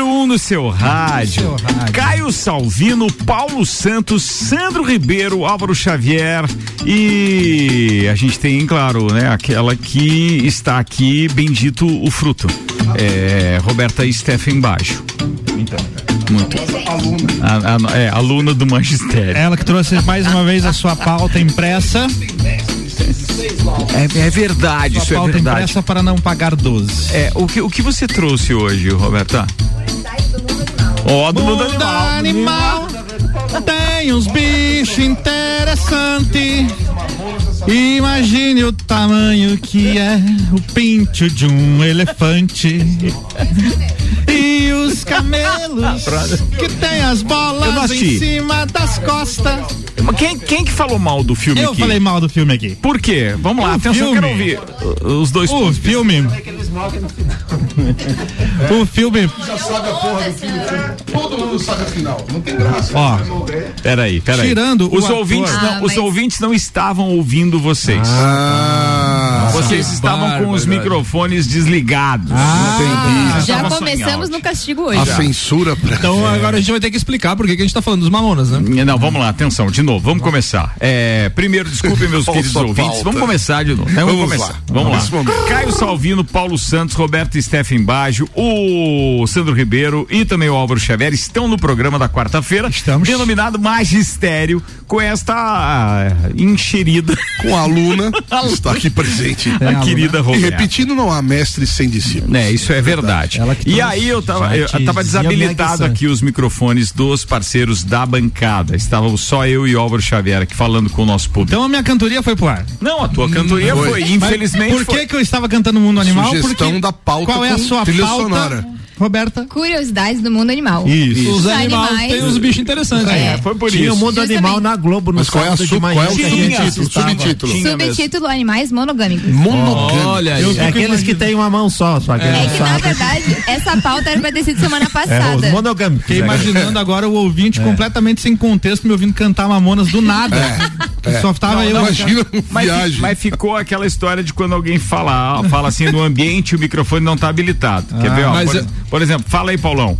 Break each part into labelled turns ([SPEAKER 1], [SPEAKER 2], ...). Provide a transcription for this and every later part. [SPEAKER 1] um no seu rádio. Caio Salvino, Paulo Santos, Sandro Ribeiro, Álvaro Xavier e a gente tem, claro, né, aquela que está aqui, bendito o fruto. É, Roberta Steffen Baixo. Então, muito. Aluna. é, aluna do magistério.
[SPEAKER 2] Ela que trouxe mais uma vez a sua pauta impressa.
[SPEAKER 1] É, é verdade,
[SPEAKER 2] Sua
[SPEAKER 1] isso é
[SPEAKER 2] pauta
[SPEAKER 1] verdade.
[SPEAKER 2] impressa para não pagar 12.
[SPEAKER 1] É, o, que, o que você trouxe hoje, Roberta? Ó, do mundo animal.
[SPEAKER 2] animal tem uns bichos interessantes. Imagine o tamanho que é o pintio de um elefante. E os camelos que tem as
[SPEAKER 1] Eu não
[SPEAKER 2] bolas
[SPEAKER 1] assisti.
[SPEAKER 2] em cima das costas.
[SPEAKER 1] Mas Quem, quem que falou mal do filme
[SPEAKER 2] Eu
[SPEAKER 1] aqui?
[SPEAKER 2] falei mal do filme aqui.
[SPEAKER 1] Por quê? Vamos lá,
[SPEAKER 2] O
[SPEAKER 1] atenção, eu quero
[SPEAKER 2] filme.
[SPEAKER 1] ouvir uh, os dois
[SPEAKER 2] O
[SPEAKER 1] pontos.
[SPEAKER 2] filme.
[SPEAKER 1] é
[SPEAKER 2] o filme,
[SPEAKER 3] Já sabe a porra do filme. Todo mundo sabe a final. Não tem graça.
[SPEAKER 2] Ó.
[SPEAKER 1] Peraí, peraí.
[SPEAKER 2] Tirando o
[SPEAKER 1] os
[SPEAKER 2] ator.
[SPEAKER 1] ouvintes, não,
[SPEAKER 4] Ah,
[SPEAKER 1] os
[SPEAKER 4] mas-
[SPEAKER 1] ouvintes não estavam ouvindo vocês.
[SPEAKER 2] Ah,
[SPEAKER 1] vocês estavam com os microfones desligados.
[SPEAKER 2] Ah,
[SPEAKER 3] Entendi.
[SPEAKER 4] Já
[SPEAKER 1] Tava
[SPEAKER 4] começamos
[SPEAKER 1] sonhando.
[SPEAKER 4] no castigo
[SPEAKER 3] A
[SPEAKER 4] hoje.
[SPEAKER 3] censura pra.
[SPEAKER 5] Então agora a gente vai ter que explicar por que que a gente tá falando dos mamonas, né?
[SPEAKER 1] Não, vamos lá, atenção, de novo, vamos começar. É, primeiro, desculpem meus
[SPEAKER 3] Qual
[SPEAKER 1] queridos
[SPEAKER 3] sua
[SPEAKER 1] ouvintes,
[SPEAKER 3] pauta?
[SPEAKER 1] vamos começar de novo. né? Vamos,
[SPEAKER 3] Vamos
[SPEAKER 1] começar.
[SPEAKER 3] lá.
[SPEAKER 1] Vamos
[SPEAKER 3] Nesse
[SPEAKER 1] lá.
[SPEAKER 3] momento.
[SPEAKER 1] Caio Salvino, Paulo Santos, Roberto Steffen Baggio, o Sandro Ribeiro e também o Álvaro Xavier estão no programa da quarta-feira,
[SPEAKER 2] Estamos.
[SPEAKER 1] denominado Magistério, com esta ah, enxerida,
[SPEAKER 3] Com a aluna que está aqui presente.
[SPEAKER 1] a
[SPEAKER 2] aluna.
[SPEAKER 1] querida
[SPEAKER 3] E
[SPEAKER 1] Roberta.
[SPEAKER 3] repetindo, não há mestre sem discípulo.
[SPEAKER 1] É, isso é verdade.
[SPEAKER 2] Ela que
[SPEAKER 1] E
[SPEAKER 2] trouxe.
[SPEAKER 1] aí eu tava,
[SPEAKER 2] Já
[SPEAKER 1] eu
[SPEAKER 2] te
[SPEAKER 1] tava
[SPEAKER 2] dizia
[SPEAKER 1] desabilitado
[SPEAKER 2] Mike
[SPEAKER 1] aqui os microfones dos parceiros da bancada. Estavam só eu e Álvaro Xavier aqui falando com o nosso público.
[SPEAKER 2] então a minha cantoria foi pro ar.
[SPEAKER 1] Não, a tua cantoria
[SPEAKER 3] foi.
[SPEAKER 1] foi, infelizmente
[SPEAKER 2] Por
[SPEAKER 1] foi.
[SPEAKER 2] que, que eu estava cantando Mundo é Animal?
[SPEAKER 3] Sugestão
[SPEAKER 2] Porque
[SPEAKER 3] da pauta
[SPEAKER 2] Qual é a
[SPEAKER 3] com
[SPEAKER 2] sua
[SPEAKER 3] trilha
[SPEAKER 2] pauta,
[SPEAKER 3] sonora.
[SPEAKER 2] Roberta?
[SPEAKER 4] Curiosidades do mundo animal.
[SPEAKER 2] Isso.
[SPEAKER 5] Os
[SPEAKER 4] Os
[SPEAKER 5] animais
[SPEAKER 4] animais.
[SPEAKER 5] tem uns bichos interessantes.
[SPEAKER 4] É.
[SPEAKER 1] Foi por
[SPEAKER 2] um
[SPEAKER 6] Tinha o
[SPEAKER 1] isso.
[SPEAKER 6] mundo animal
[SPEAKER 4] Justamente.
[SPEAKER 6] na Globo no
[SPEAKER 3] Mas qual é, a
[SPEAKER 6] sábado de
[SPEAKER 3] sub,
[SPEAKER 6] manhã.
[SPEAKER 3] qual é o
[SPEAKER 6] que a gente
[SPEAKER 3] subtítulo?
[SPEAKER 6] estava.
[SPEAKER 3] subtítulo?
[SPEAKER 1] Tinha mesmo.
[SPEAKER 4] Subtítulo Animais Monogâmicos.
[SPEAKER 3] Monogâmico.
[SPEAKER 5] Olha aí.
[SPEAKER 2] Eu-
[SPEAKER 6] É aqueles que tem uma mão só, só que
[SPEAKER 4] É
[SPEAKER 6] não
[SPEAKER 4] que, na
[SPEAKER 6] sabe.
[SPEAKER 4] verdade, essa pauta era pra ter sido semana
[SPEAKER 6] É, os
[SPEAKER 4] passada.
[SPEAKER 6] monogâmicos.
[SPEAKER 2] Fiquei imaginando agora o ouvinte
[SPEAKER 3] É.
[SPEAKER 2] completamente sem contexto me ouvindo cantar Mamonas do nada.
[SPEAKER 3] É.
[SPEAKER 2] Só tava eu.
[SPEAKER 3] Imagina uma
[SPEAKER 1] Mas,
[SPEAKER 3] viagem.
[SPEAKER 1] mas ficou aquela história de quando alguém fala, ah, fala assim no ambiente e o microfone não tá habilitado. Quer ver? ó,
[SPEAKER 5] mas
[SPEAKER 1] por,
[SPEAKER 5] eu-
[SPEAKER 1] por exemplo, fala aí, Paulão.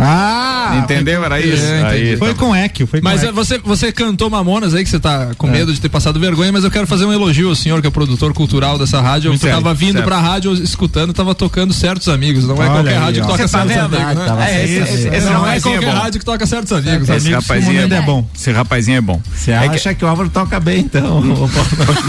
[SPEAKER 2] Ah!
[SPEAKER 3] Então.
[SPEAKER 1] Entendeu? Era isso?
[SPEAKER 5] É,
[SPEAKER 1] Aí,
[SPEAKER 5] entendi.
[SPEAKER 2] Foi
[SPEAKER 1] tá bom.
[SPEAKER 2] com Equio, foi com
[SPEAKER 5] Mas é,
[SPEAKER 2] Equio.
[SPEAKER 5] você, você cantou Mamonas aí, que você tá
[SPEAKER 1] É.
[SPEAKER 5] com medo de ter passado vergonha, mas eu quero fazer um elogio ao senhor, que é produtor cultural dessa rádio. eu
[SPEAKER 1] certo,
[SPEAKER 5] tava vindo
[SPEAKER 1] certo.
[SPEAKER 5] pra rádio escutando, tava tocando certos amigos. Não é
[SPEAKER 2] Olha
[SPEAKER 5] qualquer
[SPEAKER 2] aí,
[SPEAKER 5] rádio
[SPEAKER 2] ó.
[SPEAKER 5] que toca
[SPEAKER 1] Você tá
[SPEAKER 5] certos
[SPEAKER 1] vendo?
[SPEAKER 5] amigos. né?
[SPEAKER 1] É, esse, esse, esse
[SPEAKER 5] Não é
[SPEAKER 1] rapazinho
[SPEAKER 5] qualquer
[SPEAKER 1] é bom.
[SPEAKER 5] rádio que toca certos amigos. né?
[SPEAKER 1] Esse
[SPEAKER 2] Amigos,
[SPEAKER 1] rapazinho é
[SPEAKER 2] mundo é
[SPEAKER 1] bom.
[SPEAKER 2] bom.
[SPEAKER 1] Esse rapazinho é bom.
[SPEAKER 6] Você acha que o Álvaro toca bem, então?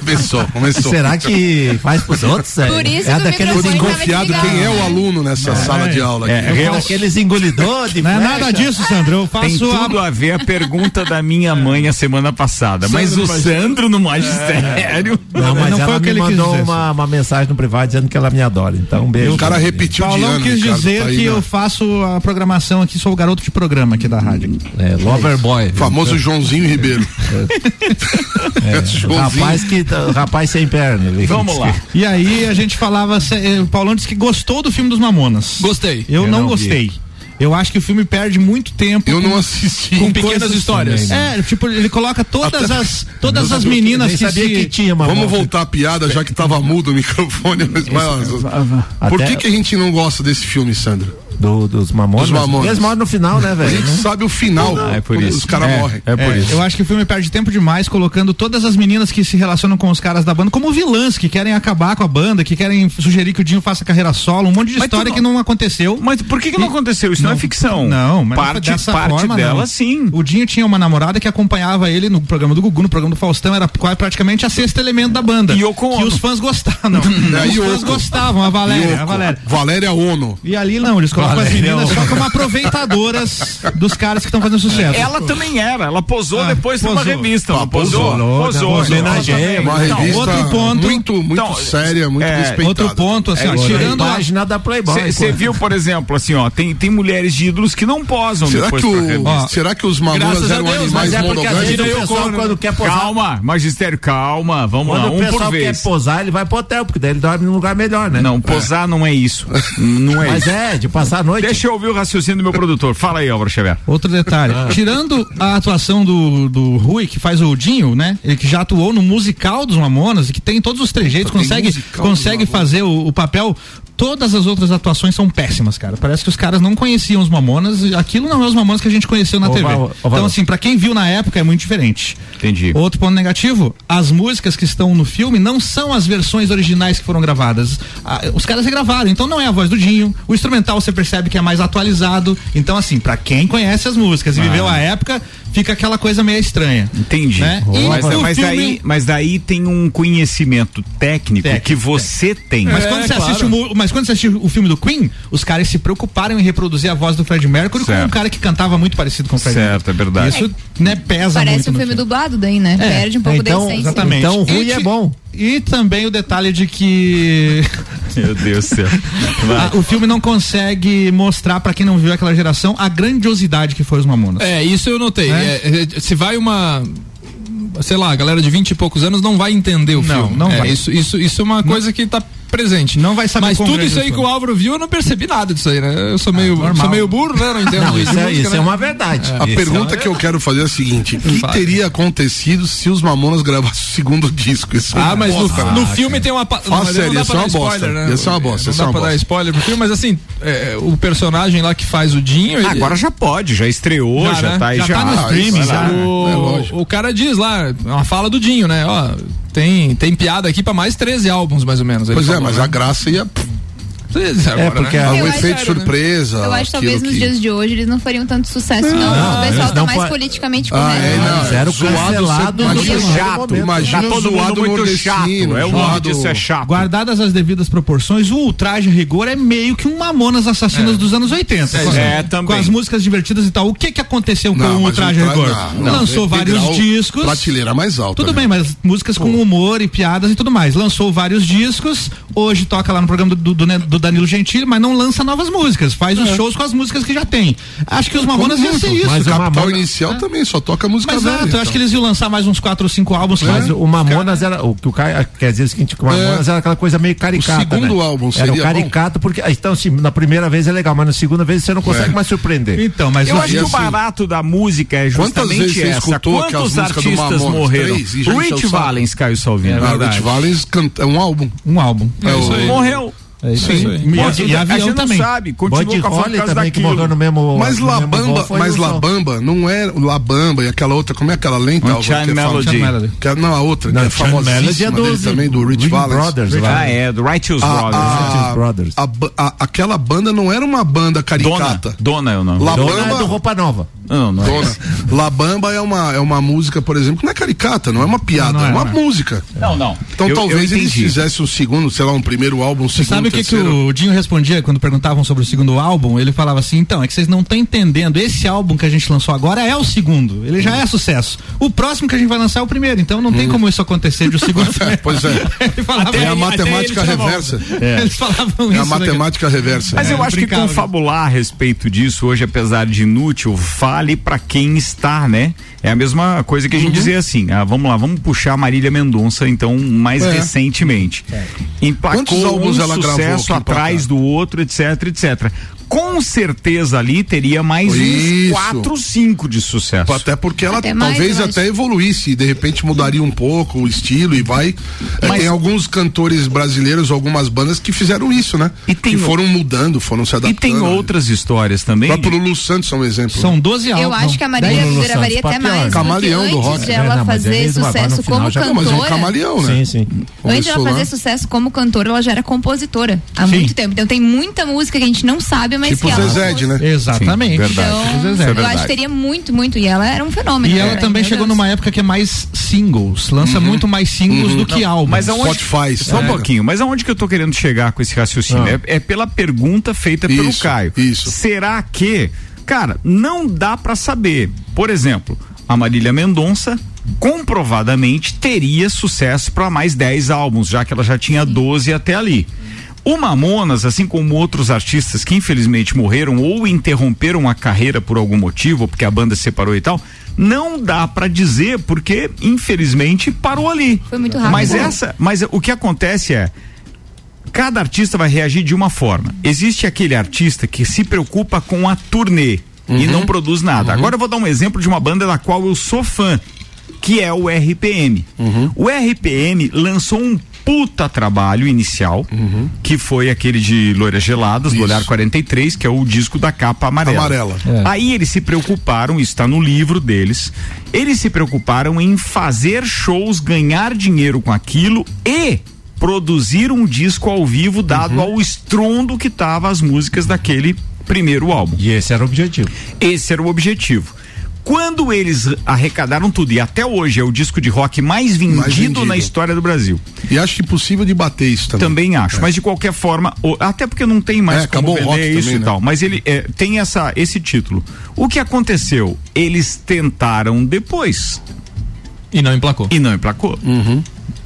[SPEAKER 3] Começou, começou.
[SPEAKER 6] Será que faz pros outros? sério?
[SPEAKER 4] Por isso
[SPEAKER 6] é
[SPEAKER 4] que o
[SPEAKER 6] daqueles,
[SPEAKER 4] microfone
[SPEAKER 6] engol...
[SPEAKER 4] tava
[SPEAKER 3] Desconfiado quem é o aluno nessa sala de aula
[SPEAKER 1] É,
[SPEAKER 3] aqui.
[SPEAKER 6] é
[SPEAKER 1] real-
[SPEAKER 6] daqueles engolidor de
[SPEAKER 2] Não é
[SPEAKER 6] flecha.
[SPEAKER 2] nada disso, Sandro. Eu
[SPEAKER 1] Tem
[SPEAKER 2] faço a
[SPEAKER 1] tudo a ver a pergunta da minha mãe a semana passada. Mas o Sandro no magistério.
[SPEAKER 6] Não, mas
[SPEAKER 2] Não
[SPEAKER 6] ela
[SPEAKER 2] foi o que
[SPEAKER 6] me
[SPEAKER 2] ele quis
[SPEAKER 6] mandou
[SPEAKER 2] dizer,
[SPEAKER 6] uma, uma mensagem no privado dizendo que ela me adora. Então, um beijo.
[SPEAKER 3] O cara repetiu de
[SPEAKER 2] Paulão
[SPEAKER 3] ano,
[SPEAKER 2] quis
[SPEAKER 3] Ricardo,
[SPEAKER 2] dizer
[SPEAKER 3] tá aí,
[SPEAKER 2] que
[SPEAKER 3] né?
[SPEAKER 2] eu faço a programação aqui, sou o garoto de programa aqui da rádio.
[SPEAKER 6] É, lover boy.
[SPEAKER 3] Famoso Joãozinho Ribeiro. Joãozinho.
[SPEAKER 6] Rapaz, que, tá- rapaz sem perna. ele
[SPEAKER 1] Vamos
[SPEAKER 6] disse
[SPEAKER 1] lá.
[SPEAKER 6] que-
[SPEAKER 2] E aí a gente falava, se- eh, o Paulão disse que gostou do filme dos Mamonas.
[SPEAKER 5] Gostei.
[SPEAKER 2] Eu,
[SPEAKER 1] Eu
[SPEAKER 2] não,
[SPEAKER 1] não vi.
[SPEAKER 2] gostei. Eu acho que o filme perde muito tempo.
[SPEAKER 3] Eu não assisti. né?
[SPEAKER 5] Com pequenas histórias.
[SPEAKER 2] É, tipo, ele coloca todas as todas as
[SPEAKER 6] Eu
[SPEAKER 2] meninas
[SPEAKER 6] nem
[SPEAKER 2] que
[SPEAKER 6] sabia
[SPEAKER 2] se-
[SPEAKER 6] que tinha, mano.
[SPEAKER 3] Vamos voltar à piada, já que tava mudo o microfone. Mas, mas, por
[SPEAKER 6] Até-
[SPEAKER 3] que, que a gente não gosta desse filme, Sandro?
[SPEAKER 6] Do, dos mamonas.
[SPEAKER 3] Dos Mamonas.
[SPEAKER 6] Eles moram no final, né,
[SPEAKER 3] A
[SPEAKER 6] velho?
[SPEAKER 3] gente sabe o final,
[SPEAKER 1] É por
[SPEAKER 3] quando
[SPEAKER 1] isso.
[SPEAKER 3] os caras
[SPEAKER 1] é,
[SPEAKER 3] morrem.
[SPEAKER 1] É por
[SPEAKER 2] É,
[SPEAKER 1] isso.
[SPEAKER 2] eu acho que o filme perde tempo demais colocando todas as meninas que se relacionam com os caras da banda como vilãs, que querem acabar com a banda, que querem sugerir que o Dinho faça carreira solo, um monte de
[SPEAKER 1] Mas
[SPEAKER 2] história
[SPEAKER 1] tu não-
[SPEAKER 2] que não aconteceu.
[SPEAKER 1] Mas por que, que não aconteceu? Isso não, é ficção.
[SPEAKER 2] Não, mas não foi
[SPEAKER 1] parte,
[SPEAKER 2] dessa
[SPEAKER 1] parte
[SPEAKER 2] forma,
[SPEAKER 1] dela,
[SPEAKER 2] não.
[SPEAKER 1] sim.
[SPEAKER 2] O Dinho tinha uma namorada que acompanhava ele no programa do Gugu, no programa do Faustão, era quase praticamente a sexta elemento da banda.
[SPEAKER 1] E Yoko Ono.
[SPEAKER 2] que os fãs gostavam. Não,
[SPEAKER 3] É,
[SPEAKER 2] os fãs
[SPEAKER 3] Yoko.
[SPEAKER 2] gostavam, a Valéria, a Valéria.
[SPEAKER 3] Valéria Ono.
[SPEAKER 2] E ali não, eles colocam as
[SPEAKER 6] Valéria,
[SPEAKER 2] meninas
[SPEAKER 6] ó.
[SPEAKER 2] só como aproveitadoras dos caras que estão fazendo sucesso.
[SPEAKER 1] Ela também era. Ela posou
[SPEAKER 2] Ah,
[SPEAKER 1] depois numa
[SPEAKER 2] posou.
[SPEAKER 1] revista. não
[SPEAKER 3] Ah,
[SPEAKER 1] posou.
[SPEAKER 6] posou,
[SPEAKER 1] Posou.
[SPEAKER 6] né? Homenageia,
[SPEAKER 1] Ela
[SPEAKER 3] Uma
[SPEAKER 1] também. Então,
[SPEAKER 3] revista
[SPEAKER 2] outro ponto.
[SPEAKER 3] muito, muito
[SPEAKER 1] Então,
[SPEAKER 3] séria, muito
[SPEAKER 1] é,
[SPEAKER 3] respeitada.
[SPEAKER 2] Outro ponto, assim,
[SPEAKER 1] É,
[SPEAKER 2] ó,
[SPEAKER 1] agora,
[SPEAKER 2] tirando a,
[SPEAKER 6] página da Playboy.
[SPEAKER 1] Você
[SPEAKER 6] pô.
[SPEAKER 1] viu, por exemplo, assim, ó, tem, tem mulheres de ídolos que não posam
[SPEAKER 3] Será
[SPEAKER 1] depois
[SPEAKER 3] que,
[SPEAKER 1] pra
[SPEAKER 3] o,
[SPEAKER 1] revista.
[SPEAKER 2] Ó,
[SPEAKER 3] será que os mamonas
[SPEAKER 5] graças a
[SPEAKER 3] eram
[SPEAKER 5] Deus,
[SPEAKER 3] animais
[SPEAKER 6] Mas é porque às vezes
[SPEAKER 3] monogâmicos?
[SPEAKER 6] o pessoal, quando quer posar,
[SPEAKER 1] Calma, magistério, calma. Vamos
[SPEAKER 6] quando
[SPEAKER 1] lá,
[SPEAKER 6] o
[SPEAKER 1] um por
[SPEAKER 6] pessoal
[SPEAKER 1] vez.
[SPEAKER 6] quer posar, ele vai pro hotel, porque daí ele dorme num lugar melhor, né?
[SPEAKER 1] Não, posar não é isso. Não é
[SPEAKER 6] Mas
[SPEAKER 1] isso.
[SPEAKER 6] é, de passar a noite.
[SPEAKER 1] Deixa eu ouvir o raciocínio do meu produtor. Fala aí, Álvaro Xavier.
[SPEAKER 2] Outro detalhe, tirando a atuação do, do Rui, que faz o Dinho, né? Ele que já atuou no musical dos Mamonas, e que tem todos os trejeitos,
[SPEAKER 3] Tem
[SPEAKER 2] consegue,
[SPEAKER 3] musical dos
[SPEAKER 2] consegue
[SPEAKER 3] Mamonas.
[SPEAKER 2] fazer o, o papel Todas as outras atuações são péssimas, cara. Parece que os caras não conheciam os Mamonas. e Aquilo não é os Mamonas que a gente conheceu na
[SPEAKER 6] Ô,
[SPEAKER 2] TV.
[SPEAKER 6] Val- ô, Val-
[SPEAKER 2] então, assim, pra quem viu na época é muito diferente.
[SPEAKER 1] Entendi.
[SPEAKER 2] Outro ponto negativo, as músicas que estão no filme não são as versões originais que foram gravadas. Ah, os caras regravaram, então não é a voz do Dinho. O instrumental você percebe que é mais atualizado. Então, assim, pra quem conhece as músicas e viveu a época, fica aquela coisa meio estranha.
[SPEAKER 1] Ah. Entendi.
[SPEAKER 2] Né? E
[SPEAKER 1] Mas, é,
[SPEAKER 2] o
[SPEAKER 1] mas
[SPEAKER 2] filme-
[SPEAKER 1] daí, mas daí tem um conhecimento técnico,
[SPEAKER 2] Técnico,
[SPEAKER 1] que você tem.
[SPEAKER 2] Mas,
[SPEAKER 5] É,
[SPEAKER 2] quando você
[SPEAKER 5] claro.
[SPEAKER 2] assiste o, mu- mas quando você assiste o filme do Queen, os caras se preocuparam em reproduzir a voz do Fred Mercury
[SPEAKER 1] Certo.
[SPEAKER 2] com um cara que cantava muito parecido com o Fred
[SPEAKER 1] Certo, é verdade.
[SPEAKER 2] Mercury. Isso né, pesa muito.
[SPEAKER 4] Parece um
[SPEAKER 2] no
[SPEAKER 4] filme dublado daí, né?
[SPEAKER 2] É,
[SPEAKER 4] Perde um pouco da
[SPEAKER 6] então,
[SPEAKER 4] essência.
[SPEAKER 2] Exatamente.
[SPEAKER 6] Então, ruim
[SPEAKER 2] E
[SPEAKER 6] é
[SPEAKER 2] ti-
[SPEAKER 6] bom.
[SPEAKER 2] E também o detalhe de que
[SPEAKER 1] Meu Deus do céu.
[SPEAKER 2] a- o filme não consegue mostrar pra quem não viu aquela geração a grandiosidade que foi os Mamonas.
[SPEAKER 5] É, isso eu notei.
[SPEAKER 2] É?
[SPEAKER 5] É, é, se vai uma. Sei lá, a galera de 20 e poucos anos não vai entender o
[SPEAKER 2] Não,
[SPEAKER 5] filme.
[SPEAKER 2] não
[SPEAKER 5] É,
[SPEAKER 2] vai.
[SPEAKER 5] Isso, isso, isso é uma coisa que tá presente.
[SPEAKER 2] Não vai saber
[SPEAKER 5] Mas
[SPEAKER 2] como
[SPEAKER 5] tudo
[SPEAKER 2] grande
[SPEAKER 3] é
[SPEAKER 5] isso aí
[SPEAKER 2] foi.
[SPEAKER 5] que o Álvaro viu, eu não percebi nada disso aí, né? Eu sou
[SPEAKER 3] Ah,
[SPEAKER 5] meio,
[SPEAKER 2] normal.
[SPEAKER 5] sou meio burro, né? Não entendo
[SPEAKER 6] Não,
[SPEAKER 5] muito
[SPEAKER 6] isso,
[SPEAKER 5] de
[SPEAKER 6] é,
[SPEAKER 5] música,
[SPEAKER 6] isso
[SPEAKER 5] né?
[SPEAKER 6] é uma verdade.
[SPEAKER 3] A pergunta
[SPEAKER 1] né?
[SPEAKER 3] que eu quero fazer é a seguinte: o que
[SPEAKER 5] Fala.
[SPEAKER 3] teria acontecido se os Mamonas gravassem o segundo disco? Isso é
[SPEAKER 5] Ah,
[SPEAKER 3] uma
[SPEAKER 5] mas no,
[SPEAKER 3] bosta,
[SPEAKER 5] no
[SPEAKER 3] né?
[SPEAKER 5] filme tem uma. pa-
[SPEAKER 3] Fala
[SPEAKER 5] mas
[SPEAKER 3] sério,
[SPEAKER 5] não dá
[SPEAKER 3] isso
[SPEAKER 5] pra
[SPEAKER 3] é uma
[SPEAKER 5] dar spoiler,
[SPEAKER 3] bosta.
[SPEAKER 5] né?
[SPEAKER 3] Isso é uma bosta,
[SPEAKER 5] Não
[SPEAKER 3] isso
[SPEAKER 5] dá
[SPEAKER 3] é uma
[SPEAKER 5] pra dar
[SPEAKER 3] bosta.
[SPEAKER 5] spoiler pro filme, mas assim, é, o personagem lá que faz o Dinho. ele-
[SPEAKER 1] Agora já pode, já estreou, já,
[SPEAKER 5] Já, né?
[SPEAKER 1] tá aí.
[SPEAKER 2] Já tá no
[SPEAKER 1] ah,
[SPEAKER 2] streaming,
[SPEAKER 1] isso,
[SPEAKER 2] já.
[SPEAKER 1] né?
[SPEAKER 5] O,
[SPEAKER 3] É lógico.
[SPEAKER 5] o cara diz lá, é uma fala do Dinho, né? Ó, tem, tem piada aqui É, pra mais 13 álbuns, mais ou menos. ele
[SPEAKER 3] Pois é,
[SPEAKER 5] falou,
[SPEAKER 3] mas
[SPEAKER 5] né?
[SPEAKER 3] a graça ia.
[SPEAKER 5] Vocês agora,
[SPEAKER 6] porque
[SPEAKER 5] né?
[SPEAKER 3] Ah,
[SPEAKER 4] Eu
[SPEAKER 3] o
[SPEAKER 4] acho-
[SPEAKER 3] efeito surpresa.
[SPEAKER 4] Eu acho que talvez
[SPEAKER 3] aquilo
[SPEAKER 4] nos
[SPEAKER 3] que-
[SPEAKER 4] dias de hoje eles não fariam tanto sucesso, não. o
[SPEAKER 6] eles
[SPEAKER 4] pessoal tá
[SPEAKER 6] não
[SPEAKER 4] mais
[SPEAKER 6] fa-
[SPEAKER 4] politicamente
[SPEAKER 3] Ah,
[SPEAKER 4] correto.
[SPEAKER 3] é, não.
[SPEAKER 6] Zero
[SPEAKER 3] Zoado,
[SPEAKER 6] cancelado
[SPEAKER 3] você-
[SPEAKER 6] no
[SPEAKER 3] imagina
[SPEAKER 6] primeiro
[SPEAKER 1] chato,
[SPEAKER 6] momento.
[SPEAKER 3] Imagina
[SPEAKER 1] Tá todo
[SPEAKER 3] zoado
[SPEAKER 1] mundo muito chato.
[SPEAKER 3] nordestino,
[SPEAKER 1] É o nome
[SPEAKER 3] zoado-
[SPEAKER 1] disso é chato.
[SPEAKER 2] Guardadas as devidas proporções, o ultraje a rigor é meio que um Mamonas Assassinas dos anos 80. com,
[SPEAKER 1] é,
[SPEAKER 2] com
[SPEAKER 1] também.
[SPEAKER 2] as músicas divertidas e tal. O que que aconteceu
[SPEAKER 3] Não,
[SPEAKER 2] com o
[SPEAKER 3] mas
[SPEAKER 2] ultraje a
[SPEAKER 3] ultra-
[SPEAKER 2] rigor?
[SPEAKER 3] não, não.
[SPEAKER 2] Lançou vários
[SPEAKER 3] Integral,
[SPEAKER 2] discos.
[SPEAKER 3] Prateleira mais alta.
[SPEAKER 2] Tudo
[SPEAKER 3] né?
[SPEAKER 2] bem, mas músicas com humor e piadas e tudo mais. Lançou vários discos, hoje toca lá no programa do, do, do Danilo Gentili, mas não lança novas músicas, faz os shows com as músicas que já tem. Acho que os Mamonas iam ser isso.
[SPEAKER 3] O
[SPEAKER 6] É. mas o
[SPEAKER 3] Capital
[SPEAKER 6] Mamona-
[SPEAKER 3] Inicial também só toca música
[SPEAKER 2] Mas
[SPEAKER 3] velha. então.
[SPEAKER 2] exato, eu acho que eles iam lançar mais uns quatro ou cinco álbuns. né?
[SPEAKER 6] Mas
[SPEAKER 2] Mas
[SPEAKER 6] o Mamonas era. O que o cara quer dizer é o seguinte: que o Mamonas era aquela coisa meio caricata.
[SPEAKER 3] O segundo
[SPEAKER 6] né?
[SPEAKER 3] álbum
[SPEAKER 6] Era
[SPEAKER 3] seria
[SPEAKER 6] o caricato, porque. Então, assim, na primeira vez é legal, mas na segunda vez você não consegue
[SPEAKER 3] É.
[SPEAKER 6] mais surpreender.
[SPEAKER 2] Então, mas
[SPEAKER 1] Eu
[SPEAKER 2] o-
[SPEAKER 1] acho que o
[SPEAKER 3] assim,
[SPEAKER 1] barato da música é
[SPEAKER 3] quantas vezes
[SPEAKER 1] justamente
[SPEAKER 3] você
[SPEAKER 1] essa.
[SPEAKER 3] escutou que as
[SPEAKER 1] Quantos
[SPEAKER 3] músicas do
[SPEAKER 1] artistas
[SPEAKER 3] Mamonas?
[SPEAKER 1] morreram?
[SPEAKER 3] Três, e já encheu o saco.
[SPEAKER 1] Rich Valens, Caio Salvino.
[SPEAKER 3] Ah, o Rich Valens canta- é um álbum.
[SPEAKER 2] um álbum.
[SPEAKER 3] É
[SPEAKER 5] isso
[SPEAKER 3] o-
[SPEAKER 5] aí.
[SPEAKER 1] Morreu.
[SPEAKER 6] É isso
[SPEAKER 5] aí.
[SPEAKER 2] E,
[SPEAKER 1] Pode-
[SPEAKER 2] e
[SPEAKER 1] a gente
[SPEAKER 2] avião também.
[SPEAKER 1] não sabe.
[SPEAKER 6] Buddy
[SPEAKER 1] Continua com a
[SPEAKER 6] Holly
[SPEAKER 1] fantasia
[SPEAKER 6] também que
[SPEAKER 1] daquilo.
[SPEAKER 6] morreu no mesmo.
[SPEAKER 3] Mas
[SPEAKER 6] no mesmo
[SPEAKER 3] Labamba,
[SPEAKER 6] golpe, foi
[SPEAKER 3] mas
[SPEAKER 6] um só.
[SPEAKER 3] Labamba não é Labamba e aquela outra, como é aquela lenta? Álvaro, que
[SPEAKER 1] Unchained
[SPEAKER 3] é fam-
[SPEAKER 1] Melody.
[SPEAKER 2] Melody.
[SPEAKER 3] Que é- não, a outra,
[SPEAKER 6] Não,
[SPEAKER 3] que é
[SPEAKER 6] Chan Melody é
[SPEAKER 3] famosíssima dele
[SPEAKER 6] do.
[SPEAKER 3] também, do Rich
[SPEAKER 6] Rich
[SPEAKER 3] Valens.
[SPEAKER 6] Brothers lá.
[SPEAKER 1] Ah, é, do Righteous Brothers.
[SPEAKER 3] A, a,
[SPEAKER 6] Brothers.
[SPEAKER 3] a ba- a- aquela banda não era uma banda
[SPEAKER 1] Dona.
[SPEAKER 3] caricata.
[SPEAKER 1] Dona é o nome.
[SPEAKER 3] Labamba.
[SPEAKER 6] Dona é do Roupa Nova.
[SPEAKER 1] Não, não é.
[SPEAKER 3] Dona. Labamba é uma, é uma música, por exemplo, que não é caricata, não é uma piada,
[SPEAKER 2] Não, não
[SPEAKER 3] é
[SPEAKER 2] é,
[SPEAKER 3] uma
[SPEAKER 2] não é.
[SPEAKER 3] música.
[SPEAKER 1] Não, não.
[SPEAKER 3] Então
[SPEAKER 1] Eu-
[SPEAKER 3] talvez
[SPEAKER 1] eu
[SPEAKER 3] eles
[SPEAKER 1] entendi.
[SPEAKER 3] fizessem um segundo, sei lá, um primeiro álbum, um segundo,
[SPEAKER 2] Sabe o que, que
[SPEAKER 3] terceiro.
[SPEAKER 2] o Dinho respondia quando perguntavam sobre o segundo álbum? Ele falava assim: então, é que vocês não estão entendendo. Esse álbum que a gente lançou agora é o segundo. Ele já é sucesso. O próximo que a gente vai lançar é o primeiro. Então não tem como isso acontecer de o segundo. também.
[SPEAKER 3] Pois é.
[SPEAKER 2] Ele falava,
[SPEAKER 3] É Hum. a
[SPEAKER 2] "Aí,
[SPEAKER 3] matemática
[SPEAKER 2] até ele tinha
[SPEAKER 3] reversa.
[SPEAKER 2] volta." Eles falavam isso.
[SPEAKER 3] É a
[SPEAKER 2] né, cara?
[SPEAKER 3] matemática reversa.
[SPEAKER 1] Mas
[SPEAKER 2] É,
[SPEAKER 1] eu acho que
[SPEAKER 2] brincava.
[SPEAKER 1] confabular a respeito disso hoje, apesar de inútil, vale pra quem está, né? É a mesma coisa
[SPEAKER 3] Uhum.
[SPEAKER 1] que a gente dizer assim, ah, vamos lá, vamos puxar a Marília Mendonça, então, mais
[SPEAKER 3] É.
[SPEAKER 1] recentemente.
[SPEAKER 3] Quantos
[SPEAKER 1] Emplacou um
[SPEAKER 3] álbuns ela gravou aqui
[SPEAKER 1] sucesso
[SPEAKER 3] pra
[SPEAKER 1] atrás
[SPEAKER 3] cá?
[SPEAKER 1] do outro, etc, etc. Com certeza ali teria mais uns
[SPEAKER 3] Isso.
[SPEAKER 1] quatro, cinco de sucesso.
[SPEAKER 3] Até porque ela
[SPEAKER 4] Até mais,
[SPEAKER 3] talvez
[SPEAKER 4] eu
[SPEAKER 3] até
[SPEAKER 4] acho.
[SPEAKER 3] evoluísse e de repente mudaria um pouco o estilo e vai. É,
[SPEAKER 1] Mas-
[SPEAKER 3] tem alguns cantores brasileiros, algumas bandas que fizeram isso, né?
[SPEAKER 1] E tem
[SPEAKER 3] que
[SPEAKER 1] o-
[SPEAKER 3] foram mudando, foram se
[SPEAKER 1] E
[SPEAKER 3] adaptando.
[SPEAKER 1] tem outras histórias
[SPEAKER 3] O
[SPEAKER 1] também.
[SPEAKER 3] né? próprio Lulu Santos é um exemplo.
[SPEAKER 2] São 12 álbuns.
[SPEAKER 4] Eu acho que a Marília
[SPEAKER 6] Lulu Santos,
[SPEAKER 4] gravaria até
[SPEAKER 6] Papião.
[SPEAKER 4] mais. do que
[SPEAKER 3] Camaleão do
[SPEAKER 4] antes
[SPEAKER 3] rock.
[SPEAKER 4] de
[SPEAKER 6] É,
[SPEAKER 4] ela
[SPEAKER 6] não, mas
[SPEAKER 4] fazer
[SPEAKER 6] eles vão agora no
[SPEAKER 4] sucesso
[SPEAKER 6] final
[SPEAKER 4] como
[SPEAKER 6] já-
[SPEAKER 3] Não, mas é um
[SPEAKER 4] cantora. Então
[SPEAKER 3] camaleão, né?
[SPEAKER 6] Sim, sim.
[SPEAKER 4] Antes de ela
[SPEAKER 3] Começou lá.
[SPEAKER 4] fazer sucesso como cantora, ela já era compositora há
[SPEAKER 2] Sim.
[SPEAKER 4] muito tempo. Então tem muita música que a gente não sabe, mas
[SPEAKER 3] Tipo
[SPEAKER 4] que ela.
[SPEAKER 3] Zezé, né?
[SPEAKER 2] Exatamente.
[SPEAKER 1] Sim, verdade.
[SPEAKER 4] Então,
[SPEAKER 1] Isso é
[SPEAKER 4] eu acho
[SPEAKER 1] verdade.
[SPEAKER 4] que teria muito, muito. E ela era um fenômeno.
[SPEAKER 2] E
[SPEAKER 4] né,
[SPEAKER 2] ela
[SPEAKER 4] cara?
[SPEAKER 2] também
[SPEAKER 4] Meu
[SPEAKER 2] chegou
[SPEAKER 4] Deus.
[SPEAKER 2] numa época que é mais singles.
[SPEAKER 3] Uhum.
[SPEAKER 2] Lança muito mais singles do que álbuns.
[SPEAKER 3] é
[SPEAKER 1] Mas aonde-
[SPEAKER 3] Spotify.
[SPEAKER 1] Só um
[SPEAKER 3] né? Ah.
[SPEAKER 1] pouquinho, mas aonde que eu tô querendo chegar com esse raciocínio? É, é pela pergunta feita pelo
[SPEAKER 3] Isso,
[SPEAKER 1] Caio.
[SPEAKER 3] isso.
[SPEAKER 1] Será que, cara, não dá pra saber. Por exemplo, a Marília Mendonça comprovadamente teria sucesso pra mais 10 álbuns, já que ela já tinha 12 até ali. O Mamonas, assim como outros artistas que infelizmente morreram ou interromperam a carreira por algum motivo, ou porque a banda se separou e tal, não dá pra dizer porque infelizmente parou ali.
[SPEAKER 4] Foi muito rápido.
[SPEAKER 1] Mas essa, mas o que acontece é cada artista vai reagir de uma forma. Existe aquele artista que se preocupa com a turnê
[SPEAKER 3] Uhum.
[SPEAKER 1] e não produz nada. Agora eu vou dar um exemplo de uma banda da
[SPEAKER 3] Uhum.
[SPEAKER 1] qual eu sou fã, que é o RPM. O RPM lançou um puta trabalho inicial, que foi aquele de Loiras Geladas, do
[SPEAKER 3] Uhum. Isso.
[SPEAKER 1] Olhar 43, que é o disco da capa amarela.
[SPEAKER 3] Amarela.
[SPEAKER 1] Aí eles se preocuparam, isso está no livro deles, eles se preocuparam em fazer shows, ganhar dinheiro com aquilo e produzir um disco ao vivo dado ao estrondo que tava as músicas daquele primeiro álbum.
[SPEAKER 6] E esse era o objetivo.
[SPEAKER 1] Esse era o objetivo. Quando eles arrecadaram tudo, e até hoje é o disco de rock mais vendido,
[SPEAKER 3] vendido.
[SPEAKER 1] na história do Brasil.
[SPEAKER 3] E acho impossível de bater isso também.
[SPEAKER 1] Também acho. Mas de qualquer forma, o- até porque não tem mais
[SPEAKER 3] É,
[SPEAKER 1] como
[SPEAKER 3] acabou o rock
[SPEAKER 1] vender isso
[SPEAKER 3] também,
[SPEAKER 1] e
[SPEAKER 3] né?
[SPEAKER 1] tal. Mas ele é, tem essa, esse título. O que aconteceu? Eles tentaram depois
[SPEAKER 5] E não emplacou.
[SPEAKER 1] e não emplacou.
[SPEAKER 3] Uhum.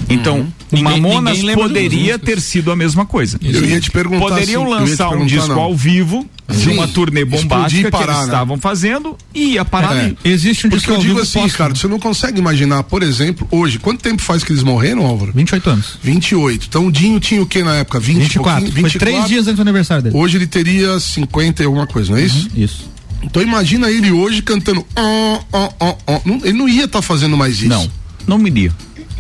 [SPEAKER 1] Então, o
[SPEAKER 5] Ninguém-
[SPEAKER 1] Mamonas
[SPEAKER 5] ninguém lembra
[SPEAKER 1] poderia
[SPEAKER 5] dos músicos.
[SPEAKER 1] ter sido a mesma coisa.
[SPEAKER 3] Eu ia te perguntar.
[SPEAKER 1] Poderiam
[SPEAKER 3] assim, eu ia te
[SPEAKER 1] lançar um
[SPEAKER 3] perguntar,
[SPEAKER 1] disco
[SPEAKER 3] não.
[SPEAKER 1] ao vivo de
[SPEAKER 3] Sim.
[SPEAKER 1] uma turnê
[SPEAKER 3] Explodir e
[SPEAKER 1] bombástica que
[SPEAKER 3] parar,
[SPEAKER 1] eles
[SPEAKER 3] né?
[SPEAKER 1] estavam fazendo e ia parar
[SPEAKER 3] É.
[SPEAKER 1] ali.
[SPEAKER 2] Existe um
[SPEAKER 3] Porque
[SPEAKER 2] disco
[SPEAKER 3] eu
[SPEAKER 2] ao
[SPEAKER 3] digo
[SPEAKER 2] vivo
[SPEAKER 3] assim,
[SPEAKER 2] póstumo.
[SPEAKER 3] Ricardo, você não consegue imaginar, por exemplo, hoje, quanto tempo faz que eles morreram, Álvaro?
[SPEAKER 2] 28 anos.
[SPEAKER 3] 28. Então o Dinho tinha o que na época? 20 e
[SPEAKER 2] 24.
[SPEAKER 3] pouquinho?
[SPEAKER 2] Foi três dias antes do aniversário dele.
[SPEAKER 3] Hoje ele teria 50 e alguma coisa, não é isso?
[SPEAKER 2] Isso.
[SPEAKER 3] Então imagina ele hoje cantando. "Ó, ó, ó, ó". Não- Ele não ia estar fazendo mais isso.
[SPEAKER 1] Não, não me diga.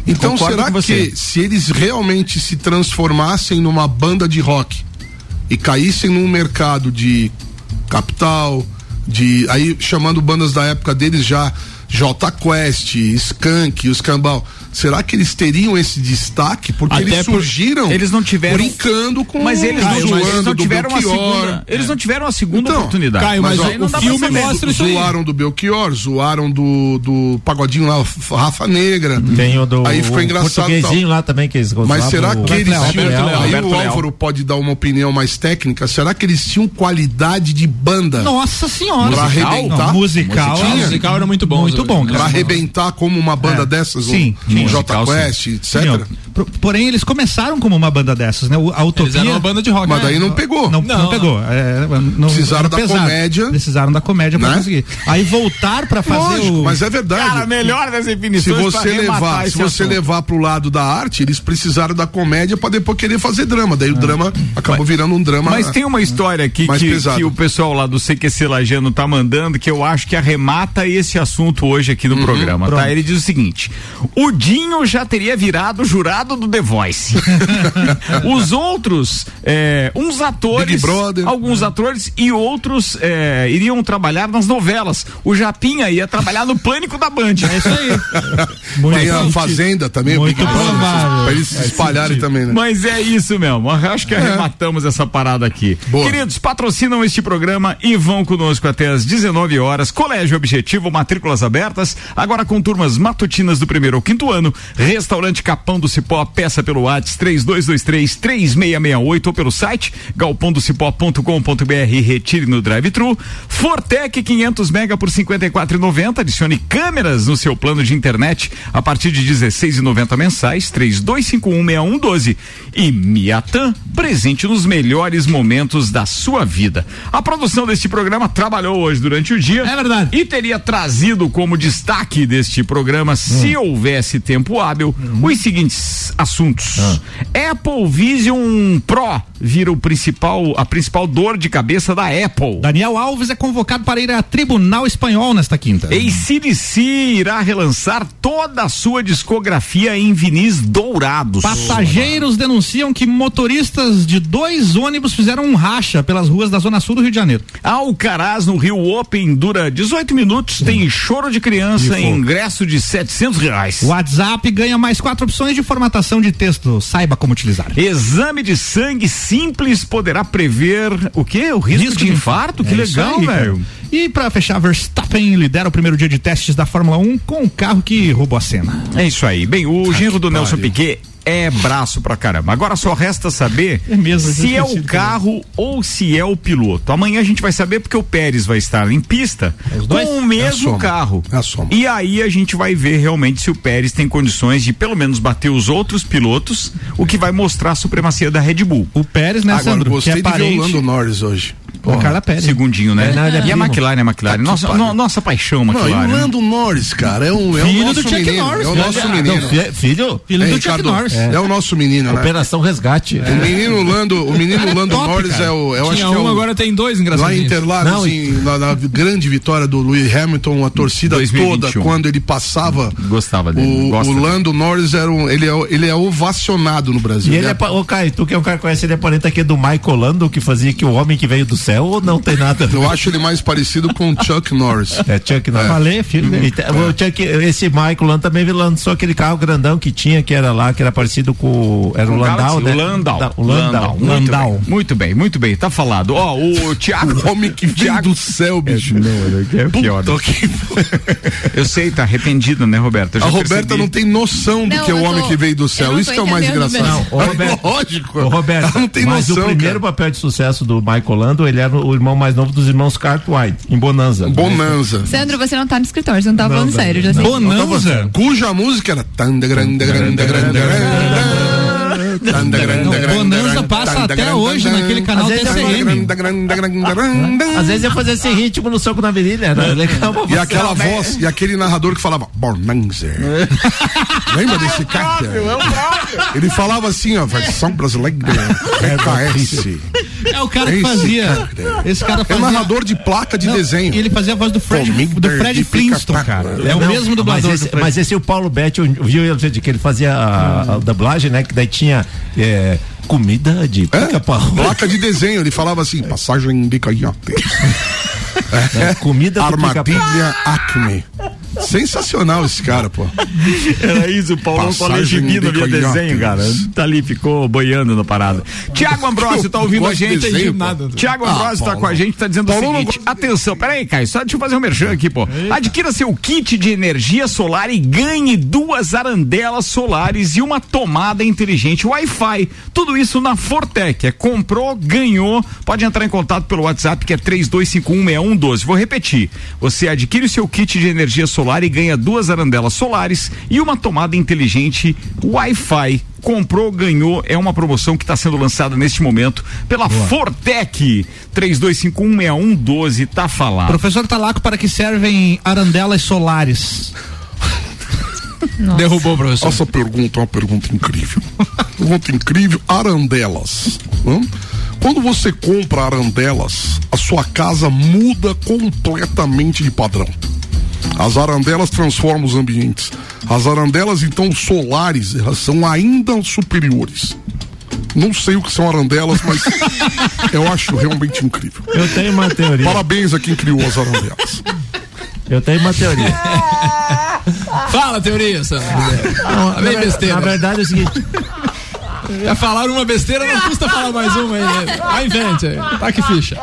[SPEAKER 3] Então
[SPEAKER 1] Concordo
[SPEAKER 3] será
[SPEAKER 1] com você.
[SPEAKER 3] que se eles realmente se transformassem numa banda de rock e caíssem num mercado de capital, de aí chamando bandas da época deles já J Quest, Skank, os Cambal, será que eles teriam esse destaque porque
[SPEAKER 1] Até
[SPEAKER 3] eles
[SPEAKER 1] por-
[SPEAKER 3] surgiram?
[SPEAKER 1] eles não tiveram-
[SPEAKER 3] brincando com
[SPEAKER 1] Mas eles,
[SPEAKER 3] Caio,
[SPEAKER 1] não,
[SPEAKER 3] É. zoando
[SPEAKER 1] eles não
[SPEAKER 3] do
[SPEAKER 1] tiveram a
[SPEAKER 3] Belchior.
[SPEAKER 1] segunda. Eles não tiveram a segunda
[SPEAKER 3] Então,
[SPEAKER 1] oportunidade.
[SPEAKER 5] Caio, mas
[SPEAKER 1] Mas
[SPEAKER 3] ó,
[SPEAKER 1] aí não
[SPEAKER 5] o
[SPEAKER 1] dá pra
[SPEAKER 5] filme
[SPEAKER 1] saber.
[SPEAKER 5] mostra- isso aí.
[SPEAKER 3] zoaram do Belchior, zoaram do, do pagodinho lá, Rafa Negra.
[SPEAKER 6] Tem o do
[SPEAKER 3] Uhum. Aí ficou
[SPEAKER 6] o
[SPEAKER 3] engraçado,
[SPEAKER 6] portuguesinho lá também que eles
[SPEAKER 3] Mas
[SPEAKER 6] gostavam,
[SPEAKER 3] será
[SPEAKER 6] o-
[SPEAKER 3] que eles
[SPEAKER 6] Roberto
[SPEAKER 3] tinham.
[SPEAKER 6] Leal.
[SPEAKER 1] Leal,
[SPEAKER 3] aí
[SPEAKER 1] Roberto
[SPEAKER 3] o
[SPEAKER 1] Leal.
[SPEAKER 3] Álvaro pode dar uma opinião mais técnica. Será que eles tinham qualidade de banda
[SPEAKER 2] Nossa senhora.
[SPEAKER 3] Pra arrebentar?
[SPEAKER 2] Não, musical. né?
[SPEAKER 5] Ah, o musical era muito bom.
[SPEAKER 2] Muito bom,
[SPEAKER 3] pra
[SPEAKER 2] cara.
[SPEAKER 3] arrebentar como uma banda
[SPEAKER 2] É.
[SPEAKER 3] dessas?
[SPEAKER 2] Sim,
[SPEAKER 3] um, um
[SPEAKER 1] sim.
[SPEAKER 3] J
[SPEAKER 1] Musical,
[SPEAKER 3] Quest, etc.
[SPEAKER 2] Não, por- porém, eles começaram como uma banda dessas, né? O- A Utopia.
[SPEAKER 5] Eles eram uma banda de rock.
[SPEAKER 3] Mas
[SPEAKER 5] né?
[SPEAKER 3] daí não pegou.
[SPEAKER 2] Não, não,
[SPEAKER 5] Não.
[SPEAKER 2] pegou. É, não-
[SPEAKER 3] Precisaram
[SPEAKER 2] era
[SPEAKER 3] da
[SPEAKER 2] pesado.
[SPEAKER 3] comédia.
[SPEAKER 2] Precisaram da comédia pra
[SPEAKER 3] Né?
[SPEAKER 2] conseguir. Aí voltar pra fazer
[SPEAKER 3] Lógico,
[SPEAKER 2] o.
[SPEAKER 3] mas é verdade.
[SPEAKER 1] Cara, melhor das
[SPEAKER 3] se
[SPEAKER 1] definições. pra
[SPEAKER 3] você
[SPEAKER 1] arrematar
[SPEAKER 3] levar, se
[SPEAKER 1] esse
[SPEAKER 3] você
[SPEAKER 1] assunto.
[SPEAKER 3] levar pro lado da arte, eles precisaram da comédia pra depois querer fazer drama. Daí o drama acabou virando um drama.
[SPEAKER 1] Mas tem uma história aqui
[SPEAKER 3] Mais
[SPEAKER 1] que,
[SPEAKER 3] pesado.
[SPEAKER 1] que o pessoal lá do CQC Lajano tá mandando que eu acho que arremata esse assunto hoje aqui no
[SPEAKER 3] Uhum,
[SPEAKER 1] programa, tá? Ele diz o seguinte: o Dinho já teria virado jurado do The Voice. Os outros, é, uns atores,
[SPEAKER 3] Big Brother.
[SPEAKER 1] alguns atores e outros é, iriam trabalhar nas novelas. O Japinha ia trabalhar no Pânico da Band.
[SPEAKER 2] É isso aí.
[SPEAKER 3] Tem
[SPEAKER 2] Muito
[SPEAKER 3] a
[SPEAKER 2] bom.
[SPEAKER 3] Fazenda também, o
[SPEAKER 2] Muito
[SPEAKER 3] Big Brother,
[SPEAKER 2] provável.
[SPEAKER 3] pra eles se espalharem também, né? É.
[SPEAKER 1] Mas é isso mesmo. Acho que arrematamos essa parada aqui.
[SPEAKER 3] Boa.
[SPEAKER 1] Queridos, patrocinam este programa e vão conosco até às 19 horas. Colégio Objetivo, matrículas abertas. Agora com turmas matutinas do primeiro ao quinto ano. Restaurante Capão do Cipó, peça pelo WhatsApp 3223 3668 ou pelo site galpondocipó.com.br. Retire no drive-thru. Fortec 500 mega por 54,90. Adicione câmeras no seu plano de internet a partir de 16,90 mensais, 32516112. E Miatan, presente nos melhores momentos da sua vida. A produção deste programa trabalhou hoje durante o dia.
[SPEAKER 2] É verdade.
[SPEAKER 1] E teria trazido como destaque deste programa, se
[SPEAKER 2] Hum.
[SPEAKER 1] houvesse tempo hábil,
[SPEAKER 2] Uhum.
[SPEAKER 1] os seguintes assuntos.
[SPEAKER 2] Ah.
[SPEAKER 1] Apple Vision Pro vira o principal, a principal dor de cabeça da Apple.
[SPEAKER 2] Daniel Alves é convocado para ir a tribunal espanhol nesta quinta.
[SPEAKER 1] ACDC irá relançar toda a sua discografia em vinis dourados.
[SPEAKER 2] Passageiros denunciam que motoristas de dois ônibus fizeram um racha pelas ruas da Zona Sul do Rio de Janeiro.
[SPEAKER 1] Alcaraz no Rio Open dura 18 minutos, tem choro de criança e ingresso de 700 reais.
[SPEAKER 2] O WhatsApp ganha mais quatro opções de formatação de texto. Saiba como utilizar.
[SPEAKER 1] Exame de sangue simples poderá prever o quê? O risco, de, infarto? Que
[SPEAKER 2] É isso
[SPEAKER 1] legal,
[SPEAKER 2] aí, cara.
[SPEAKER 1] velho.
[SPEAKER 2] E pra fechar, Verstappen lidera o primeiro dia de testes da Fórmula 1 com o carro que roubou a cena.
[SPEAKER 1] É isso aí. Bem, o genro do Nelson Piquet é braço pra caramba. Agora só resta saber
[SPEAKER 2] É mesmo, a gente
[SPEAKER 1] se é o
[SPEAKER 2] esquecido
[SPEAKER 1] carro ou se é o piloto. Amanhã a gente vai saber porque o Pérez vai estar em pista
[SPEAKER 2] os dois?
[SPEAKER 1] com o
[SPEAKER 3] É a
[SPEAKER 1] mesmo
[SPEAKER 3] soma.
[SPEAKER 1] carro.
[SPEAKER 3] É a soma.
[SPEAKER 1] E aí a gente vai ver realmente se o Pérez tem condições de pelo menos bater os outros pilotos, o que vai mostrar a supremacia da Red Bull.
[SPEAKER 2] O Pérez, né,
[SPEAKER 3] Agora,
[SPEAKER 2] Sandro?
[SPEAKER 3] gostei
[SPEAKER 2] que é
[SPEAKER 3] de ver o
[SPEAKER 2] parente.
[SPEAKER 3] Lando Norris hoje.
[SPEAKER 2] A Carla Pérez.
[SPEAKER 1] Segundinho, né?
[SPEAKER 6] É, não, ele é
[SPEAKER 1] e a
[SPEAKER 6] primo.
[SPEAKER 1] McLaren, a McLaren. Nossa, no- nossa paixão,
[SPEAKER 3] Não, e
[SPEAKER 1] McLaren.
[SPEAKER 3] o
[SPEAKER 1] né?
[SPEAKER 3] Lando Norris, cara, é um, é um
[SPEAKER 2] Filho do
[SPEAKER 3] nosso
[SPEAKER 2] Chuck
[SPEAKER 3] menino.
[SPEAKER 2] Norris,
[SPEAKER 3] é o
[SPEAKER 2] né?
[SPEAKER 3] nosso
[SPEAKER 2] Não,
[SPEAKER 3] menino.
[SPEAKER 6] Não, fi- filho?
[SPEAKER 2] Filho do
[SPEAKER 3] Ei,
[SPEAKER 2] Chuck
[SPEAKER 3] Ricardo,
[SPEAKER 2] Norris.
[SPEAKER 3] É. o nosso menino, né?
[SPEAKER 6] Operação Resgate.
[SPEAKER 3] O menino Lando, o menino Lando
[SPEAKER 2] top,
[SPEAKER 3] Norris é o, eu acho
[SPEAKER 5] Tinha
[SPEAKER 3] que é
[SPEAKER 5] um,
[SPEAKER 3] o,
[SPEAKER 5] agora tem dois,
[SPEAKER 3] lá em
[SPEAKER 5] engraçadinhos.
[SPEAKER 3] Interlagos,
[SPEAKER 6] Não,
[SPEAKER 3] em- na, na grande vitória do Lewis Hamilton, a torcida
[SPEAKER 1] 2021.
[SPEAKER 3] toda quando ele passava,
[SPEAKER 1] Gostava dele.
[SPEAKER 3] o,
[SPEAKER 1] gosta
[SPEAKER 3] o
[SPEAKER 1] dele.
[SPEAKER 3] Lando Norris era um, ele é o- ele é ovacionado no Brasil.
[SPEAKER 6] E ele
[SPEAKER 3] né?
[SPEAKER 6] é, pa- ô Caio, tu que é um cara que conhece, ele é parente aqui do Michael Lando, que fazia que o homem que veio do céu ou não tem nada?
[SPEAKER 3] Eu acho ele mais parecido com o Chuck Norris.
[SPEAKER 6] É Chuck Norris. Falei, filho dele. O Chuck, esse Michael Lando também lançou aquele carro grandão que tinha, que era lá, que era parecido com. o- Era o Landau,
[SPEAKER 1] Galaxy,
[SPEAKER 6] né?
[SPEAKER 1] assim, O Landau.
[SPEAKER 6] Da- O Landau.
[SPEAKER 1] Muito
[SPEAKER 6] Landau.
[SPEAKER 1] bem, Muito bem, muito bem. Tá falado. Ó, o Thiago.
[SPEAKER 3] O homem que veio do céu, bicho.
[SPEAKER 1] É pior.
[SPEAKER 3] Puta que-
[SPEAKER 1] Eu sei, tá arrependido, né, Roberto? Eu já
[SPEAKER 3] A Roberta
[SPEAKER 1] percebi.
[SPEAKER 3] não tem noção do
[SPEAKER 4] Não,
[SPEAKER 3] que é o
[SPEAKER 4] eu
[SPEAKER 3] homem
[SPEAKER 4] tô-
[SPEAKER 3] que veio do
[SPEAKER 4] eu
[SPEAKER 3] céu.
[SPEAKER 4] não
[SPEAKER 3] Isso
[SPEAKER 4] tô
[SPEAKER 3] que é o mais
[SPEAKER 4] entendendo
[SPEAKER 3] engraçado.
[SPEAKER 4] mesmo.
[SPEAKER 6] Não, ô, Roberto.
[SPEAKER 3] Lógico.
[SPEAKER 6] Ô, Roberto,
[SPEAKER 3] Ela não tem
[SPEAKER 6] mas
[SPEAKER 3] noção.
[SPEAKER 6] o primeiro
[SPEAKER 3] cara.
[SPEAKER 6] papel de sucesso do Michael Lando, ele era o irmão mais novo dos irmãos Cartwright, em Bonanza.
[SPEAKER 3] Bonanza.
[SPEAKER 4] Sandro, você não tá no escritório, você não tá falando sério, já sei.
[SPEAKER 3] tá
[SPEAKER 2] Bonanza.
[SPEAKER 3] Cuja música era tanda grande, grande, grande, grande. Tanda grande,
[SPEAKER 2] Não,
[SPEAKER 3] grande,
[SPEAKER 2] Bonanza
[SPEAKER 3] grande,
[SPEAKER 2] passa
[SPEAKER 3] tanda
[SPEAKER 2] até
[SPEAKER 3] grande,
[SPEAKER 2] hoje
[SPEAKER 3] grande,
[SPEAKER 2] naquele canal
[SPEAKER 6] Às vezes é
[SPEAKER 2] TCM.
[SPEAKER 3] tanda grande, grande, grande.
[SPEAKER 6] Às vezes é ia fazer esse ritmo no soco na virilha, era legal. pra
[SPEAKER 3] E
[SPEAKER 6] você.
[SPEAKER 3] aquela voz, e aquele narrador que falava Bonanza. Lembra desse cara? Ele falava assim, ó, versão brasileira. PKS.
[SPEAKER 2] É o cara que
[SPEAKER 3] Esse
[SPEAKER 2] fazia. Esse cara
[SPEAKER 3] É um
[SPEAKER 2] fazia.
[SPEAKER 3] narrador de placa de
[SPEAKER 2] Não,
[SPEAKER 3] desenho.
[SPEAKER 2] E ele fazia a voz do Fred,
[SPEAKER 3] Comigo
[SPEAKER 2] do
[SPEAKER 3] perdi,
[SPEAKER 2] Fred
[SPEAKER 3] fica pra-
[SPEAKER 2] Flintstone, cara. É o
[SPEAKER 6] Não,
[SPEAKER 2] mesmo
[SPEAKER 6] mas
[SPEAKER 2] dublador do
[SPEAKER 6] esse,
[SPEAKER 2] Fred.
[SPEAKER 6] mas esse o Paulo Betti, eu vi ele dizer que ele fazia a, a dublagem, né? Que daí tinha é, comida de
[SPEAKER 3] É?
[SPEAKER 6] pica-pau. né?
[SPEAKER 3] Placa de desenho, ele falava assim, passagem de canhote,
[SPEAKER 6] É, comida do pica-pau.
[SPEAKER 3] armadilha acme. Sensacional esse cara, pô.
[SPEAKER 1] Era isso, o Paulão
[SPEAKER 3] Passagem
[SPEAKER 1] falou em gibi no
[SPEAKER 3] de
[SPEAKER 1] meu
[SPEAKER 3] canhotas.
[SPEAKER 1] desenho, cara. Tá ali, ficou boiando na parada. Tiago Ambrosio tá ouvindo a
[SPEAKER 3] Gosto de
[SPEAKER 1] gente.
[SPEAKER 3] Ah. desenho, pô. Ah,
[SPEAKER 1] Tiago Ambrosio tá com a gente, tá dizendo o seguinte: atenção, peraí, Caio, só deixa eu fazer um merchan aqui, pô. Adquira seu kit de energia solar e ganhe duas arandelas solares e uma tomada inteligente Wi-Fi. Tudo isso na Fortec. É comprou, ganhou. Pode entrar em contato pelo WhatsApp que é 32516112. Vou repetir. Você adquire o seu kit de energia solar e ganha duas arandelas solares e uma tomada inteligente Wi-Fi. Comprou, ganhou, é uma promoção que está sendo lançada neste momento pela Fortec. 32516112, tá falado.
[SPEAKER 2] Professor Talaco, para que servem arandelas solares?
[SPEAKER 5] Derrubou, professor.
[SPEAKER 3] Essa pergunta é uma pergunta incrível. Pergunta incrível, arandelas. Hã? Quando você compra arandelas, a sua casa muda completamente de padrão. As arandelas transformam os ambientes. As arandelas, então, solares, elas são ainda superiores. Não sei o que são arandelas, mas eu acho realmente incrível.
[SPEAKER 6] Eu tenho uma teoria.
[SPEAKER 3] Parabéns a quem criou as arandelas.
[SPEAKER 6] Eu tenho uma teoria.
[SPEAKER 5] Fala, teoria, Sandro.
[SPEAKER 6] Na,
[SPEAKER 5] Meio
[SPEAKER 6] ver-
[SPEAKER 5] besteira.
[SPEAKER 6] na verdade é o seguinte.
[SPEAKER 5] Já falaram É uma besteira, não custa falar mais uma aí. né? Vai, invente aí. Tá que ficha.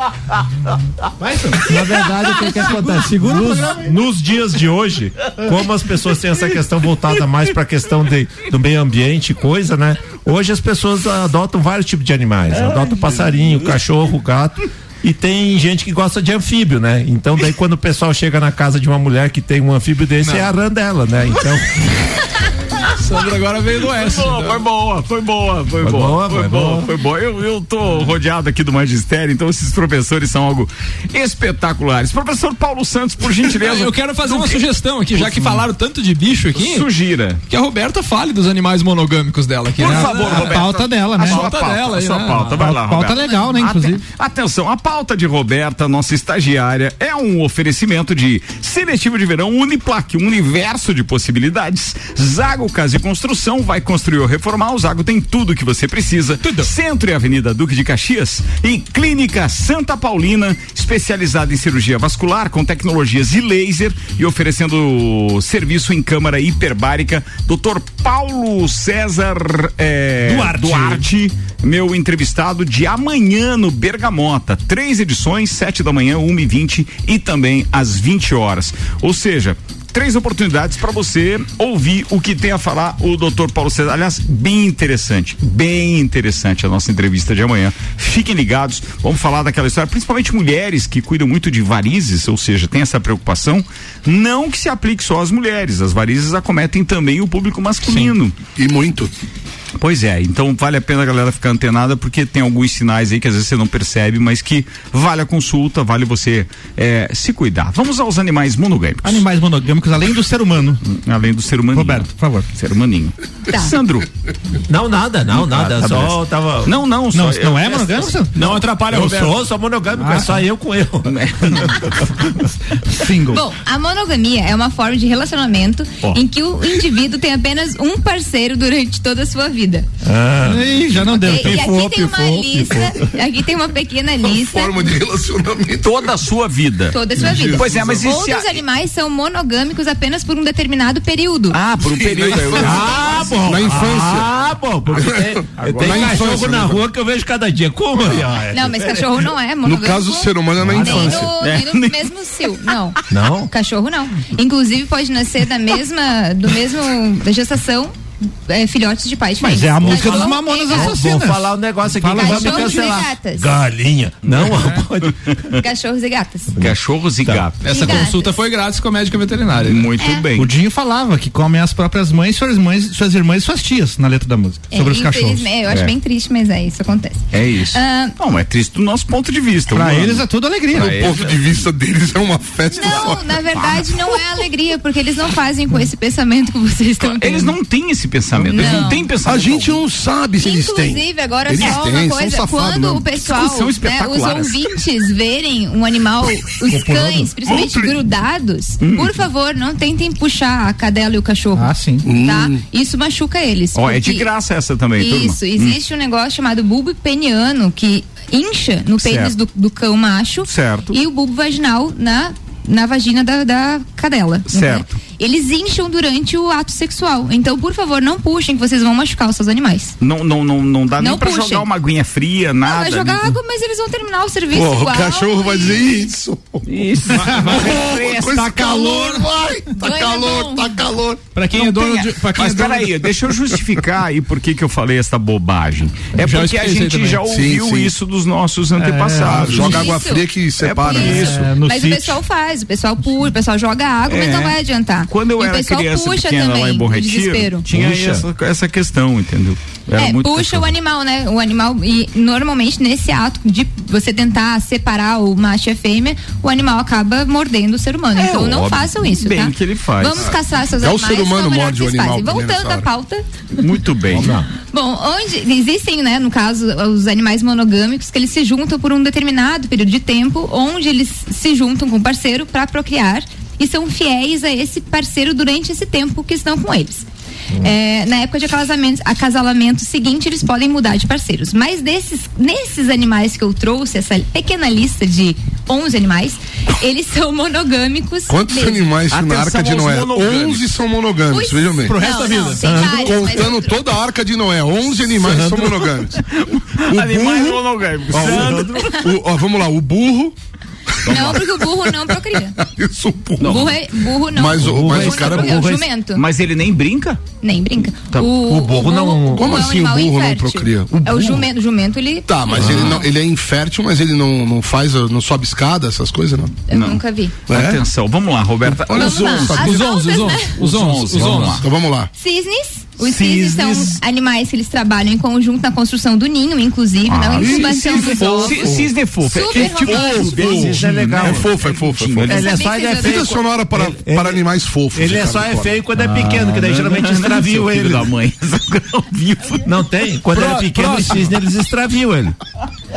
[SPEAKER 6] Na verdade, o que, que acontece? Nos, nos dias de hoje, como as pessoas têm essa questão voltada mais para a questão de- do meio ambiente e coisa, né? Hoje as pessoas adotam vários tipos de animais. Adotam passarinho, cachorro, gato. E tem gente que gosta de anfíbio, né? Então daí quando o pessoal chega na casa de uma mulher que tem um anfíbio desse, é a rã dela, né? Então.
[SPEAKER 5] Sandro agora veio do S.
[SPEAKER 1] Pô, foi boa, foi boa, foi, boa,
[SPEAKER 6] boa,
[SPEAKER 1] foi,
[SPEAKER 6] foi
[SPEAKER 1] boa,
[SPEAKER 6] boa.
[SPEAKER 1] foi boa. Eu, eu tô rodeado aqui do magistério, então esses professores são algo espetaculares. Professor Paulo Santos, por gentileza.
[SPEAKER 5] Eu quero fazer uma sugestão aqui, já que falaram tanto de bicho aqui,
[SPEAKER 1] Sugira.
[SPEAKER 5] que a Roberta fale dos animais monogâmicos dela aqui.
[SPEAKER 1] Por
[SPEAKER 5] né?
[SPEAKER 1] favor,
[SPEAKER 2] A
[SPEAKER 1] Roberto.
[SPEAKER 2] pauta dela,
[SPEAKER 1] A
[SPEAKER 2] né?
[SPEAKER 1] sua pauta,
[SPEAKER 5] Pauta dela
[SPEAKER 1] a
[SPEAKER 5] aí,
[SPEAKER 1] sua
[SPEAKER 5] né?
[SPEAKER 1] pauta. Vai lá,
[SPEAKER 2] Pauta
[SPEAKER 1] Roberta.
[SPEAKER 2] legal, né,
[SPEAKER 1] Aten-
[SPEAKER 2] inclusive.
[SPEAKER 1] Atenção, a pauta de Roberta, nossa estagiária, é um oferecimento de Seletivo de Verão Uniplaque, um universo de possibilidades. Zago Casa e Construção vai construir ou reformar. O Zago tem tudo que você precisa. Centro e Avenida Duque de Caxias e Clínica Santa Paulina, especializada em cirurgia vascular com tecnologias e laser e oferecendo serviço em câmara hiperbárica. Dr. Paulo César eh,
[SPEAKER 6] Duarte.
[SPEAKER 1] Duarte, meu entrevistado de amanhã no Bergamota. Três edições, sete da manhã, uma e vinte e também às 20 horas. Ou seja, três oportunidades para você ouvir o que tem a falar o doutor Paulo César. Aliás, bem interessante, bem interessante a nossa entrevista de amanhã. Fiquem ligados, vamos falar daquela história, principalmente mulheres que cuidam muito de varizes, ou seja, tem essa preocupação, não que se aplique só às mulheres, as varizes acometem também o público masculino.
[SPEAKER 3] E muito.
[SPEAKER 1] Pois é, então vale a pena a galera ficar antenada porque tem alguns sinais aí que às vezes você não percebe, mas que vale a consulta, vale você eh, se cuidar. Vamos aos animais monogâmicos.
[SPEAKER 2] Animais monogâmicos, além do ser humano.
[SPEAKER 1] Além do ser humano.
[SPEAKER 2] Roberto, por favor.
[SPEAKER 1] Ser humaninho.
[SPEAKER 4] Tá.
[SPEAKER 1] Sandro.
[SPEAKER 6] Não, nada, não, nada.
[SPEAKER 1] tá
[SPEAKER 6] só tava.
[SPEAKER 1] Não, não,
[SPEAKER 2] Não,
[SPEAKER 1] só,
[SPEAKER 2] isso não é monogâmico? Sandro?
[SPEAKER 6] Não atrapalha eu
[SPEAKER 1] Roberto.
[SPEAKER 6] sou, sou monogâmico, é só eu com eu.
[SPEAKER 2] Single.
[SPEAKER 4] Bom, a monogamia é uma forma de relacionamento em que o indivíduo tem apenas um parceiro durante toda a sua vida.
[SPEAKER 2] Ih, já não deu.
[SPEAKER 4] E, e
[SPEAKER 6] um
[SPEAKER 4] aqui tem uma lista, aqui tem uma pequena
[SPEAKER 3] Uma
[SPEAKER 4] lista.
[SPEAKER 3] forma de relacionamento.
[SPEAKER 1] Toda a sua vida.
[SPEAKER 4] Toda a sua vida.
[SPEAKER 1] Pois é, mas e se
[SPEAKER 4] Outros
[SPEAKER 1] a-
[SPEAKER 4] animais são monogâmicos apenas por um determinado período.
[SPEAKER 1] Ah, por um período. Eu...
[SPEAKER 6] Ah, bom.
[SPEAKER 3] Na infância.
[SPEAKER 6] Ah, bom, porque tem,
[SPEAKER 3] Agora
[SPEAKER 6] tem
[SPEAKER 3] na
[SPEAKER 6] cachorro
[SPEAKER 3] infância,
[SPEAKER 6] na
[SPEAKER 3] né?
[SPEAKER 6] rua que eu vejo cada dia. Como? Não.
[SPEAKER 4] Não, mas cachorro não é
[SPEAKER 3] No
[SPEAKER 4] monogâmico.
[SPEAKER 3] caso, o ser humano é na
[SPEAKER 4] nem
[SPEAKER 3] infância.
[SPEAKER 4] no,
[SPEAKER 1] É.
[SPEAKER 4] nem no mesmo cio, não.
[SPEAKER 6] Não?
[SPEAKER 4] Cachorro não. Inclusive pode nascer da mesma, do mesmo da gestação, é, filhotes de pais
[SPEAKER 2] Mas
[SPEAKER 4] diferentes.
[SPEAKER 2] é a música dos
[SPEAKER 4] Cachorro
[SPEAKER 2] Mamonas
[SPEAKER 4] e gato.
[SPEAKER 2] Assassinas.
[SPEAKER 6] Vou falar um negócio aqui que vai me
[SPEAKER 4] Cachorros e
[SPEAKER 6] cancelar.
[SPEAKER 4] gatas.
[SPEAKER 6] Galinha. É. Não, pode.
[SPEAKER 4] Cachorros e gatas.
[SPEAKER 1] Cachorros e
[SPEAKER 2] Tá.
[SPEAKER 1] gatos.
[SPEAKER 5] Essa
[SPEAKER 4] Obrigada.
[SPEAKER 5] consulta foi grátis com a médica veterinária.
[SPEAKER 1] Muito
[SPEAKER 4] É.
[SPEAKER 1] bem.
[SPEAKER 2] O Dinho falava que comem as próprias mães, suas mães, suas irmãs e suas tias na letra da música.
[SPEAKER 4] É,
[SPEAKER 2] sobre os cachorros.
[SPEAKER 4] infelizmente, Eu acho
[SPEAKER 1] É.
[SPEAKER 4] bem triste, mas é isso, acontece.
[SPEAKER 1] É isso.
[SPEAKER 4] Ah.
[SPEAKER 1] Não, é triste do nosso ponto de vista.
[SPEAKER 2] Pra
[SPEAKER 1] humano.
[SPEAKER 2] eles é tudo alegria.
[SPEAKER 1] Pra
[SPEAKER 3] O ponto de vista deles é uma festa
[SPEAKER 4] Não,
[SPEAKER 3] só.
[SPEAKER 4] na verdade não é alegria, porque eles não fazem com esse pensamento que vocês estão tendo.
[SPEAKER 1] Eles não têm esse pensamento. Eles não
[SPEAKER 4] Não.
[SPEAKER 1] têm
[SPEAKER 3] A
[SPEAKER 1] pensamento.
[SPEAKER 3] gente não sabe se eles têm.
[SPEAKER 4] Inclusive, agora
[SPEAKER 3] Eles
[SPEAKER 4] só
[SPEAKER 3] têm,
[SPEAKER 4] uma
[SPEAKER 3] são
[SPEAKER 4] coisa,
[SPEAKER 3] safado
[SPEAKER 4] quando
[SPEAKER 3] mesmo.
[SPEAKER 4] o pessoal,
[SPEAKER 1] Discussão
[SPEAKER 4] né,
[SPEAKER 1] espetacular
[SPEAKER 4] os
[SPEAKER 1] essa.
[SPEAKER 4] ouvintes verem um animal, os cães, principalmente
[SPEAKER 3] Montre.
[SPEAKER 4] grudados, por favor, não tentem puxar a cadela e o cachorro.
[SPEAKER 2] Ah, sim.
[SPEAKER 4] Tá? Isso machuca eles.
[SPEAKER 1] Ó, é de
[SPEAKER 4] porque-
[SPEAKER 1] graça essa também, turma.
[SPEAKER 4] Isso, existe um negócio chamado bulbo peniano que incha no pênis
[SPEAKER 1] Certo.
[SPEAKER 4] do, do cão macho
[SPEAKER 1] Certo.
[SPEAKER 4] e o bulbo vaginal na, na vagina da, da cadela. né?
[SPEAKER 1] Certo.
[SPEAKER 4] Eles incham durante o ato sexual. Então, por favor, não puxem que vocês vão machucar os seus animais.
[SPEAKER 1] Não, não, não, não dá
[SPEAKER 4] Não
[SPEAKER 1] nem pra
[SPEAKER 4] puxem.
[SPEAKER 1] jogar uma aguinha fria,
[SPEAKER 4] Ah,
[SPEAKER 1] nada. né?
[SPEAKER 4] vai jogar
[SPEAKER 1] nem-
[SPEAKER 4] água, mas eles vão terminar o serviço
[SPEAKER 3] Pô, o
[SPEAKER 4] igual.
[SPEAKER 3] cachorro vai dizer isso.
[SPEAKER 1] Isso.
[SPEAKER 4] Tá
[SPEAKER 3] Com esse calor, vai. Tá
[SPEAKER 4] Ganha
[SPEAKER 3] calor,
[SPEAKER 4] bom.
[SPEAKER 3] tá calor.
[SPEAKER 5] Pra quem é dono de. Pra quem
[SPEAKER 1] Mas
[SPEAKER 5] é dono
[SPEAKER 1] peraí, deixa eu justificar aí por que que eu falei essa bobagem. É
[SPEAKER 5] Já
[SPEAKER 1] porque a
[SPEAKER 5] expliquei
[SPEAKER 1] gente
[SPEAKER 5] também.
[SPEAKER 1] já
[SPEAKER 3] Sim,
[SPEAKER 1] ouviu
[SPEAKER 3] sim. É,
[SPEAKER 1] isso dos nossos antepassados.
[SPEAKER 3] Tá, Joga
[SPEAKER 4] Isso.
[SPEAKER 3] água fria que separa. né?
[SPEAKER 4] Isso.
[SPEAKER 2] É, no
[SPEAKER 4] mas
[SPEAKER 2] sítio.
[SPEAKER 4] o pessoal faz, o pessoal pula, o pessoal joga água,
[SPEAKER 1] É.
[SPEAKER 4] mas não vai adiantar.
[SPEAKER 1] Quando eu
[SPEAKER 4] e o
[SPEAKER 1] era
[SPEAKER 4] pessoal
[SPEAKER 1] criança
[SPEAKER 4] puxa
[SPEAKER 1] pequena
[SPEAKER 4] também,
[SPEAKER 1] lá em Bom
[SPEAKER 4] o
[SPEAKER 1] Retiro,
[SPEAKER 4] desespero.
[SPEAKER 1] tinha
[SPEAKER 6] Puxa.
[SPEAKER 1] essa, essa questão, entendeu? Era
[SPEAKER 4] é,
[SPEAKER 1] muito
[SPEAKER 4] puxa
[SPEAKER 1] cachorro.
[SPEAKER 4] o animal, né? O animal, e normalmente nesse ato de você tentar separar o macho e a fêmea, o animal acaba mordendo o ser humano. então não
[SPEAKER 1] É, óbvio.
[SPEAKER 4] façam isso,
[SPEAKER 1] Bem
[SPEAKER 4] tá?
[SPEAKER 1] que ele faz.
[SPEAKER 4] Vamos caçar seus
[SPEAKER 3] Até o
[SPEAKER 4] animais.
[SPEAKER 3] ser humano
[SPEAKER 4] é melhor
[SPEAKER 3] morde
[SPEAKER 4] que
[SPEAKER 3] o
[SPEAKER 4] vocês
[SPEAKER 3] animal
[SPEAKER 4] fazem.
[SPEAKER 3] também né, nessa
[SPEAKER 4] Voltando à
[SPEAKER 3] hora.
[SPEAKER 4] pauta,
[SPEAKER 1] Muito bem.
[SPEAKER 4] Bom, onde existem, né, no caso, os animais monogâmicos que eles se juntam por um determinado período de tempo, onde eles se juntam com o parceiro para procriar e são fiéis a esse parceiro durante esse tempo que estão com eles.
[SPEAKER 3] Hum.
[SPEAKER 4] É, na época de acasalamento, acasalamento seguinte, eles podem mudar de parceiros. Mas desses, nesses animais que eu trouxe, essa pequena lista de 11 animais, eles são monogâmicos.
[SPEAKER 3] Quantos
[SPEAKER 4] mesmo.
[SPEAKER 3] animais tinha na
[SPEAKER 1] Atenção
[SPEAKER 3] Arca de
[SPEAKER 1] aos
[SPEAKER 3] Noé?
[SPEAKER 1] monogâmicos.
[SPEAKER 3] 11 são monogâmicos, vejam bem.
[SPEAKER 4] Pro resto da vida.
[SPEAKER 3] Contando toda a Arca de Noé, 11 animais são monogâmicos.
[SPEAKER 1] Animais
[SPEAKER 3] burro-
[SPEAKER 1] monogâmicos.
[SPEAKER 3] Ó, o- o- ó, vamos lá, o burro.
[SPEAKER 4] Não, porque o burro não procria.
[SPEAKER 3] Isso, o burro.
[SPEAKER 4] Burro, é, burro não.
[SPEAKER 3] Mas o-
[SPEAKER 4] burro
[SPEAKER 3] mas o
[SPEAKER 4] não
[SPEAKER 3] cara-
[SPEAKER 4] procria,
[SPEAKER 3] burro
[SPEAKER 4] o
[SPEAKER 3] é-
[SPEAKER 4] jumento.
[SPEAKER 1] Mas ele nem brinca?
[SPEAKER 4] Nem brinca.
[SPEAKER 1] Tá,
[SPEAKER 6] o burro não-
[SPEAKER 3] Como
[SPEAKER 4] é um
[SPEAKER 3] assim o
[SPEAKER 4] animal
[SPEAKER 3] burro não
[SPEAKER 4] infértil.
[SPEAKER 3] procria? O
[SPEAKER 4] É o
[SPEAKER 3] burro?
[SPEAKER 4] jumento, o jumento ele.
[SPEAKER 3] Tá, mas ele,
[SPEAKER 6] Ah.
[SPEAKER 3] não, ele é infértil, mas ele não, não faz, não sobe escada, essas coisas, não.
[SPEAKER 4] Eu
[SPEAKER 1] Não.
[SPEAKER 4] nunca vi.
[SPEAKER 3] É?
[SPEAKER 1] Atenção, vamos lá, Roberta.
[SPEAKER 3] Olha tá
[SPEAKER 4] Vamos
[SPEAKER 3] os
[SPEAKER 4] lá.
[SPEAKER 3] onças,
[SPEAKER 4] As
[SPEAKER 5] Os 11, os
[SPEAKER 4] onças,
[SPEAKER 5] 11,
[SPEAKER 4] né?
[SPEAKER 5] os 11,
[SPEAKER 1] Vamos
[SPEAKER 5] os
[SPEAKER 6] Ah.
[SPEAKER 1] lá.
[SPEAKER 5] 11.
[SPEAKER 3] Então vamos lá.
[SPEAKER 4] Cisnes. Os cisnes,
[SPEAKER 1] Cisnes.
[SPEAKER 4] são animais que eles trabalham em conjunto na construção do ninho, inclusive, é na incubação
[SPEAKER 1] Cisne
[SPEAKER 4] dos ovos.
[SPEAKER 1] fofo. Cisne fofo.
[SPEAKER 4] Super
[SPEAKER 1] É tipo-
[SPEAKER 4] romântico.
[SPEAKER 6] Isso é legal.
[SPEAKER 3] É fofo, é fofo, é fofo.
[SPEAKER 1] Ele
[SPEAKER 6] Ele é só
[SPEAKER 4] Sabia que
[SPEAKER 6] ele é
[SPEAKER 4] vocês
[SPEAKER 6] feio.
[SPEAKER 3] Trilha sonora para,
[SPEAKER 6] ele-
[SPEAKER 3] para animais fofos.
[SPEAKER 6] Ele é
[SPEAKER 3] Ricardo
[SPEAKER 6] só é
[SPEAKER 3] Costa.
[SPEAKER 6] feio quando é pequeno,
[SPEAKER 2] Ah.
[SPEAKER 6] que daí geralmente extraviam
[SPEAKER 1] Seu filho
[SPEAKER 6] ele.
[SPEAKER 1] da mãe. Ao vivo.
[SPEAKER 6] Não tem? Quando era pequeno, o cisne eles extraviam ele.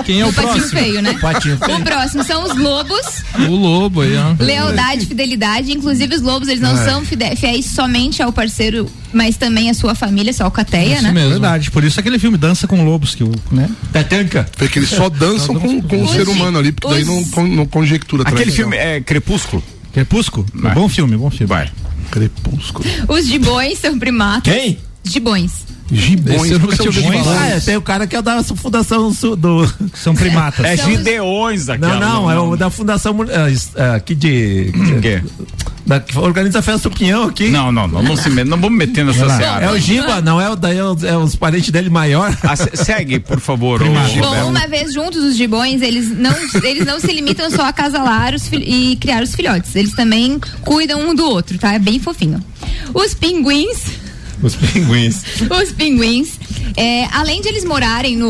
[SPEAKER 5] Quem é o
[SPEAKER 4] O patinho
[SPEAKER 5] próximo?
[SPEAKER 4] feio, né?
[SPEAKER 6] Patinho feio.
[SPEAKER 4] O próximo são os lobos,
[SPEAKER 5] O lobo aí,
[SPEAKER 4] É,
[SPEAKER 5] ó.
[SPEAKER 4] lealdade, fidelidade. Inclusive, os lobos, eles não são fide- fiéis somente ao parceiro, mas também à sua família, sua alcateia,
[SPEAKER 5] Isso
[SPEAKER 4] né?
[SPEAKER 5] mesmo.
[SPEAKER 2] Verdade, por isso aquele filme Dança com Lobos, que o, né?
[SPEAKER 6] Petanca.
[SPEAKER 3] Porque eles só dançam com, com o
[SPEAKER 4] Os-
[SPEAKER 3] ser humano ali, porque daí não,
[SPEAKER 4] os-
[SPEAKER 3] con- não conjectura.
[SPEAKER 1] Aquele
[SPEAKER 3] tradição.
[SPEAKER 1] filme é Crepúsculo?
[SPEAKER 2] Crepúsculo?
[SPEAKER 1] Vai.
[SPEAKER 2] Bom filme, bom filme.
[SPEAKER 1] Vai.
[SPEAKER 3] Crepúsculo.
[SPEAKER 4] Os gibões são primatas.
[SPEAKER 6] Quem?
[SPEAKER 4] Gibões.
[SPEAKER 3] Gibões.
[SPEAKER 5] Esse eu nunca tinha
[SPEAKER 3] São
[SPEAKER 5] ouvido
[SPEAKER 3] gibões.
[SPEAKER 5] falar.
[SPEAKER 6] Ah, é, tem o cara que é da Fundação Sul do.
[SPEAKER 2] São primatas.
[SPEAKER 1] É
[SPEAKER 4] São os-
[SPEAKER 1] Gideões daquela.
[SPEAKER 6] Não, não, é o da Fundação. Mun- ah, es- ah, Aqui de.
[SPEAKER 1] O quê?
[SPEAKER 6] da- que organiza a festa do Pinhão aqui.
[SPEAKER 1] Não, não, não, não se mete, não vamos meter nessa
[SPEAKER 2] Vai lá.
[SPEAKER 1] seara.
[SPEAKER 6] É o Giba, não é o daí, é, o- é os parentes dele maior.
[SPEAKER 1] Ah, se- segue, por favor, ô,
[SPEAKER 4] Bom,
[SPEAKER 1] Roberto.
[SPEAKER 4] uma vez juntos, os gibões, eles não, eles não se limitam só a casalar os fil- e criar os filhotes. Eles também cuidam um do outro, tá? É bem fofinho. Os pinguins,
[SPEAKER 6] Os pinguins.
[SPEAKER 4] os pinguins, É, além de eles morarem no.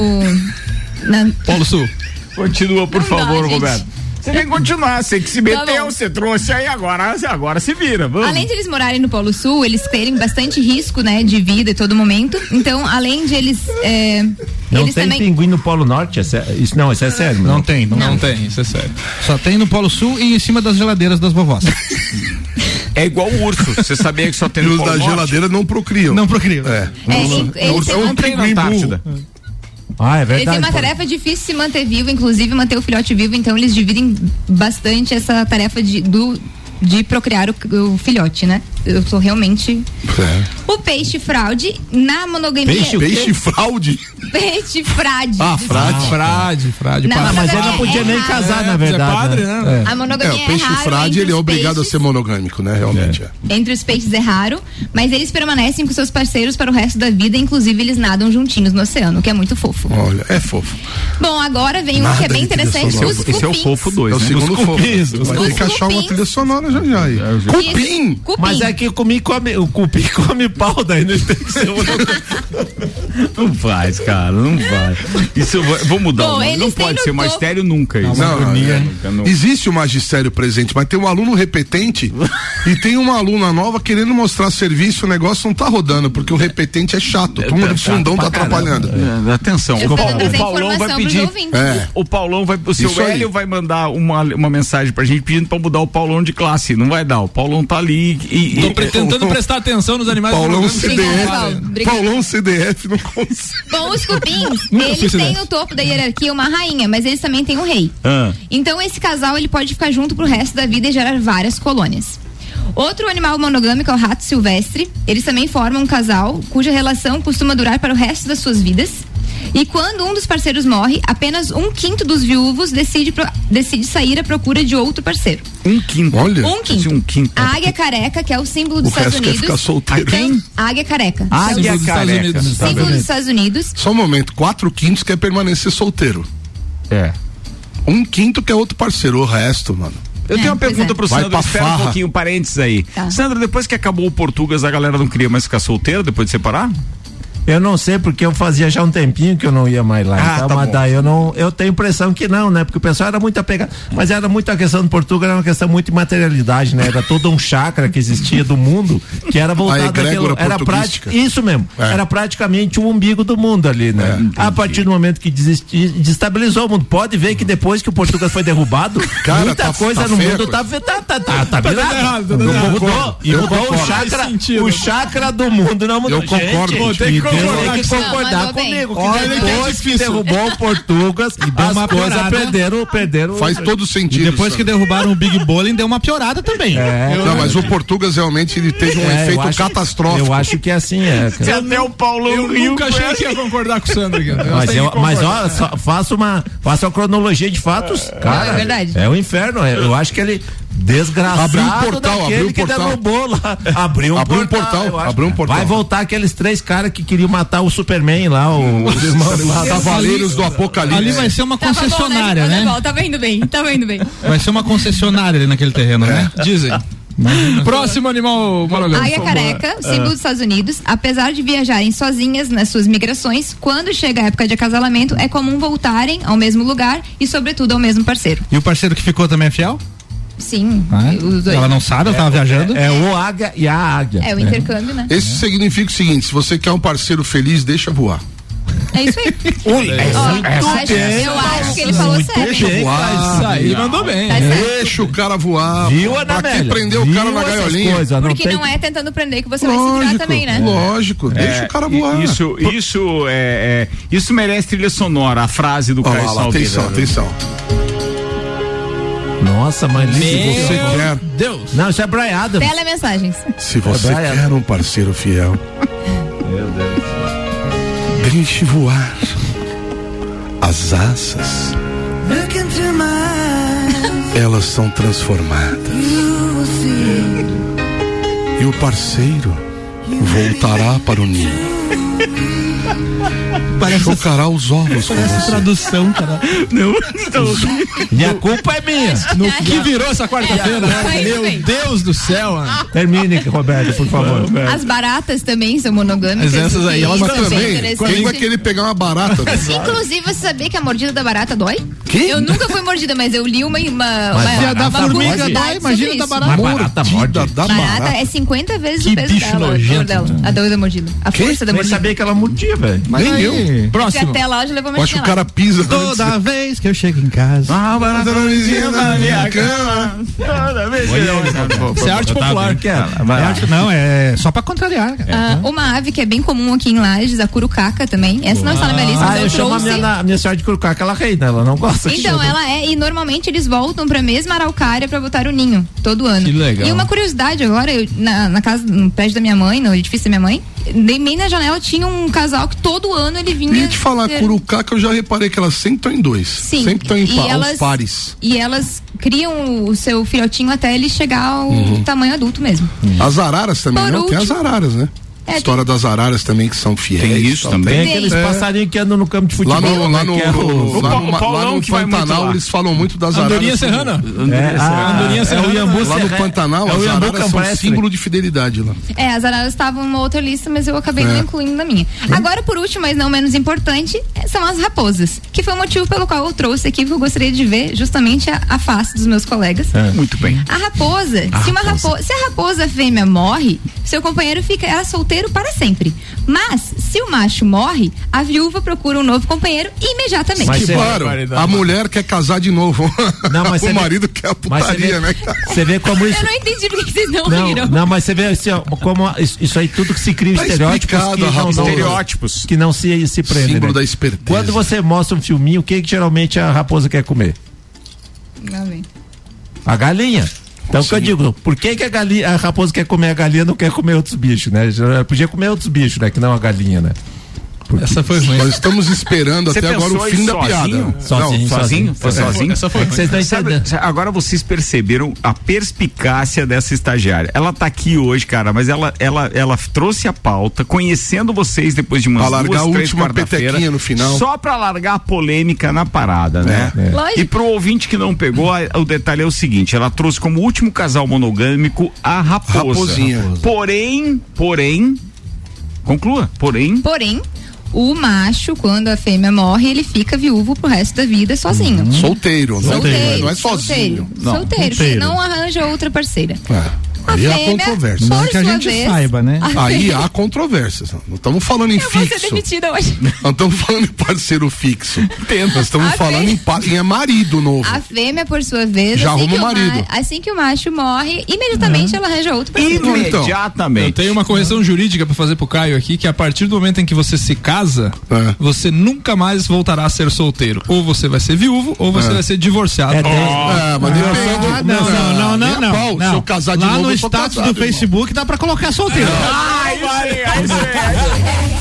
[SPEAKER 4] na-
[SPEAKER 5] Polo Sul.
[SPEAKER 1] Continua, por
[SPEAKER 4] Não dá,
[SPEAKER 1] favor,
[SPEAKER 4] gente. Tá
[SPEAKER 1] Roberto. Você tem que continuar, você que se meteu,
[SPEAKER 4] bom.
[SPEAKER 1] você trouxe aí agora, agora se vira. Vamos.
[SPEAKER 4] Além de eles morarem no Polo Sul, eles terem bastante risco, né, de vida em todo momento. Então, além de eles, é,
[SPEAKER 6] Não
[SPEAKER 4] eles
[SPEAKER 6] tem
[SPEAKER 4] também
[SPEAKER 6] pinguim no Polo Norte? é sé- isso, não, isso é sério.
[SPEAKER 2] Não,
[SPEAKER 6] meu.
[SPEAKER 2] tem, não,
[SPEAKER 5] Não
[SPEAKER 2] tem.
[SPEAKER 5] tem, isso é sério.
[SPEAKER 2] Só tem no Polo Sul e em cima das geladeiras das vovós.
[SPEAKER 1] É igual o urso. Você sabia que só tem
[SPEAKER 3] Pelos
[SPEAKER 1] Polo
[SPEAKER 3] da
[SPEAKER 1] Norte?
[SPEAKER 3] geladeira não procriam.
[SPEAKER 2] não procrio.
[SPEAKER 3] É.
[SPEAKER 4] É,
[SPEAKER 3] Não-
[SPEAKER 4] em- eles
[SPEAKER 3] é
[SPEAKER 4] têm
[SPEAKER 3] um
[SPEAKER 4] uma-
[SPEAKER 1] Tem na
[SPEAKER 3] pinguim burro.
[SPEAKER 1] Antártida.
[SPEAKER 6] Ah, é
[SPEAKER 4] Eles
[SPEAKER 6] verdade.
[SPEAKER 4] têm uma
[SPEAKER 6] pô.
[SPEAKER 4] tarefa difícil de se manter vivo, inclusive manter o filhote vivo, então eles dividem bastante essa tarefa de, do, de procriar o, o filhote, né? Eu sou realmente.
[SPEAKER 3] É.
[SPEAKER 4] O peixe fraude, na monogamia.
[SPEAKER 6] Peixe o quê?
[SPEAKER 3] Peixe fraude.
[SPEAKER 4] Peixe frade.
[SPEAKER 3] Ah, frade.
[SPEAKER 5] Frade, frade,
[SPEAKER 4] Não,
[SPEAKER 5] padre.
[SPEAKER 4] mas
[SPEAKER 6] Mas ele não podia nem
[SPEAKER 4] É,
[SPEAKER 6] casar,
[SPEAKER 5] É,
[SPEAKER 6] na
[SPEAKER 5] você
[SPEAKER 6] verdade.
[SPEAKER 5] É padre,
[SPEAKER 6] né?
[SPEAKER 5] né?
[SPEAKER 4] A
[SPEAKER 3] É,
[SPEAKER 4] monogamia é,
[SPEAKER 3] o peixe
[SPEAKER 4] raro
[SPEAKER 3] frade,
[SPEAKER 4] entre
[SPEAKER 3] ele é
[SPEAKER 4] os
[SPEAKER 3] obrigado
[SPEAKER 4] peixes.
[SPEAKER 3] a ser monogâmico, né? Realmente, é.
[SPEAKER 4] Entre os peixes é raro, mas eles permanecem com seus parceiros para o resto da vida, inclusive eles nadam juntinhos no oceano, o que é muito fofo.
[SPEAKER 3] Olha, é fofo.
[SPEAKER 4] Bom, agora vem um
[SPEAKER 3] Nada
[SPEAKER 4] que é bem
[SPEAKER 3] de
[SPEAKER 4] interessante,
[SPEAKER 3] trilha
[SPEAKER 4] os
[SPEAKER 3] sonora.
[SPEAKER 1] Esse é o
[SPEAKER 4] cupins.
[SPEAKER 1] fofo
[SPEAKER 3] É
[SPEAKER 1] 2.
[SPEAKER 3] o segundo
[SPEAKER 6] cupins,
[SPEAKER 3] fofo.
[SPEAKER 6] os É,
[SPEAKER 3] Vai ter que
[SPEAKER 4] cupins.
[SPEAKER 3] achar uma trilha sonora já já aí. Cupim!
[SPEAKER 4] Cupim.
[SPEAKER 6] Mas é que o cupim come, o cupim come pau daí não tem que ser o
[SPEAKER 1] Não faz, cara, não vai. Isso eu vou, vou mudar
[SPEAKER 4] Bom,
[SPEAKER 1] o nome.
[SPEAKER 4] eles
[SPEAKER 1] Não
[SPEAKER 4] têm
[SPEAKER 1] pode
[SPEAKER 4] no
[SPEAKER 1] ser
[SPEAKER 4] topo-
[SPEAKER 1] magistério nunca isso.
[SPEAKER 3] Não,
[SPEAKER 1] Agonia
[SPEAKER 3] é.
[SPEAKER 1] nunca, não.
[SPEAKER 3] Existe o magistério presente, mas tem um aluno repetente e tem uma aluna nova querendo mostrar serviço, o negócio não tá rodando, porque o repetente é chato. Todo mundo de fundão tá
[SPEAKER 1] Pra caramba.
[SPEAKER 3] atrapalhando.
[SPEAKER 1] É, atenção,
[SPEAKER 4] Eu
[SPEAKER 1] o,
[SPEAKER 4] tô
[SPEAKER 1] Pau-
[SPEAKER 4] dando
[SPEAKER 1] o
[SPEAKER 4] essa
[SPEAKER 1] Paulão vai
[SPEAKER 4] informação pros
[SPEAKER 1] pedir.
[SPEAKER 4] ouvintes.
[SPEAKER 3] É.
[SPEAKER 1] O Paulão vai. O seu
[SPEAKER 3] Isso aí.
[SPEAKER 1] Hélio vai mandar uma, uma mensagem pra gente pedindo pra mudar o Paulão de classe. Não vai dar. O Paulão tá ali e. e-
[SPEAKER 5] Tô pre- tentando prestar atenção nos animais.
[SPEAKER 3] Paulão
[SPEAKER 5] monogâmicos.
[SPEAKER 4] Obrigada, Paulo.
[SPEAKER 3] CDF.
[SPEAKER 4] Obrigada.
[SPEAKER 3] Paulão CDF não consegue.
[SPEAKER 4] Bom, os cupins,
[SPEAKER 3] é
[SPEAKER 5] Nunca fui
[SPEAKER 4] eles têm
[SPEAKER 3] né?
[SPEAKER 5] silêncio.
[SPEAKER 4] no topo da hierarquia uma rainha, mas eles também têm um rei.
[SPEAKER 1] Ah.
[SPEAKER 4] Então esse casal ele pode ficar junto pro resto da vida e gerar várias colônias. Outro animal monogâmico é o rato silvestre. Eles também formam um casal cuja relação costuma durar para o resto das suas vidas. E quando um dos parceiros morre, apenas um quinto dos viúvos decide, pro- decide sair à procura de outro parceiro.
[SPEAKER 1] Um quinto.
[SPEAKER 3] Olha.
[SPEAKER 4] Um quinto.
[SPEAKER 1] Um quinto.
[SPEAKER 4] A águia careca, que é o símbolo
[SPEAKER 3] O
[SPEAKER 4] dos Estados
[SPEAKER 3] resto quer
[SPEAKER 4] Unidos.
[SPEAKER 3] ficar solteiro. Ah,
[SPEAKER 4] Tem- a águia careca. que é o
[SPEAKER 1] Águia
[SPEAKER 5] Estados
[SPEAKER 1] careca.
[SPEAKER 5] Unidos.
[SPEAKER 1] Tá
[SPEAKER 4] símbolo
[SPEAKER 1] vendo?
[SPEAKER 4] dos Estados Unidos.
[SPEAKER 3] Só um momento, quatro quintos quer permanecer solteiro.
[SPEAKER 1] É.
[SPEAKER 3] Um quinto quer outro parceiro, o resto, mano.
[SPEAKER 1] Eu
[SPEAKER 4] É,
[SPEAKER 1] tenho uma
[SPEAKER 4] pois
[SPEAKER 1] pergunta
[SPEAKER 4] é.
[SPEAKER 1] pro
[SPEAKER 3] Vai
[SPEAKER 1] Sandro,
[SPEAKER 3] pra
[SPEAKER 1] espera um
[SPEAKER 3] farra.
[SPEAKER 1] pouquinho, parênteses aí.
[SPEAKER 4] Tá.
[SPEAKER 1] Sandro, depois que acabou o Portugas, a galera não queria mais ficar solteira depois de separar?
[SPEAKER 6] Eu não sei porque eu fazia já um tempinho que eu não ia mais lá.
[SPEAKER 1] Ah,
[SPEAKER 6] então,
[SPEAKER 1] tá
[SPEAKER 6] mas
[SPEAKER 1] bom.
[SPEAKER 6] daí eu não, eu tenho impressão que não, né? Porque o pessoal era muito apegado, mas era muito a questão do Portugal, era uma questão muito de materialidade, né? Era todo um chakra que existia do mundo que era voltado
[SPEAKER 3] egrégora
[SPEAKER 6] era
[SPEAKER 3] portuguística.
[SPEAKER 6] prática, isso mesmo.
[SPEAKER 3] É.
[SPEAKER 6] Era praticamente o umbigo do mundo ali, né? a partir do momento que desisti- desestabilizou o mundo, pode ver que depois que o Portugal foi derrubado,
[SPEAKER 3] Cara,
[SPEAKER 6] muita
[SPEAKER 3] tá-
[SPEAKER 6] coisa
[SPEAKER 3] tá
[SPEAKER 6] no
[SPEAKER 3] feia a
[SPEAKER 6] mundo
[SPEAKER 3] coisa.
[SPEAKER 6] tá tá tá tá, tá virado.
[SPEAKER 5] errado, tá
[SPEAKER 6] Mudou,
[SPEAKER 5] dando
[SPEAKER 6] mudou, e
[SPEAKER 3] Eu
[SPEAKER 6] mudou o
[SPEAKER 3] concordo.
[SPEAKER 6] chakra,
[SPEAKER 5] Faz sentido.
[SPEAKER 6] o chakra do mundo não mudou.
[SPEAKER 3] Eu concordo
[SPEAKER 6] Gente,
[SPEAKER 3] contigo.
[SPEAKER 6] tem que
[SPEAKER 5] Me deu-
[SPEAKER 6] concordar, tem que
[SPEAKER 4] Não,
[SPEAKER 6] concordar
[SPEAKER 4] mandou bem.
[SPEAKER 6] comigo.
[SPEAKER 5] Olha,
[SPEAKER 6] Que
[SPEAKER 5] que é
[SPEAKER 6] depois que
[SPEAKER 5] difícil.
[SPEAKER 6] derrubou o Portugas,
[SPEAKER 5] deu
[SPEAKER 6] as
[SPEAKER 5] uma
[SPEAKER 6] coisas
[SPEAKER 5] piorada.
[SPEAKER 6] perderam, perderam.
[SPEAKER 3] Faz todo
[SPEAKER 2] E
[SPEAKER 3] sentido.
[SPEAKER 2] depois que
[SPEAKER 3] sabe?
[SPEAKER 2] derrubaram o Big Bowling, deu uma piorada também. É.
[SPEAKER 3] Não, mas o Portugas realmente ele teve um
[SPEAKER 6] É, eu
[SPEAKER 3] efeito
[SPEAKER 6] acho-
[SPEAKER 3] catastrófico.
[SPEAKER 6] Eu acho que é assim, é. cara.
[SPEAKER 1] Até o Paulão
[SPEAKER 5] Eu
[SPEAKER 1] riu.
[SPEAKER 5] nunca achei que ia concordar com o Sandro aqui.
[SPEAKER 6] Mas, eu, mas ó, só- faça uma, faça uma cronologia de fatos, cara.
[SPEAKER 4] é verdade.
[SPEAKER 6] É o inferno. é- Eu acho que ele desgraçado
[SPEAKER 3] Abriu um portal,
[SPEAKER 6] daquele
[SPEAKER 3] abriu um
[SPEAKER 6] que
[SPEAKER 3] portal.
[SPEAKER 6] derrubou lá. Abriu um
[SPEAKER 3] Abriu um
[SPEAKER 6] portal.
[SPEAKER 3] portal,
[SPEAKER 6] eu acho.
[SPEAKER 3] abriu um portal.
[SPEAKER 6] Vai voltar aqueles três caras que queriam matar o Superman lá, o- os irmãos lá.
[SPEAKER 3] Os Cavaleiros do Apocalipse.
[SPEAKER 5] É.
[SPEAKER 2] Ali vai
[SPEAKER 4] Tá
[SPEAKER 2] ser uma concessionária,
[SPEAKER 4] tava bom, né?
[SPEAKER 2] né?
[SPEAKER 4] Bom, Tava indo bem, tava indo bem.
[SPEAKER 2] Vai ser uma concessionária ali naquele terreno, né?
[SPEAKER 5] Dizem. É. Próximo animal monogâmico.
[SPEAKER 4] Águia careca, o símbolo dos Estados Unidos, apesar de viajarem sozinhas nas suas migrações, quando chega a época de acasalamento, é comum voltarem ao mesmo lugar e, sobretudo, ao mesmo parceiro.
[SPEAKER 2] E o parceiro que ficou também é fiel?
[SPEAKER 4] Sim,
[SPEAKER 5] Ah,
[SPEAKER 2] né?
[SPEAKER 4] os dois.
[SPEAKER 2] Ela não sabe, ela tava viajando.
[SPEAKER 6] É o águia e a águia.
[SPEAKER 4] É o intercâmbio, né?
[SPEAKER 3] Esse significa o seguinte: se você quer um parceiro feliz, deixa voar.
[SPEAKER 4] É isso aí.
[SPEAKER 6] É,
[SPEAKER 4] Ó, eu, acho, eu acho que ele falou certo. hein?
[SPEAKER 3] Deixa voar.
[SPEAKER 5] Isso aí, mandou bem.
[SPEAKER 4] Tá certo.
[SPEAKER 3] Deixa o cara voar.
[SPEAKER 6] Viu,
[SPEAKER 3] pra
[SPEAKER 6] Anamélia?
[SPEAKER 3] que prender o
[SPEAKER 6] Viu
[SPEAKER 3] cara na
[SPEAKER 6] essas
[SPEAKER 3] gaiolinha?
[SPEAKER 6] coisas?
[SPEAKER 4] Porque
[SPEAKER 6] tem-
[SPEAKER 4] não é tentando prender que você vai se virar também, né?
[SPEAKER 3] Lógico, deixa
[SPEAKER 1] É,
[SPEAKER 3] o cara
[SPEAKER 1] i-
[SPEAKER 3] voar.
[SPEAKER 1] Isso, isso, é, é, isso merece trilha sonora, a frase do
[SPEAKER 3] Ó,
[SPEAKER 1] Caio
[SPEAKER 3] lá, lá, atenção,
[SPEAKER 1] Salveira.
[SPEAKER 3] atenção.
[SPEAKER 6] Nossa, mas lindo.
[SPEAKER 3] você quer.
[SPEAKER 5] Deus.
[SPEAKER 6] Não, isso é braiada.
[SPEAKER 4] Tela mensagens.
[SPEAKER 3] Se você
[SPEAKER 6] Brian.
[SPEAKER 3] quer um parceiro fiel, deixe voar as asas. Elas são transformadas. E o parceiro voltará para o ninho.
[SPEAKER 2] Parece,
[SPEAKER 3] Chocará os ovos com
[SPEAKER 2] parece
[SPEAKER 3] você.
[SPEAKER 2] tradução, cara.
[SPEAKER 1] Não, não.
[SPEAKER 6] E a culpa é minha.
[SPEAKER 5] que virou essa quarta-feira? né?
[SPEAKER 4] Foi isso
[SPEAKER 5] Meu
[SPEAKER 4] aí.
[SPEAKER 5] Deus do céu, ah.
[SPEAKER 4] Ah.
[SPEAKER 5] mano.
[SPEAKER 6] Termine, Roberto, por favor.
[SPEAKER 4] As baratas também são monogâmicas.
[SPEAKER 5] Mas essas aí, elas
[SPEAKER 4] Isso
[SPEAKER 3] Mas
[SPEAKER 4] é bem
[SPEAKER 3] também,
[SPEAKER 4] interessante.
[SPEAKER 3] quem vai querer pegar uma barata? né?
[SPEAKER 4] Inclusive, você sabia que a mordida da barata dói? Eu nunca fui mordida, mas eu li uma. uma, uma
[SPEAKER 2] se a da
[SPEAKER 4] uma
[SPEAKER 2] formiga
[SPEAKER 4] curiosidade
[SPEAKER 2] dói,
[SPEAKER 4] sobre
[SPEAKER 2] imagina da
[SPEAKER 4] isso.
[SPEAKER 2] barata.
[SPEAKER 3] Mordida
[SPEAKER 1] barata morde.
[SPEAKER 3] da
[SPEAKER 4] Barata
[SPEAKER 3] barata.
[SPEAKER 4] é 50 vezes
[SPEAKER 5] Que
[SPEAKER 4] o peso
[SPEAKER 5] bicho
[SPEAKER 4] dela, o
[SPEAKER 5] nojento,
[SPEAKER 4] dor dela. A dor da mordida. A força da
[SPEAKER 6] Nem
[SPEAKER 4] mordida.
[SPEAKER 6] sabia que ela mordia, velho.
[SPEAKER 5] Mas
[SPEAKER 3] Nem
[SPEAKER 5] aí-
[SPEAKER 3] eu.
[SPEAKER 4] Porque
[SPEAKER 5] Próximo.
[SPEAKER 4] até é. lá eu já levou
[SPEAKER 3] Eu
[SPEAKER 4] uma
[SPEAKER 3] acho que o cara
[SPEAKER 4] chinelada.
[SPEAKER 3] pisa.
[SPEAKER 2] Toda vez que eu chego em casa.
[SPEAKER 1] Ah,
[SPEAKER 4] tá
[SPEAKER 1] barata na vizinha da minha
[SPEAKER 3] cama.
[SPEAKER 1] Toda vez que eu-
[SPEAKER 5] Isso é Ah. arte
[SPEAKER 1] Eu tava
[SPEAKER 5] popular.
[SPEAKER 1] vendo que ela- vai
[SPEAKER 2] Eu
[SPEAKER 1] lá.
[SPEAKER 2] acho- não, é só pra contrariar, cara.
[SPEAKER 4] Ah, uma ave que é bem comum aqui em Lages, a curucaca também. Essa não está na minha lista,
[SPEAKER 6] Ah,
[SPEAKER 4] mas
[SPEAKER 6] eu,
[SPEAKER 4] eu,
[SPEAKER 6] chamo a
[SPEAKER 4] trouxe.
[SPEAKER 6] minha, na- minha senhora de Curucaca, ela é reina, ela não gosta de
[SPEAKER 4] Então,
[SPEAKER 6] chuva.
[SPEAKER 4] ela é, e normalmente eles voltam pra mesma araucária pra botar o ninho, todo ano.
[SPEAKER 5] Que legal.
[SPEAKER 4] E uma curiosidade agora, eu, na, na casa, no prédio da minha mãe, no edifício da minha mãe, nem bem na janela tinha um casal que todo ano ele vinha.
[SPEAKER 3] E te falar,
[SPEAKER 4] ter-
[SPEAKER 3] curucá, que eu já reparei que elas sempre estão em dois.
[SPEAKER 4] É. Sim.
[SPEAKER 3] Sempre estão em
[SPEAKER 4] E
[SPEAKER 3] pa- aos
[SPEAKER 4] elas-
[SPEAKER 3] pares.
[SPEAKER 4] E elas criam o seu filhotinho até ele chegar ao
[SPEAKER 3] Uhum.
[SPEAKER 4] tamanho adulto mesmo.
[SPEAKER 3] As araras também,
[SPEAKER 4] Por
[SPEAKER 3] não? Tem as
[SPEAKER 4] último.
[SPEAKER 3] araras, né?
[SPEAKER 4] É,
[SPEAKER 3] História das araras também, que são fiéis.
[SPEAKER 1] Tem isso
[SPEAKER 3] tal.
[SPEAKER 1] também.
[SPEAKER 6] Tem aqueles
[SPEAKER 3] É.
[SPEAKER 6] passarinhos que andam no campo de futebol.
[SPEAKER 3] Lá no, lá
[SPEAKER 6] né,
[SPEAKER 3] no,
[SPEAKER 6] que é o-
[SPEAKER 1] o
[SPEAKER 3] lá
[SPEAKER 1] Pau-
[SPEAKER 3] no, ma-
[SPEAKER 1] Paulão
[SPEAKER 3] lá no
[SPEAKER 1] que vai muito lá.
[SPEAKER 3] Pantanal, eles falam muito das
[SPEAKER 5] Andorinha
[SPEAKER 3] araras.
[SPEAKER 5] Serrana.
[SPEAKER 6] É, ah,
[SPEAKER 5] Andorinha
[SPEAKER 6] é o
[SPEAKER 5] serrana.
[SPEAKER 6] Iambu
[SPEAKER 3] Lá no
[SPEAKER 6] serra-
[SPEAKER 3] Pantanal,
[SPEAKER 6] é o
[SPEAKER 3] as
[SPEAKER 6] Iambu
[SPEAKER 3] araras são
[SPEAKER 6] campestre.
[SPEAKER 3] símbolo de fidelidade lá.
[SPEAKER 4] É, as araras estavam numa outra lista, mas eu acabei não incluindo na minha. Agora, por último, mas não menos importante, eh, são as raposas, que foi o motivo pelo qual eu trouxe aqui, porque eu gostaria de ver justamente a, a face dos meus colegas.
[SPEAKER 1] É, Muito bem.
[SPEAKER 4] A raposa, se, uma raposa, se a raposa fêmea morre, seu companheiro fica ela solteiro para sempre. Mas, se o macho morre, a viúva procura um novo companheiro imediatamente.
[SPEAKER 6] Mas você-
[SPEAKER 3] Claro, a mulher quer casar de novo.
[SPEAKER 6] Não, mas você
[SPEAKER 3] o
[SPEAKER 6] vê-
[SPEAKER 3] marido quer a
[SPEAKER 6] Mas você
[SPEAKER 3] putaria,
[SPEAKER 6] vê,
[SPEAKER 3] né, cara?
[SPEAKER 6] você vê como isso.
[SPEAKER 4] Eu não entendi por que vocês não,
[SPEAKER 6] Não,
[SPEAKER 4] riram.
[SPEAKER 6] não, mas você vê assim, ó, como a- isso isso aí tudo que se cria
[SPEAKER 3] Tá
[SPEAKER 6] estereótipos
[SPEAKER 3] explicado,
[SPEAKER 6] que não,
[SPEAKER 3] rapaz.
[SPEAKER 6] não-
[SPEAKER 1] Estereótipos.
[SPEAKER 6] que não se, se prendem.
[SPEAKER 3] Símbolo
[SPEAKER 6] né?
[SPEAKER 3] da esperteza.
[SPEAKER 6] Quando você mostra um filminho, o que, que geralmente a raposa quer comer?
[SPEAKER 4] Não, vem.
[SPEAKER 6] A galinha. Então, o que eu digo, por que, que a, galinha, a raposa quer comer a galinha e não quer comer outros bichos, né? Já Podia comer outros bichos, né? Que não a galinha, né?
[SPEAKER 5] Essa foi ruim.
[SPEAKER 3] Nós estamos esperando
[SPEAKER 1] Você
[SPEAKER 3] até agora o
[SPEAKER 1] pensou
[SPEAKER 3] fim
[SPEAKER 1] em
[SPEAKER 3] da
[SPEAKER 1] sozinho?
[SPEAKER 3] piada.
[SPEAKER 6] Sozinho,
[SPEAKER 1] Sozinho?
[SPEAKER 6] sozinho.
[SPEAKER 1] Foi
[SPEAKER 6] Essa
[SPEAKER 1] sozinho?
[SPEAKER 5] Essa foi
[SPEAKER 6] É que
[SPEAKER 5] ruim.
[SPEAKER 6] vocês não
[SPEAKER 1] Sabe,
[SPEAKER 6] entendem.
[SPEAKER 1] agora vocês perceberam a perspicácia dessa estagiária. Ela tá aqui hoje, cara, mas ela, ela, ela trouxe a pauta, conhecendo vocês depois de umas
[SPEAKER 3] Pra largar
[SPEAKER 1] duas,
[SPEAKER 3] a
[SPEAKER 1] três,
[SPEAKER 3] última
[SPEAKER 1] quarta-feira,
[SPEAKER 3] petequinha no final.
[SPEAKER 1] Só pra largar a polêmica na parada, né?
[SPEAKER 6] é.
[SPEAKER 4] Lógico.
[SPEAKER 1] E pro ouvinte que não pegou, a- o detalhe é o seguinte, ela trouxe como último casal monogâmico a raposa.
[SPEAKER 3] Raposinha.
[SPEAKER 1] Porém, porém, conclua, porém,
[SPEAKER 4] Porém, o macho, quando a fêmea morre, ele fica viúvo pro resto da vida sozinho.
[SPEAKER 3] Uhum. Solteiro, não,
[SPEAKER 4] Hum? Solteiro,
[SPEAKER 3] é- não é
[SPEAKER 4] solteiro,
[SPEAKER 3] sozinho.
[SPEAKER 1] Não,
[SPEAKER 4] solteiro, porque não arranja outra parceira.
[SPEAKER 3] É. Aí há controvérsia.
[SPEAKER 4] por
[SPEAKER 2] Não é que a
[SPEAKER 4] sua
[SPEAKER 2] gente
[SPEAKER 4] vez,
[SPEAKER 2] saiba, né?
[SPEAKER 4] a
[SPEAKER 3] Aí
[SPEAKER 4] fêmea-
[SPEAKER 3] há controvérsias. Não estamos falando em
[SPEAKER 4] Eu vou ser
[SPEAKER 3] fixo.
[SPEAKER 4] demitida hoje.
[SPEAKER 3] Não estamos falando em parceiro fixo. Nós estamos
[SPEAKER 4] Ah,
[SPEAKER 3] falando
[SPEAKER 4] bem.
[SPEAKER 3] em, par- em marido novo.
[SPEAKER 4] A fêmea, por sua vez,
[SPEAKER 3] Já
[SPEAKER 4] assim,
[SPEAKER 3] arruma
[SPEAKER 4] que
[SPEAKER 3] o marido.
[SPEAKER 4] ma- assim que o macho morre, imediatamente ela arranja outro parceiro.
[SPEAKER 3] Então.
[SPEAKER 1] imediatamente.
[SPEAKER 5] Eu tenho uma correção jurídica pra fazer pro Caio aqui, que a partir do momento em que você se casa,
[SPEAKER 3] É.
[SPEAKER 5] você nunca mais voltará a ser solteiro. Ou você vai ser viúvo, ou você vai ser divorciado.
[SPEAKER 6] É, tem-
[SPEAKER 3] É, mas depende.
[SPEAKER 2] Ah, não, não, não,
[SPEAKER 3] nem
[SPEAKER 2] não,
[SPEAKER 3] a
[SPEAKER 2] não,
[SPEAKER 3] pau.
[SPEAKER 2] não.
[SPEAKER 3] Se eu casar de
[SPEAKER 2] Lá
[SPEAKER 3] novo,
[SPEAKER 2] no
[SPEAKER 3] eu sou
[SPEAKER 2] status do
[SPEAKER 3] casado, irmão.
[SPEAKER 2] Facebook dá pra colocar solteiro.
[SPEAKER 1] Ah, isso aí, é isso aí.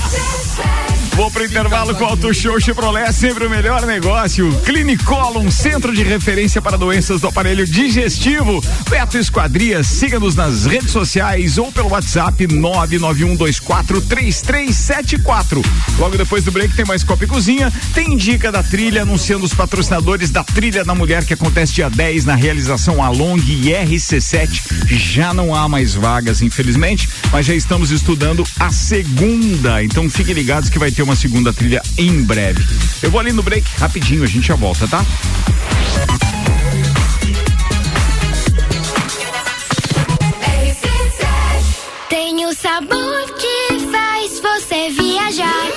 [SPEAKER 1] Vou pro intervalo com o Auto Show Chevrolet, é sempre o melhor negócio. Clinicola, um centro de referência para doenças do aparelho digestivo. Beto Esquadria, siga-nos nas redes sociais ou pelo WhatsApp 991243374. Logo depois do break tem mais Copa e Cozinha, tem dica da trilha anunciando os patrocinadores da Trilha da Mulher que acontece dia 10 na realização Along e RC7. Já não há mais vagas, infelizmente, mas já estamos estudando a segunda. Então fiquem ligados que vai ter uma segunda trilha em breve. Eu vou ali no break rapidinho, a gente já volta, tá?
[SPEAKER 7] Tem o sabor que faz você viajar.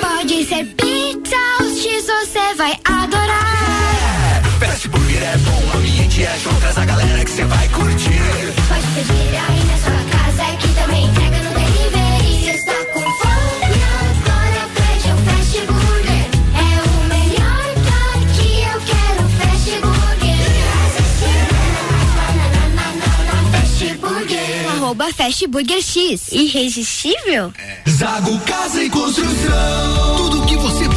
[SPEAKER 7] Pode ser pizza ou X, você vai adorar. Fast burger é bom, ambiente é juntas a galera que você vai curtir. Pode pedir aí na sua casa que também entrega no delivery. Se está com fome, agora pede o Fast Burger. É o melhor lugar que eu quero um Fast Burger. Fast Burger. Arroba Fast Burger X. Irresistível?
[SPEAKER 8] Zago Casa e Construção. Tudo o que você procura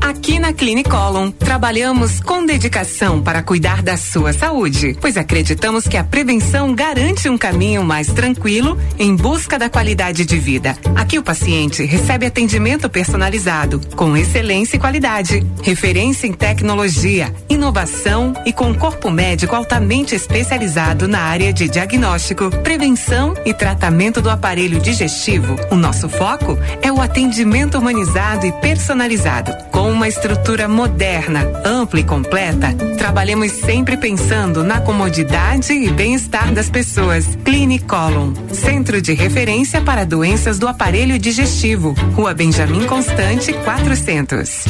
[SPEAKER 9] Aqui na Clinicolon, trabalhamos com dedicação para cuidar da sua saúde, pois acreditamos que a prevenção garante um caminho mais tranquilo em busca da qualidade de vida. Aqui o paciente recebe atendimento personalizado, com excelência e qualidade, referência em tecnologia, inovação e com um corpo médico altamente especializado na área de diagnóstico, prevenção e tratamento do aparelho digestivo. O nosso foco é o atendimento humanizado e personalizado. Com uma estrutura moderna, ampla e completa, trabalhamos sempre pensando na comodidade e bem-estar das pessoas. Clinicolon, centro de referência para doenças do aparelho digestivo. Rua Benjamin Constante, 400.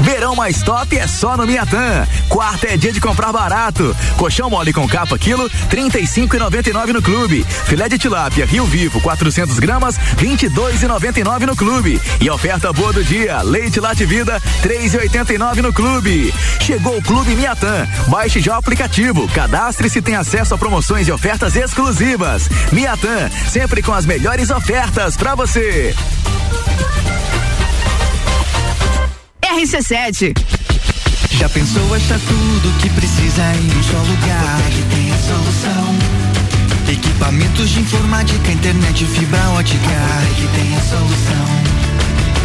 [SPEAKER 8] Verão mais top é só no Miatã. Quarta é dia de comprar barato. Colchão mole com capa quilo, trinta e no clube. Filé de tilápia Rio Vivo, 400 gramas, vinte e no clube. E a oferta boa do dia, leite Lativida, três e no clube. Chegou o Clube Miatã. Baixe já o aplicativo, cadastre-se e tem acesso a promoções e ofertas exclusivas. Miatã, sempre com as melhores ofertas para você.
[SPEAKER 10] RC7.
[SPEAKER 8] Já pensou achar Tá tudo que precisa em um só lugar? Botec tem a solução. Equipamentos de informática, internet, fibra ótica. Botec tem a solução.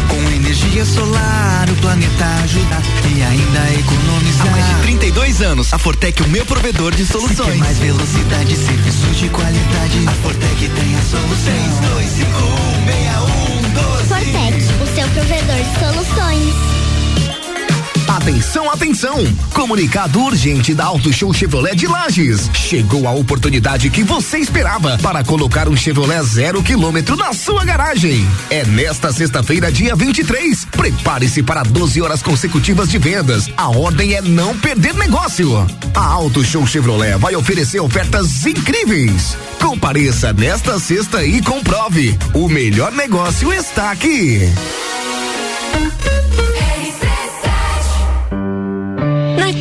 [SPEAKER 8] Com energia solar, o planeta ajuda e ainda economizar. Há mais de 32 anos, a Fortec é o meu provedor de soluções. Se quer mais velocidade, serviços de qualidade. A Fortec tem a solução. um. 3, 2, 5, 1, 61, 12.
[SPEAKER 7] Fortec, o seu provedor de soluções.
[SPEAKER 8] Atenção, atenção! Comunicado urgente da Auto Show Chevrolet de Lages. Chegou a oportunidade que você esperava para colocar um Chevrolet zero quilômetro na sua garagem. É nesta sexta-feira, dia 23. Prepare-se para 12 horas consecutivas de vendas. A ordem é não perder negócio. A Auto Show Chevrolet vai oferecer ofertas incríveis. Compareça nesta sexta e comprove. O melhor negócio está aqui.
[SPEAKER 9] Na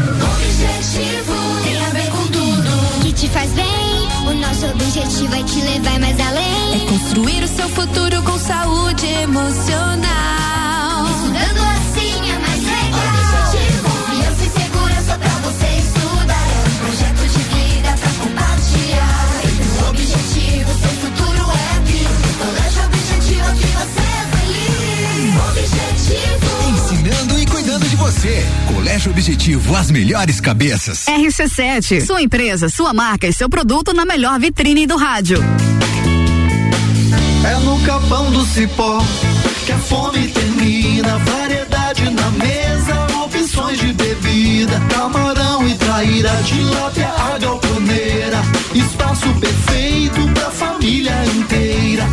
[SPEAKER 7] objetivo tem a ver com tudo que te faz bem. O nosso objetivo é te levar mais além. É construir o seu futuro com saúde emocional. Estudando assim é mais legal. Objetivo, confiança e segurança pra você estudar. É um projeto de vida pra compartilhar. O objetivo, seu futuro é aqui. Colégio objetivo que você é feliz. Objetivo.
[SPEAKER 8] Ensinando e cuidando de você. Colégio Objetivo, as melhores cabeças.
[SPEAKER 10] RC7. Sua empresa, sua marca e seu produto na melhor vitrine do rádio.
[SPEAKER 8] É no capão do cipó que a fome termina. Variedade na mesa, opções de bebida. Camarão e traíra, tilápia, a galponeira. Espaço perfeito pra família inteira.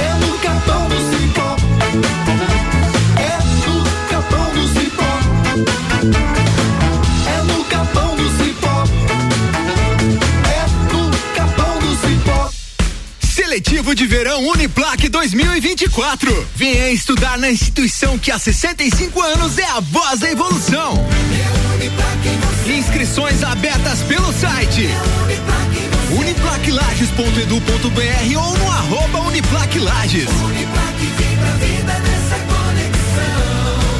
[SPEAKER 8] É no capão do cipó. É no capão do cipó. É no capão do cipó. É no capão do cipó. Seletivo de Verão Uniplac 2024. Venha estudar na instituição que há 65 anos é a voz da evolução. Inscrições abertas pelo site uniplaclages.edu.br ou no arroba uniplaclages.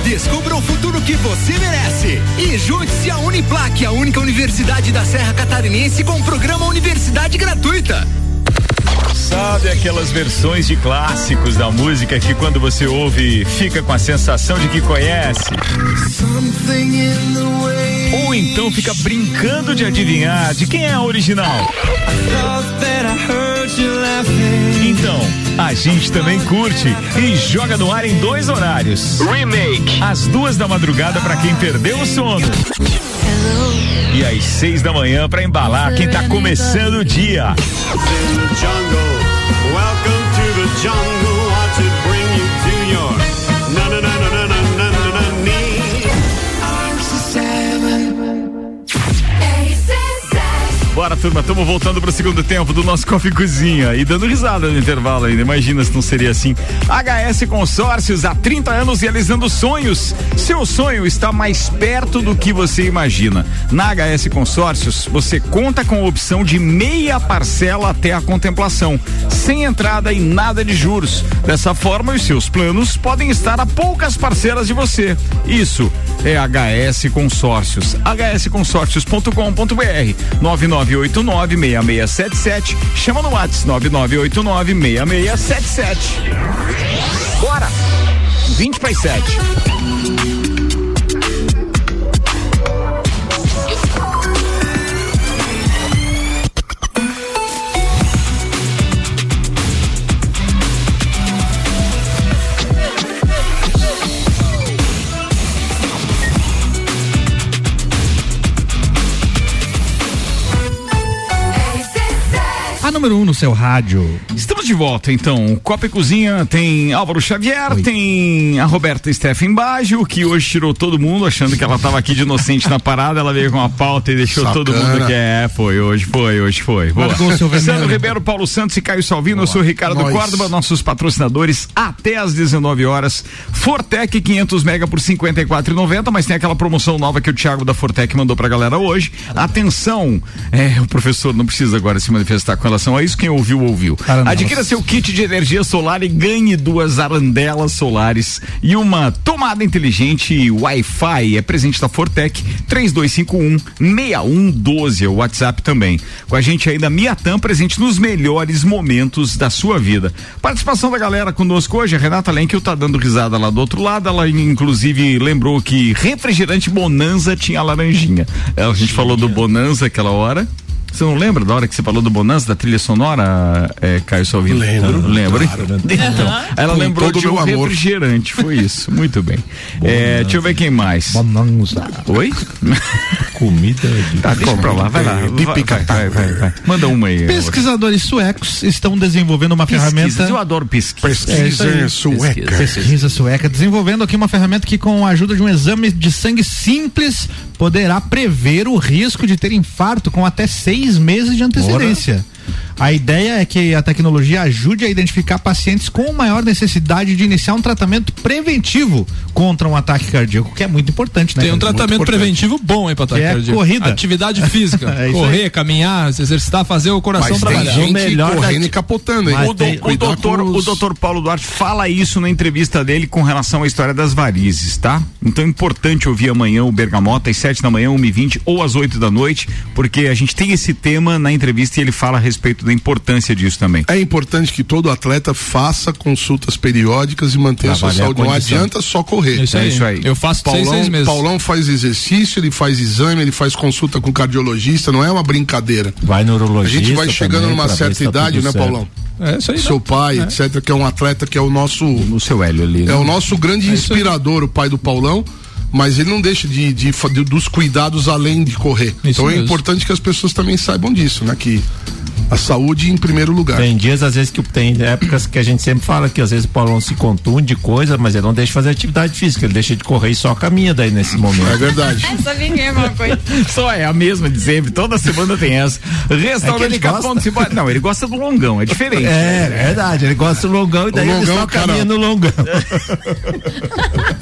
[SPEAKER 8] Descubra o futuro que você merece e junte-se à Uniplac, a única universidade da Serra Catarinense com programa Universidade Gratuita.
[SPEAKER 1] Sabe aquelas versões de clássicos da música que quando você ouve fica com a sensação de que conhece? Ou então fica brincando de adivinhar de quem é a original? Então, a gente também curte e joga no ar em dois horários. Remake. Às duas da madrugada para quem perdeu o sono. E às seis da manhã para embalar quem tá começando o dia. Bora, turma, estamos voltando pro segundo tempo do nosso Coffee Cozinha e dando risada no intervalo ainda. Imagina se não seria assim. HS Consórcios, há 30 anos realizando sonhos. Seu sonho está mais perto do que você imagina. Na HS Consórcios, você conta com a opção de meia parcela até a contemplação, sem entrada e nada de juros. Dessa forma, os seus planos podem estar a poucas parcelas de você. Isso é HS Consórcios. hsconsórcios.com.br 9989-6677. Chama no WhatsApp 9989-6677. Bora! 20 para 7.
[SPEAKER 2] A número um no seu rádio.
[SPEAKER 1] Estamos de volta, então. Copa e Cozinha tem Álvaro Xavier, tem a Roberta Steffen Baggio, que hoje tirou todo mundo, achando que ela estava aqui de inocente na parada. Ela veio com uma pauta e deixou
[SPEAKER 3] Sacana.
[SPEAKER 1] todo mundo que é. Foi, hoje foi, hoje foi. Boa.
[SPEAKER 2] Largou o seu veneno.
[SPEAKER 1] Sandro Ribeiro, Paulo Santos e Caio Salvino. Eu sou Ricardo
[SPEAKER 3] Nós.
[SPEAKER 1] Córdoba, nossos patrocinadores até às 19 horas. Fortec 500 mega por 54,90, mas tem aquela promoção nova que o Thiago da Fortec mandou pra galera hoje. Atenção, é, o professor não precisa agora se manifestar com relação a isso, quem ouviu, ouviu.
[SPEAKER 2] Paranoia.
[SPEAKER 1] Adquira seu kit de energia solar e ganhe duas arandelas solares e uma tomada inteligente e Wi-Fi. É presente da Fortec 3251-6112. É o WhatsApp também. Com a gente ainda, Miatan, presente nos melhores momentos da sua vida. Participação da galera conosco hoje, a Renata Lenkel tá dando risada lá do outro lado. Ela inclusive lembrou que refrigerante Bonanza tinha laranjinha. É, A gente falou do Bonanza aquela hora. Você não lembra da hora que você falou do Bonanza, da trilha sonora, é, Caio Salvino?
[SPEAKER 3] Lembro.
[SPEAKER 1] Lembra?
[SPEAKER 3] Claro. né?
[SPEAKER 1] Então, ela
[SPEAKER 3] Com
[SPEAKER 1] lembrou
[SPEAKER 3] todo
[SPEAKER 1] do
[SPEAKER 3] o
[SPEAKER 1] meu
[SPEAKER 3] meu amor.
[SPEAKER 1] refrigerante, foi isso. Muito bem. É, deixa eu ver quem mais. Oi?
[SPEAKER 6] Comida
[SPEAKER 1] Tá, deixa pra lá, vai lá. Vai, vai, vai, vai, vai. Manda uma aí. amor.
[SPEAKER 2] Pesquisadores suecos estão desenvolvendo uma
[SPEAKER 1] Pesquisas,
[SPEAKER 2] ferramenta.
[SPEAKER 1] eu adoro pesquisas.
[SPEAKER 3] Pesquisa sueca.
[SPEAKER 2] Pesquisa sueca desenvolvendo aqui uma ferramenta que, com a ajuda de um exame de sangue simples, poderá prever o risco de ter infarto com até seis meses de antecedência. A ideia é que a tecnologia ajude a identificar pacientes com maior necessidade de iniciar um tratamento preventivo contra um ataque cardíaco, que é muito importante, né?
[SPEAKER 5] Tem um
[SPEAKER 2] Cris?
[SPEAKER 5] tratamento
[SPEAKER 3] importante.
[SPEAKER 5] preventivo bom aí pra
[SPEAKER 2] Que é
[SPEAKER 5] ataque
[SPEAKER 2] corrida.
[SPEAKER 5] Atividade física.
[SPEAKER 2] É isso aí.
[SPEAKER 5] correr, caminhar, se exercitar, fazer o coração
[SPEAKER 3] Mas tem
[SPEAKER 5] trabalhar.
[SPEAKER 3] gente
[SPEAKER 6] melhor
[SPEAKER 3] correndo
[SPEAKER 6] da-
[SPEAKER 3] e capotando, hein?
[SPEAKER 1] O, do- o
[SPEAKER 3] Cuidado
[SPEAKER 1] doutor,
[SPEAKER 3] com
[SPEAKER 1] o
[SPEAKER 3] os-
[SPEAKER 1] doutor Paulo Duarte fala isso na entrevista dele com relação à história das varizes, tá? Então é importante ouvir amanhã o Bergamota às 7 da manhã, 1h20 ou às 8 da noite, porque a gente tem esse tema na entrevista e ele fala a respeito da importância disso também.
[SPEAKER 3] É importante que todo atleta faça consultas periódicas e mantenha sua
[SPEAKER 1] Avaliar a
[SPEAKER 3] saúde. Não
[SPEAKER 1] condição.
[SPEAKER 3] adianta só correr.
[SPEAKER 5] É isso,
[SPEAKER 1] É
[SPEAKER 5] aí.
[SPEAKER 1] isso aí.
[SPEAKER 5] Eu faço seis,
[SPEAKER 3] Paulão,
[SPEAKER 5] seis meses.
[SPEAKER 3] Paulão faz exercício, ele faz exame, ele faz consulta com cardiologista, não é uma brincadeira.
[SPEAKER 6] Vai no
[SPEAKER 3] A
[SPEAKER 6] urologista.
[SPEAKER 3] gente vai chegando
[SPEAKER 6] também,
[SPEAKER 3] numa
[SPEAKER 6] pra ver
[SPEAKER 3] certa
[SPEAKER 6] se tá
[SPEAKER 3] idade,
[SPEAKER 6] tudo
[SPEAKER 3] né,
[SPEAKER 6] certo.
[SPEAKER 3] Paulão?
[SPEAKER 5] É isso aí.
[SPEAKER 3] Seu
[SPEAKER 5] né?
[SPEAKER 3] pai, etc., que é um atleta que é o nosso.
[SPEAKER 1] No seu Hélio ali. né?
[SPEAKER 3] É o nosso grande
[SPEAKER 5] isso aí.
[SPEAKER 3] inspirador, o pai do Paulão, mas ele não deixa de, de fa- de- dos cuidados além de correr. então é
[SPEAKER 5] mesmo.
[SPEAKER 3] importante que as pessoas também saibam disso, né? Que a saúde em primeiro lugar.
[SPEAKER 6] Tem dias, às vezes, que tem épocas que a gente sempre fala que às vezes o Paulão se contunde de coisa, mas ele não deixa de fazer atividade física, ele deixa de correr e só caminha daí nesse
[SPEAKER 3] É
[SPEAKER 6] momento.
[SPEAKER 3] verdade.
[SPEAKER 4] Sabia que é uma coisa.
[SPEAKER 1] Só é a mesma de sempre, toda semana tem essa. Restaurante
[SPEAKER 6] É ele
[SPEAKER 1] Capão do Cipó. Não, ele gosta do longão, é diferente.
[SPEAKER 3] né?
[SPEAKER 6] verdade, ele gosta do longão e
[SPEAKER 3] daí ele só caminha no
[SPEAKER 6] longão.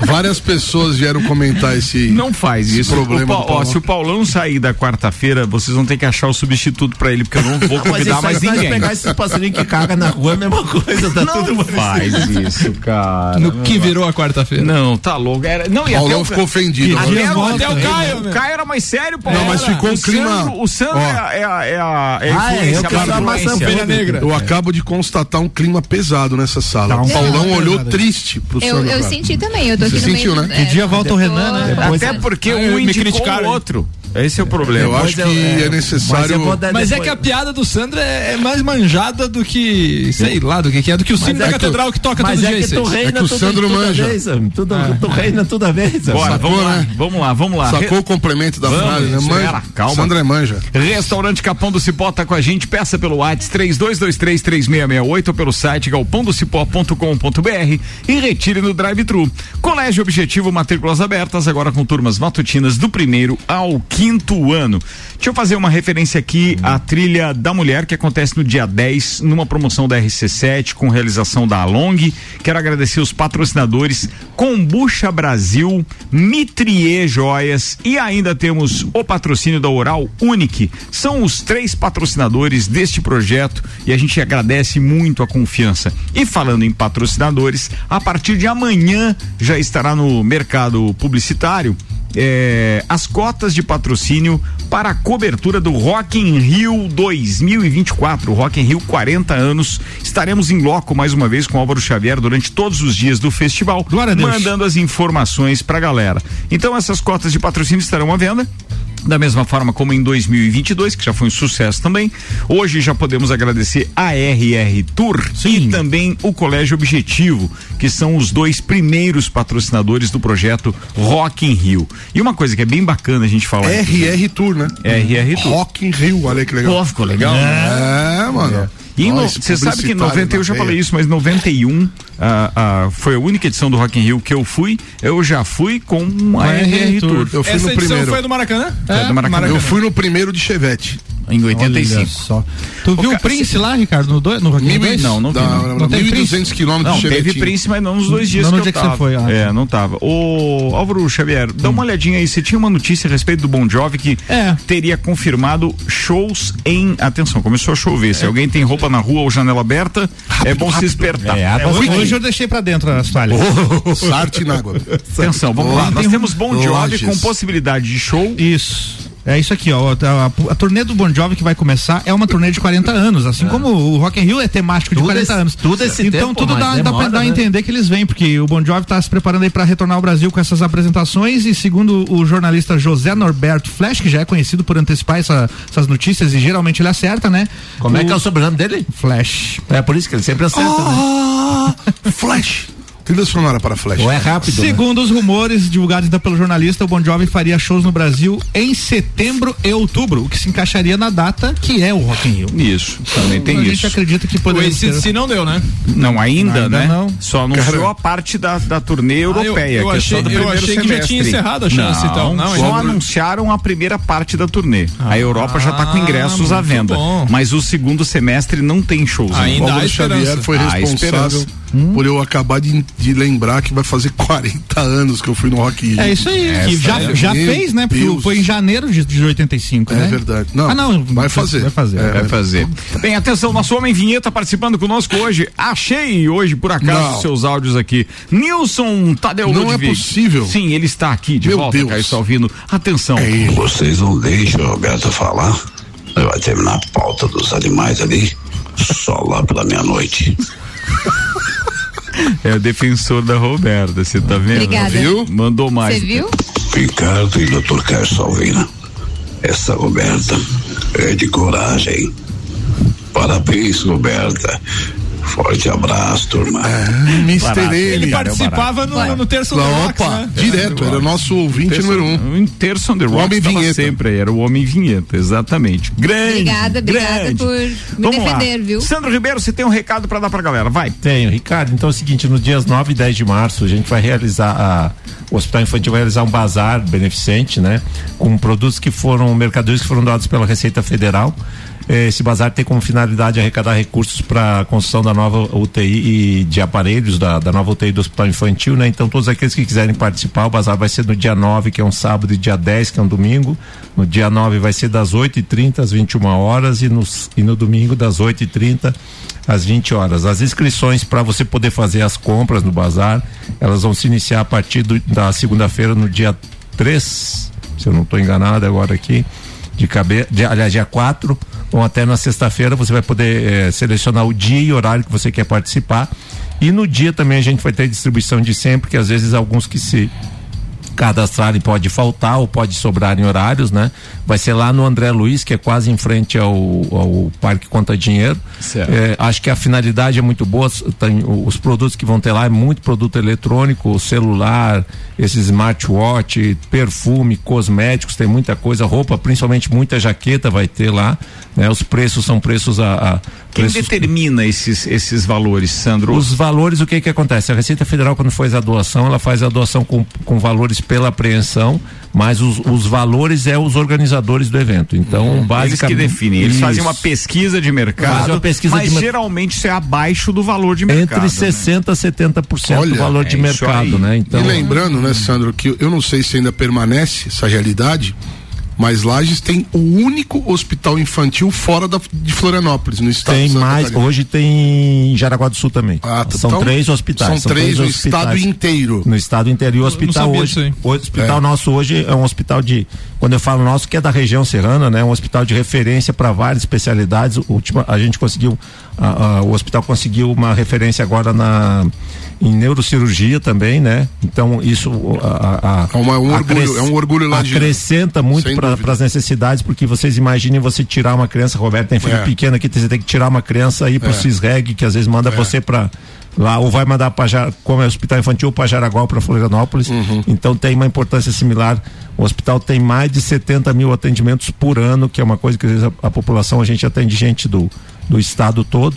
[SPEAKER 3] Várias pessoas vieram comentar esse.
[SPEAKER 1] Não faz
[SPEAKER 3] esse
[SPEAKER 1] isso.
[SPEAKER 3] Problema
[SPEAKER 1] O Pau-
[SPEAKER 3] do Paulão.
[SPEAKER 1] ó, se o Paulão sair da quarta-feira, vocês vão ter que achar o substituto pra ele, porque eu não vou endividar
[SPEAKER 5] é
[SPEAKER 1] mais
[SPEAKER 6] aí, mas
[SPEAKER 5] né?
[SPEAKER 1] ninguém.
[SPEAKER 6] pegar esses passarinhos que cagam na rua é a mesma coisa, tá tudo
[SPEAKER 1] Não faz isso, cara.
[SPEAKER 5] No que virou a quarta-feira.
[SPEAKER 1] Não, tá louco. Era... Não, e até
[SPEAKER 3] Paulão
[SPEAKER 1] o...
[SPEAKER 3] ficou ofendido.
[SPEAKER 1] Até,
[SPEAKER 5] Dias
[SPEAKER 1] o-
[SPEAKER 5] volta,
[SPEAKER 1] até o
[SPEAKER 5] né?
[SPEAKER 1] Caio. O Caio era mais sério, Paulo.
[SPEAKER 3] Não, mas
[SPEAKER 1] Era.
[SPEAKER 3] ficou um clima-
[SPEAKER 1] Sandro- o Sandro
[SPEAKER 3] Ó.
[SPEAKER 1] é, a- é, a- é a é a
[SPEAKER 6] Ah, é,
[SPEAKER 1] influência,
[SPEAKER 6] eu que
[SPEAKER 1] a
[SPEAKER 6] sou a maçã
[SPEAKER 1] influência.
[SPEAKER 5] Feira negra.
[SPEAKER 3] Eu acabo de constatar um clima pesado nessa sala.
[SPEAKER 2] Tá um
[SPEAKER 3] o Paulão
[SPEAKER 2] clima
[SPEAKER 3] olhou
[SPEAKER 2] pesado.
[SPEAKER 3] triste pro
[SPEAKER 4] Eu,
[SPEAKER 3] Sandro.
[SPEAKER 4] eu
[SPEAKER 3] Agora.
[SPEAKER 4] senti também, eu tô aqui
[SPEAKER 3] Você
[SPEAKER 4] no
[SPEAKER 3] sentiu,
[SPEAKER 4] meio.
[SPEAKER 3] né?
[SPEAKER 4] é,
[SPEAKER 2] Um dia volta o Renan, né?
[SPEAKER 4] tô-
[SPEAKER 1] Até porque
[SPEAKER 5] Ah,
[SPEAKER 1] um
[SPEAKER 5] me
[SPEAKER 1] indicou o
[SPEAKER 5] criticaram.
[SPEAKER 1] outro. Esse é o problema.
[SPEAKER 3] Eu acho que é necessário.
[SPEAKER 5] Mas é que a piada do Sandro é, é mais manjada do que, sei lá, do que, que é, do que o sino da
[SPEAKER 3] é que tu-
[SPEAKER 5] catedral que toca
[SPEAKER 6] Mas é
[SPEAKER 5] todo
[SPEAKER 6] que
[SPEAKER 5] dia.
[SPEAKER 6] tu
[SPEAKER 5] Vicente.
[SPEAKER 6] reina
[SPEAKER 3] É que o
[SPEAKER 6] toda-
[SPEAKER 3] Sandro
[SPEAKER 6] toda
[SPEAKER 3] manja.
[SPEAKER 6] vez, amigo. Tu,
[SPEAKER 5] Ah.
[SPEAKER 6] tu- tu reina toda vez. amigo.
[SPEAKER 1] Bora,
[SPEAKER 3] Sacou,
[SPEAKER 1] vamos, lá,
[SPEAKER 3] né?
[SPEAKER 1] vamos lá, vamos lá.
[SPEAKER 3] Sacou o complemento da
[SPEAKER 1] Vamos,
[SPEAKER 3] frase, né?
[SPEAKER 1] espera,
[SPEAKER 3] Manja.
[SPEAKER 1] calma.
[SPEAKER 3] Sandro é manja.
[SPEAKER 1] Restaurante Capão do Cipó tá com a gente. Peça pelo WhatsApp 32233668 ou pelo site galpondocipó.com.br e retire no drive-thru. Colégio Objetivo Matrículas Abertas, agora com turmas matutinas do primeiro ao quinto ano. Deixa eu fazer uma referência aqui à trilha da mulher que acontece no dia 10, numa promoção da RC7 com realização da Along. Quero agradecer os patrocinadores Combucha Brasil, Mitrie Joias e ainda temos o patrocínio da Oral Unique. São os três patrocinadores deste projeto e a gente agradece muito a confiança. E falando em patrocinadores, a partir de amanhã já estará no mercado publicitário eh, as cotas de patrocínio para a cobertura do Rock in Rio 2024, Rock in Rio 40 anos. Estaremos em loco mais uma vez com Álvaro Xavier durante todos os dias do festival,
[SPEAKER 2] Glória a Deus.
[SPEAKER 1] mandando as informações para a galera. Então essas cotas de patrocínio estarão à venda. Da mesma forma como em 2022, que já foi um sucesso também. Hoje já podemos agradecer a RR Tour e também o Colégio Objetivo, que são os dois primeiros patrocinadores do projeto Rock in Rio. E uma coisa que é bem bacana a gente falar.
[SPEAKER 3] RR Tour, né?
[SPEAKER 1] RR Tour.
[SPEAKER 3] Rock in Rio, olha aí que legal.
[SPEAKER 1] Pô, ficou legal, né?
[SPEAKER 3] É, mano.
[SPEAKER 1] E no-
[SPEAKER 3] Nós, né?
[SPEAKER 1] você sabe que em
[SPEAKER 3] publicitário
[SPEAKER 1] 91, eu já
[SPEAKER 3] na
[SPEAKER 1] falei
[SPEAKER 3] veia.
[SPEAKER 1] isso, mas 91 ah, ah, foi a única edição do Rock in Rio que eu fui. Eu já fui com uma RR Tour.
[SPEAKER 3] Eu fui
[SPEAKER 5] Essa
[SPEAKER 3] no
[SPEAKER 5] edição
[SPEAKER 3] primeiro.
[SPEAKER 5] foi do Maracanã?
[SPEAKER 1] É, do Maracanã.
[SPEAKER 3] Eu fui no primeiro de Chevette.
[SPEAKER 1] Em
[SPEAKER 2] Olha
[SPEAKER 1] 85.
[SPEAKER 2] só. Tu viu o Prince lá, Ricardo, no, do, no Rock in Rio
[SPEAKER 3] Mil e-
[SPEAKER 2] dois?
[SPEAKER 1] Não, não vi,
[SPEAKER 3] da-
[SPEAKER 1] não.
[SPEAKER 2] Não tem
[SPEAKER 3] 1.200 quilômetros
[SPEAKER 1] Não,
[SPEAKER 3] de
[SPEAKER 1] teve
[SPEAKER 3] Chevetinho.
[SPEAKER 1] Prince, mas não nos dois dias
[SPEAKER 2] Não
[SPEAKER 1] que
[SPEAKER 2] no
[SPEAKER 1] eu
[SPEAKER 2] dia que você
[SPEAKER 1] tava.
[SPEAKER 2] foi, ah,
[SPEAKER 1] É,
[SPEAKER 2] tá.
[SPEAKER 1] não tava. Ô, Álvaro Xavier, dá uma olhadinha aí, você tinha uma notícia a respeito do Bon Jovi que
[SPEAKER 2] É.
[SPEAKER 1] teria confirmado shows em, atenção, começou a chover,
[SPEAKER 2] É.
[SPEAKER 1] se alguém tem roupa na rua ou janela aberta, é bom se espertar.
[SPEAKER 2] É,
[SPEAKER 1] Quick,
[SPEAKER 2] hoje, hoje eu deixei pra dentro as toalhas.
[SPEAKER 6] Oh.
[SPEAKER 3] Sarte na água.
[SPEAKER 1] atenção, vamos lá, nós
[SPEAKER 3] Tem um
[SPEAKER 1] temos Bon Jovi
[SPEAKER 3] lojas.
[SPEAKER 1] com possibilidade de show
[SPEAKER 2] Isso. É isso aqui, ó. A, a- a turnê do Bon Jovi que vai começar é uma turnê de 40 anos, assim como o Rock in Rio é temático de
[SPEAKER 6] Tudo
[SPEAKER 2] 40
[SPEAKER 6] esse-
[SPEAKER 2] anos.
[SPEAKER 6] tudo esse
[SPEAKER 2] então
[SPEAKER 6] tempo,
[SPEAKER 2] tudo
[SPEAKER 6] mas
[SPEAKER 2] dá, dá
[SPEAKER 6] demora,
[SPEAKER 2] pra dar a
[SPEAKER 6] né?
[SPEAKER 2] entender que eles vêm, porque o Bon Jovi tá se preparando aí pra retornar ao Brasil com essas apresentações e segundo o jornalista José Norberto Flash, que já é conhecido por antecipar essa- essas notícias e geralmente ele acerta, né?
[SPEAKER 6] Como é que é o sobrenome dele?
[SPEAKER 2] Flash?
[SPEAKER 6] É por isso que ele sempre acerta. né?
[SPEAKER 3] Ah, Flash. Trilha sonora para Flash.
[SPEAKER 6] Ou é rápido. né?
[SPEAKER 2] Segundo os rumores divulgados então pelo jornalista, o Bon Jovi faria shows no Brasil em setembro e outubro, o que se encaixaria na data que é o Rock in Rio. Então,
[SPEAKER 1] Isso, também tem
[SPEAKER 2] a
[SPEAKER 1] isso.
[SPEAKER 2] gente acredita que
[SPEAKER 5] O
[SPEAKER 2] poderia ser.
[SPEAKER 5] ACDC não deu, né?
[SPEAKER 1] Não, ainda,
[SPEAKER 2] Ainda
[SPEAKER 1] né?
[SPEAKER 2] não.
[SPEAKER 1] Só anunciou a parte da, da turnê europeia.
[SPEAKER 5] Ah, eu
[SPEAKER 1] que é só
[SPEAKER 5] achei-
[SPEAKER 1] do
[SPEAKER 5] eu
[SPEAKER 1] primeiro
[SPEAKER 5] achei que já tinha
[SPEAKER 1] semestre.
[SPEAKER 5] encerrado a chance
[SPEAKER 1] não,
[SPEAKER 5] e tal. Não,
[SPEAKER 1] só
[SPEAKER 5] ainda não. Ah,
[SPEAKER 1] anunciaram a primeira parte da turnê. a Europa já tá com ingressos à
[SPEAKER 5] muito
[SPEAKER 1] venda.
[SPEAKER 5] bom.
[SPEAKER 1] mas o segundo semestre não tem shows. né?
[SPEAKER 5] Ainda.
[SPEAKER 1] ainda.
[SPEAKER 3] O Álvaro
[SPEAKER 5] há
[SPEAKER 3] Xavier
[SPEAKER 5] esperança.
[SPEAKER 3] foi
[SPEAKER 1] Há
[SPEAKER 3] responsável
[SPEAKER 1] esperança.
[SPEAKER 3] por eu acabar de, de lembrar que vai fazer 40 anos que eu fui no Rock in Rio.
[SPEAKER 2] É isso aí. que já
[SPEAKER 3] é-
[SPEAKER 2] já
[SPEAKER 3] Meu
[SPEAKER 2] fez, né? Porque
[SPEAKER 3] Deus.
[SPEAKER 2] foi em janeiro de, de 85,
[SPEAKER 3] É
[SPEAKER 2] né?
[SPEAKER 3] verdade. Não,
[SPEAKER 2] ah, não.
[SPEAKER 3] vai fazer.
[SPEAKER 2] Vai fazer.
[SPEAKER 3] É.
[SPEAKER 1] Vai fazer. Bem, atenção, nosso homem vinheta participando conosco hoje. Achei hoje, por acaso,
[SPEAKER 3] Não.
[SPEAKER 1] seus áudios aqui. Nilson Tadeu
[SPEAKER 3] Não é
[SPEAKER 1] Ludwig.
[SPEAKER 3] possível.
[SPEAKER 1] Sim, ele está aqui de
[SPEAKER 3] Meu
[SPEAKER 1] volta,
[SPEAKER 3] Deus.
[SPEAKER 1] Caio Salvino. Atenção.
[SPEAKER 3] É ele.
[SPEAKER 11] Vocês não deixam o Roberto falar. Vai terminar a pauta dos animais ali só lá pela meia-noite.
[SPEAKER 1] É o defensor da Roberta, você tá vendo?
[SPEAKER 4] Obrigada.
[SPEAKER 3] Viu?
[SPEAKER 1] Mandou mais.
[SPEAKER 4] Você viu?
[SPEAKER 11] Ricardo e Dr. Carlos Salvina. Essa Roberta é de coragem. Parabéns, Roberta. Forte abraço, turma.
[SPEAKER 1] É,
[SPEAKER 3] Mr.
[SPEAKER 5] Ele
[SPEAKER 3] M.
[SPEAKER 5] participava no, no terço do
[SPEAKER 3] Não,
[SPEAKER 5] Rock,
[SPEAKER 3] opa,
[SPEAKER 5] né?
[SPEAKER 3] direto, era nosso ouvinte número um.
[SPEAKER 1] Um terço on the rock
[SPEAKER 3] homem
[SPEAKER 1] estava
[SPEAKER 3] vinheta.
[SPEAKER 1] sempre aí, era o homem vinheta, exatamente. Grande.
[SPEAKER 4] Obrigada, obrigada
[SPEAKER 1] grande.
[SPEAKER 4] por me
[SPEAKER 1] Vamos lá.
[SPEAKER 4] defender, viu?
[SPEAKER 1] Sandro Ribeiro, você tem um recado pra dar pra galera, vai.
[SPEAKER 6] Tenho, Ricardo. Então é o seguinte, no dias 9 e 10 de março, a gente vai realizar a- o Hospital Infantil vai realizar um bazar beneficente, né? Com produtos que foram, mercadorias que foram dados pela Receita Federal. Eh, Esse bazar tem como finalidade arrecadar recursos para a construção da nova UTI e de aparelhos da, da nova UTI do Hospital Infantil, né? Então todos aqueles que quiserem participar, o bazar vai ser no dia 9, que é um sábado, e dia 10, que é um domingo. No dia 9 vai ser das 8h30 às 21 horas e, nos, e no domingo das 8h30 às 20 horas. As inscrições para você poder fazer as compras no bazar, elas vão se iniciar a partir do- da segunda-feira, no dia 3, se eu não estou enganado agora aqui, de cabeça, aliás, dia 4, ou até na sexta-feira, você vai poder eh, selecionar o dia e horário que você quer participar. E no dia também a gente vai ter distribuição de sempre, que às vezes alguns que se cadastrarem pode faltar ou pode sobrar em horários, né? Vai ser lá no André Luiz, que é quase em frente ao, ao Parque Conta Dinheiro.
[SPEAKER 1] Certo.
[SPEAKER 6] É, acho que a finalidade é muito boa. s- Tem, o- os produtos que vão ter lá é muito produto eletrônico, celular, esses smartwatch, perfume, cosméticos, tem muita coisa, roupa, principalmente muita jaqueta vai ter lá. Né? Os preços são preços a. a
[SPEAKER 1] Quem
[SPEAKER 6] preços
[SPEAKER 1] determina esses, esses valores, Sandro?
[SPEAKER 6] os valores, o que que acontece? A Receita Federal, quando faz a doação, ela faz a doação com, com valores pela apreensão, mas os, os valores é os organizadores do evento. Então,
[SPEAKER 1] Uhum. Eles que
[SPEAKER 6] basicamente.
[SPEAKER 1] definem, eles fazem uma
[SPEAKER 6] Isso.
[SPEAKER 1] pesquisa de mercado,
[SPEAKER 6] Fazem uma pesquisa
[SPEAKER 1] mas
[SPEAKER 6] de mer-
[SPEAKER 1] geralmente isso é abaixo do valor de mercado.
[SPEAKER 6] Entre
[SPEAKER 1] né?
[SPEAKER 6] 60% a 70% do
[SPEAKER 1] Olha,
[SPEAKER 6] valor
[SPEAKER 1] é
[SPEAKER 6] de
[SPEAKER 1] isso
[SPEAKER 6] mercado,
[SPEAKER 1] aí.
[SPEAKER 6] né? Então,
[SPEAKER 3] E lembrando, né, Sandro, que eu não sei se ainda permanece essa realidade, mas Lages tem o único hospital infantil fora da, de Florianópolis, no estado
[SPEAKER 6] tem
[SPEAKER 3] de tá Santa
[SPEAKER 6] mais.
[SPEAKER 3] Catarina.
[SPEAKER 6] Hoje tem em Jaraguá do Sul também. são
[SPEAKER 3] então,
[SPEAKER 6] três hospitais.
[SPEAKER 3] são três no estado
[SPEAKER 6] inteiro. No estado inteiro. E o hospital
[SPEAKER 3] sabia disso
[SPEAKER 6] hoje.
[SPEAKER 3] aí.
[SPEAKER 6] O hospital
[SPEAKER 3] É.
[SPEAKER 6] nosso hoje é um hospital de. Quando eu falo nosso, que é da região serrana, né? Um hospital de referência para várias especialidades. O Última, a gente conseguiu. a- a- o hospital conseguiu uma referência agora na. Em neurocirurgia também, né? Então, isso. A, a- a-
[SPEAKER 3] É uma- um
[SPEAKER 6] a
[SPEAKER 3] orgulho,
[SPEAKER 6] cres-
[SPEAKER 3] é um orgulho lá de-
[SPEAKER 6] Acrescenta muito
[SPEAKER 3] Sem
[SPEAKER 6] para
[SPEAKER 3] dúvida.
[SPEAKER 6] as necessidades, porque vocês imaginem você tirar uma criança, Roberto, tem filho
[SPEAKER 3] É.
[SPEAKER 6] pequeno pequena que você tem que tirar uma criança aí pro
[SPEAKER 3] É.
[SPEAKER 6] Cisreg, que às vezes manda você pra lá ou vai mandar para como é o hospital infantil para Jaraguá ou para Florianópolis.
[SPEAKER 3] Uhum.
[SPEAKER 6] Então tem uma importância similar. O hospital tem mais de 70 mil atendimentos por ano, que é uma coisa que às vezes a, a população a gente atende gente do do estado todo.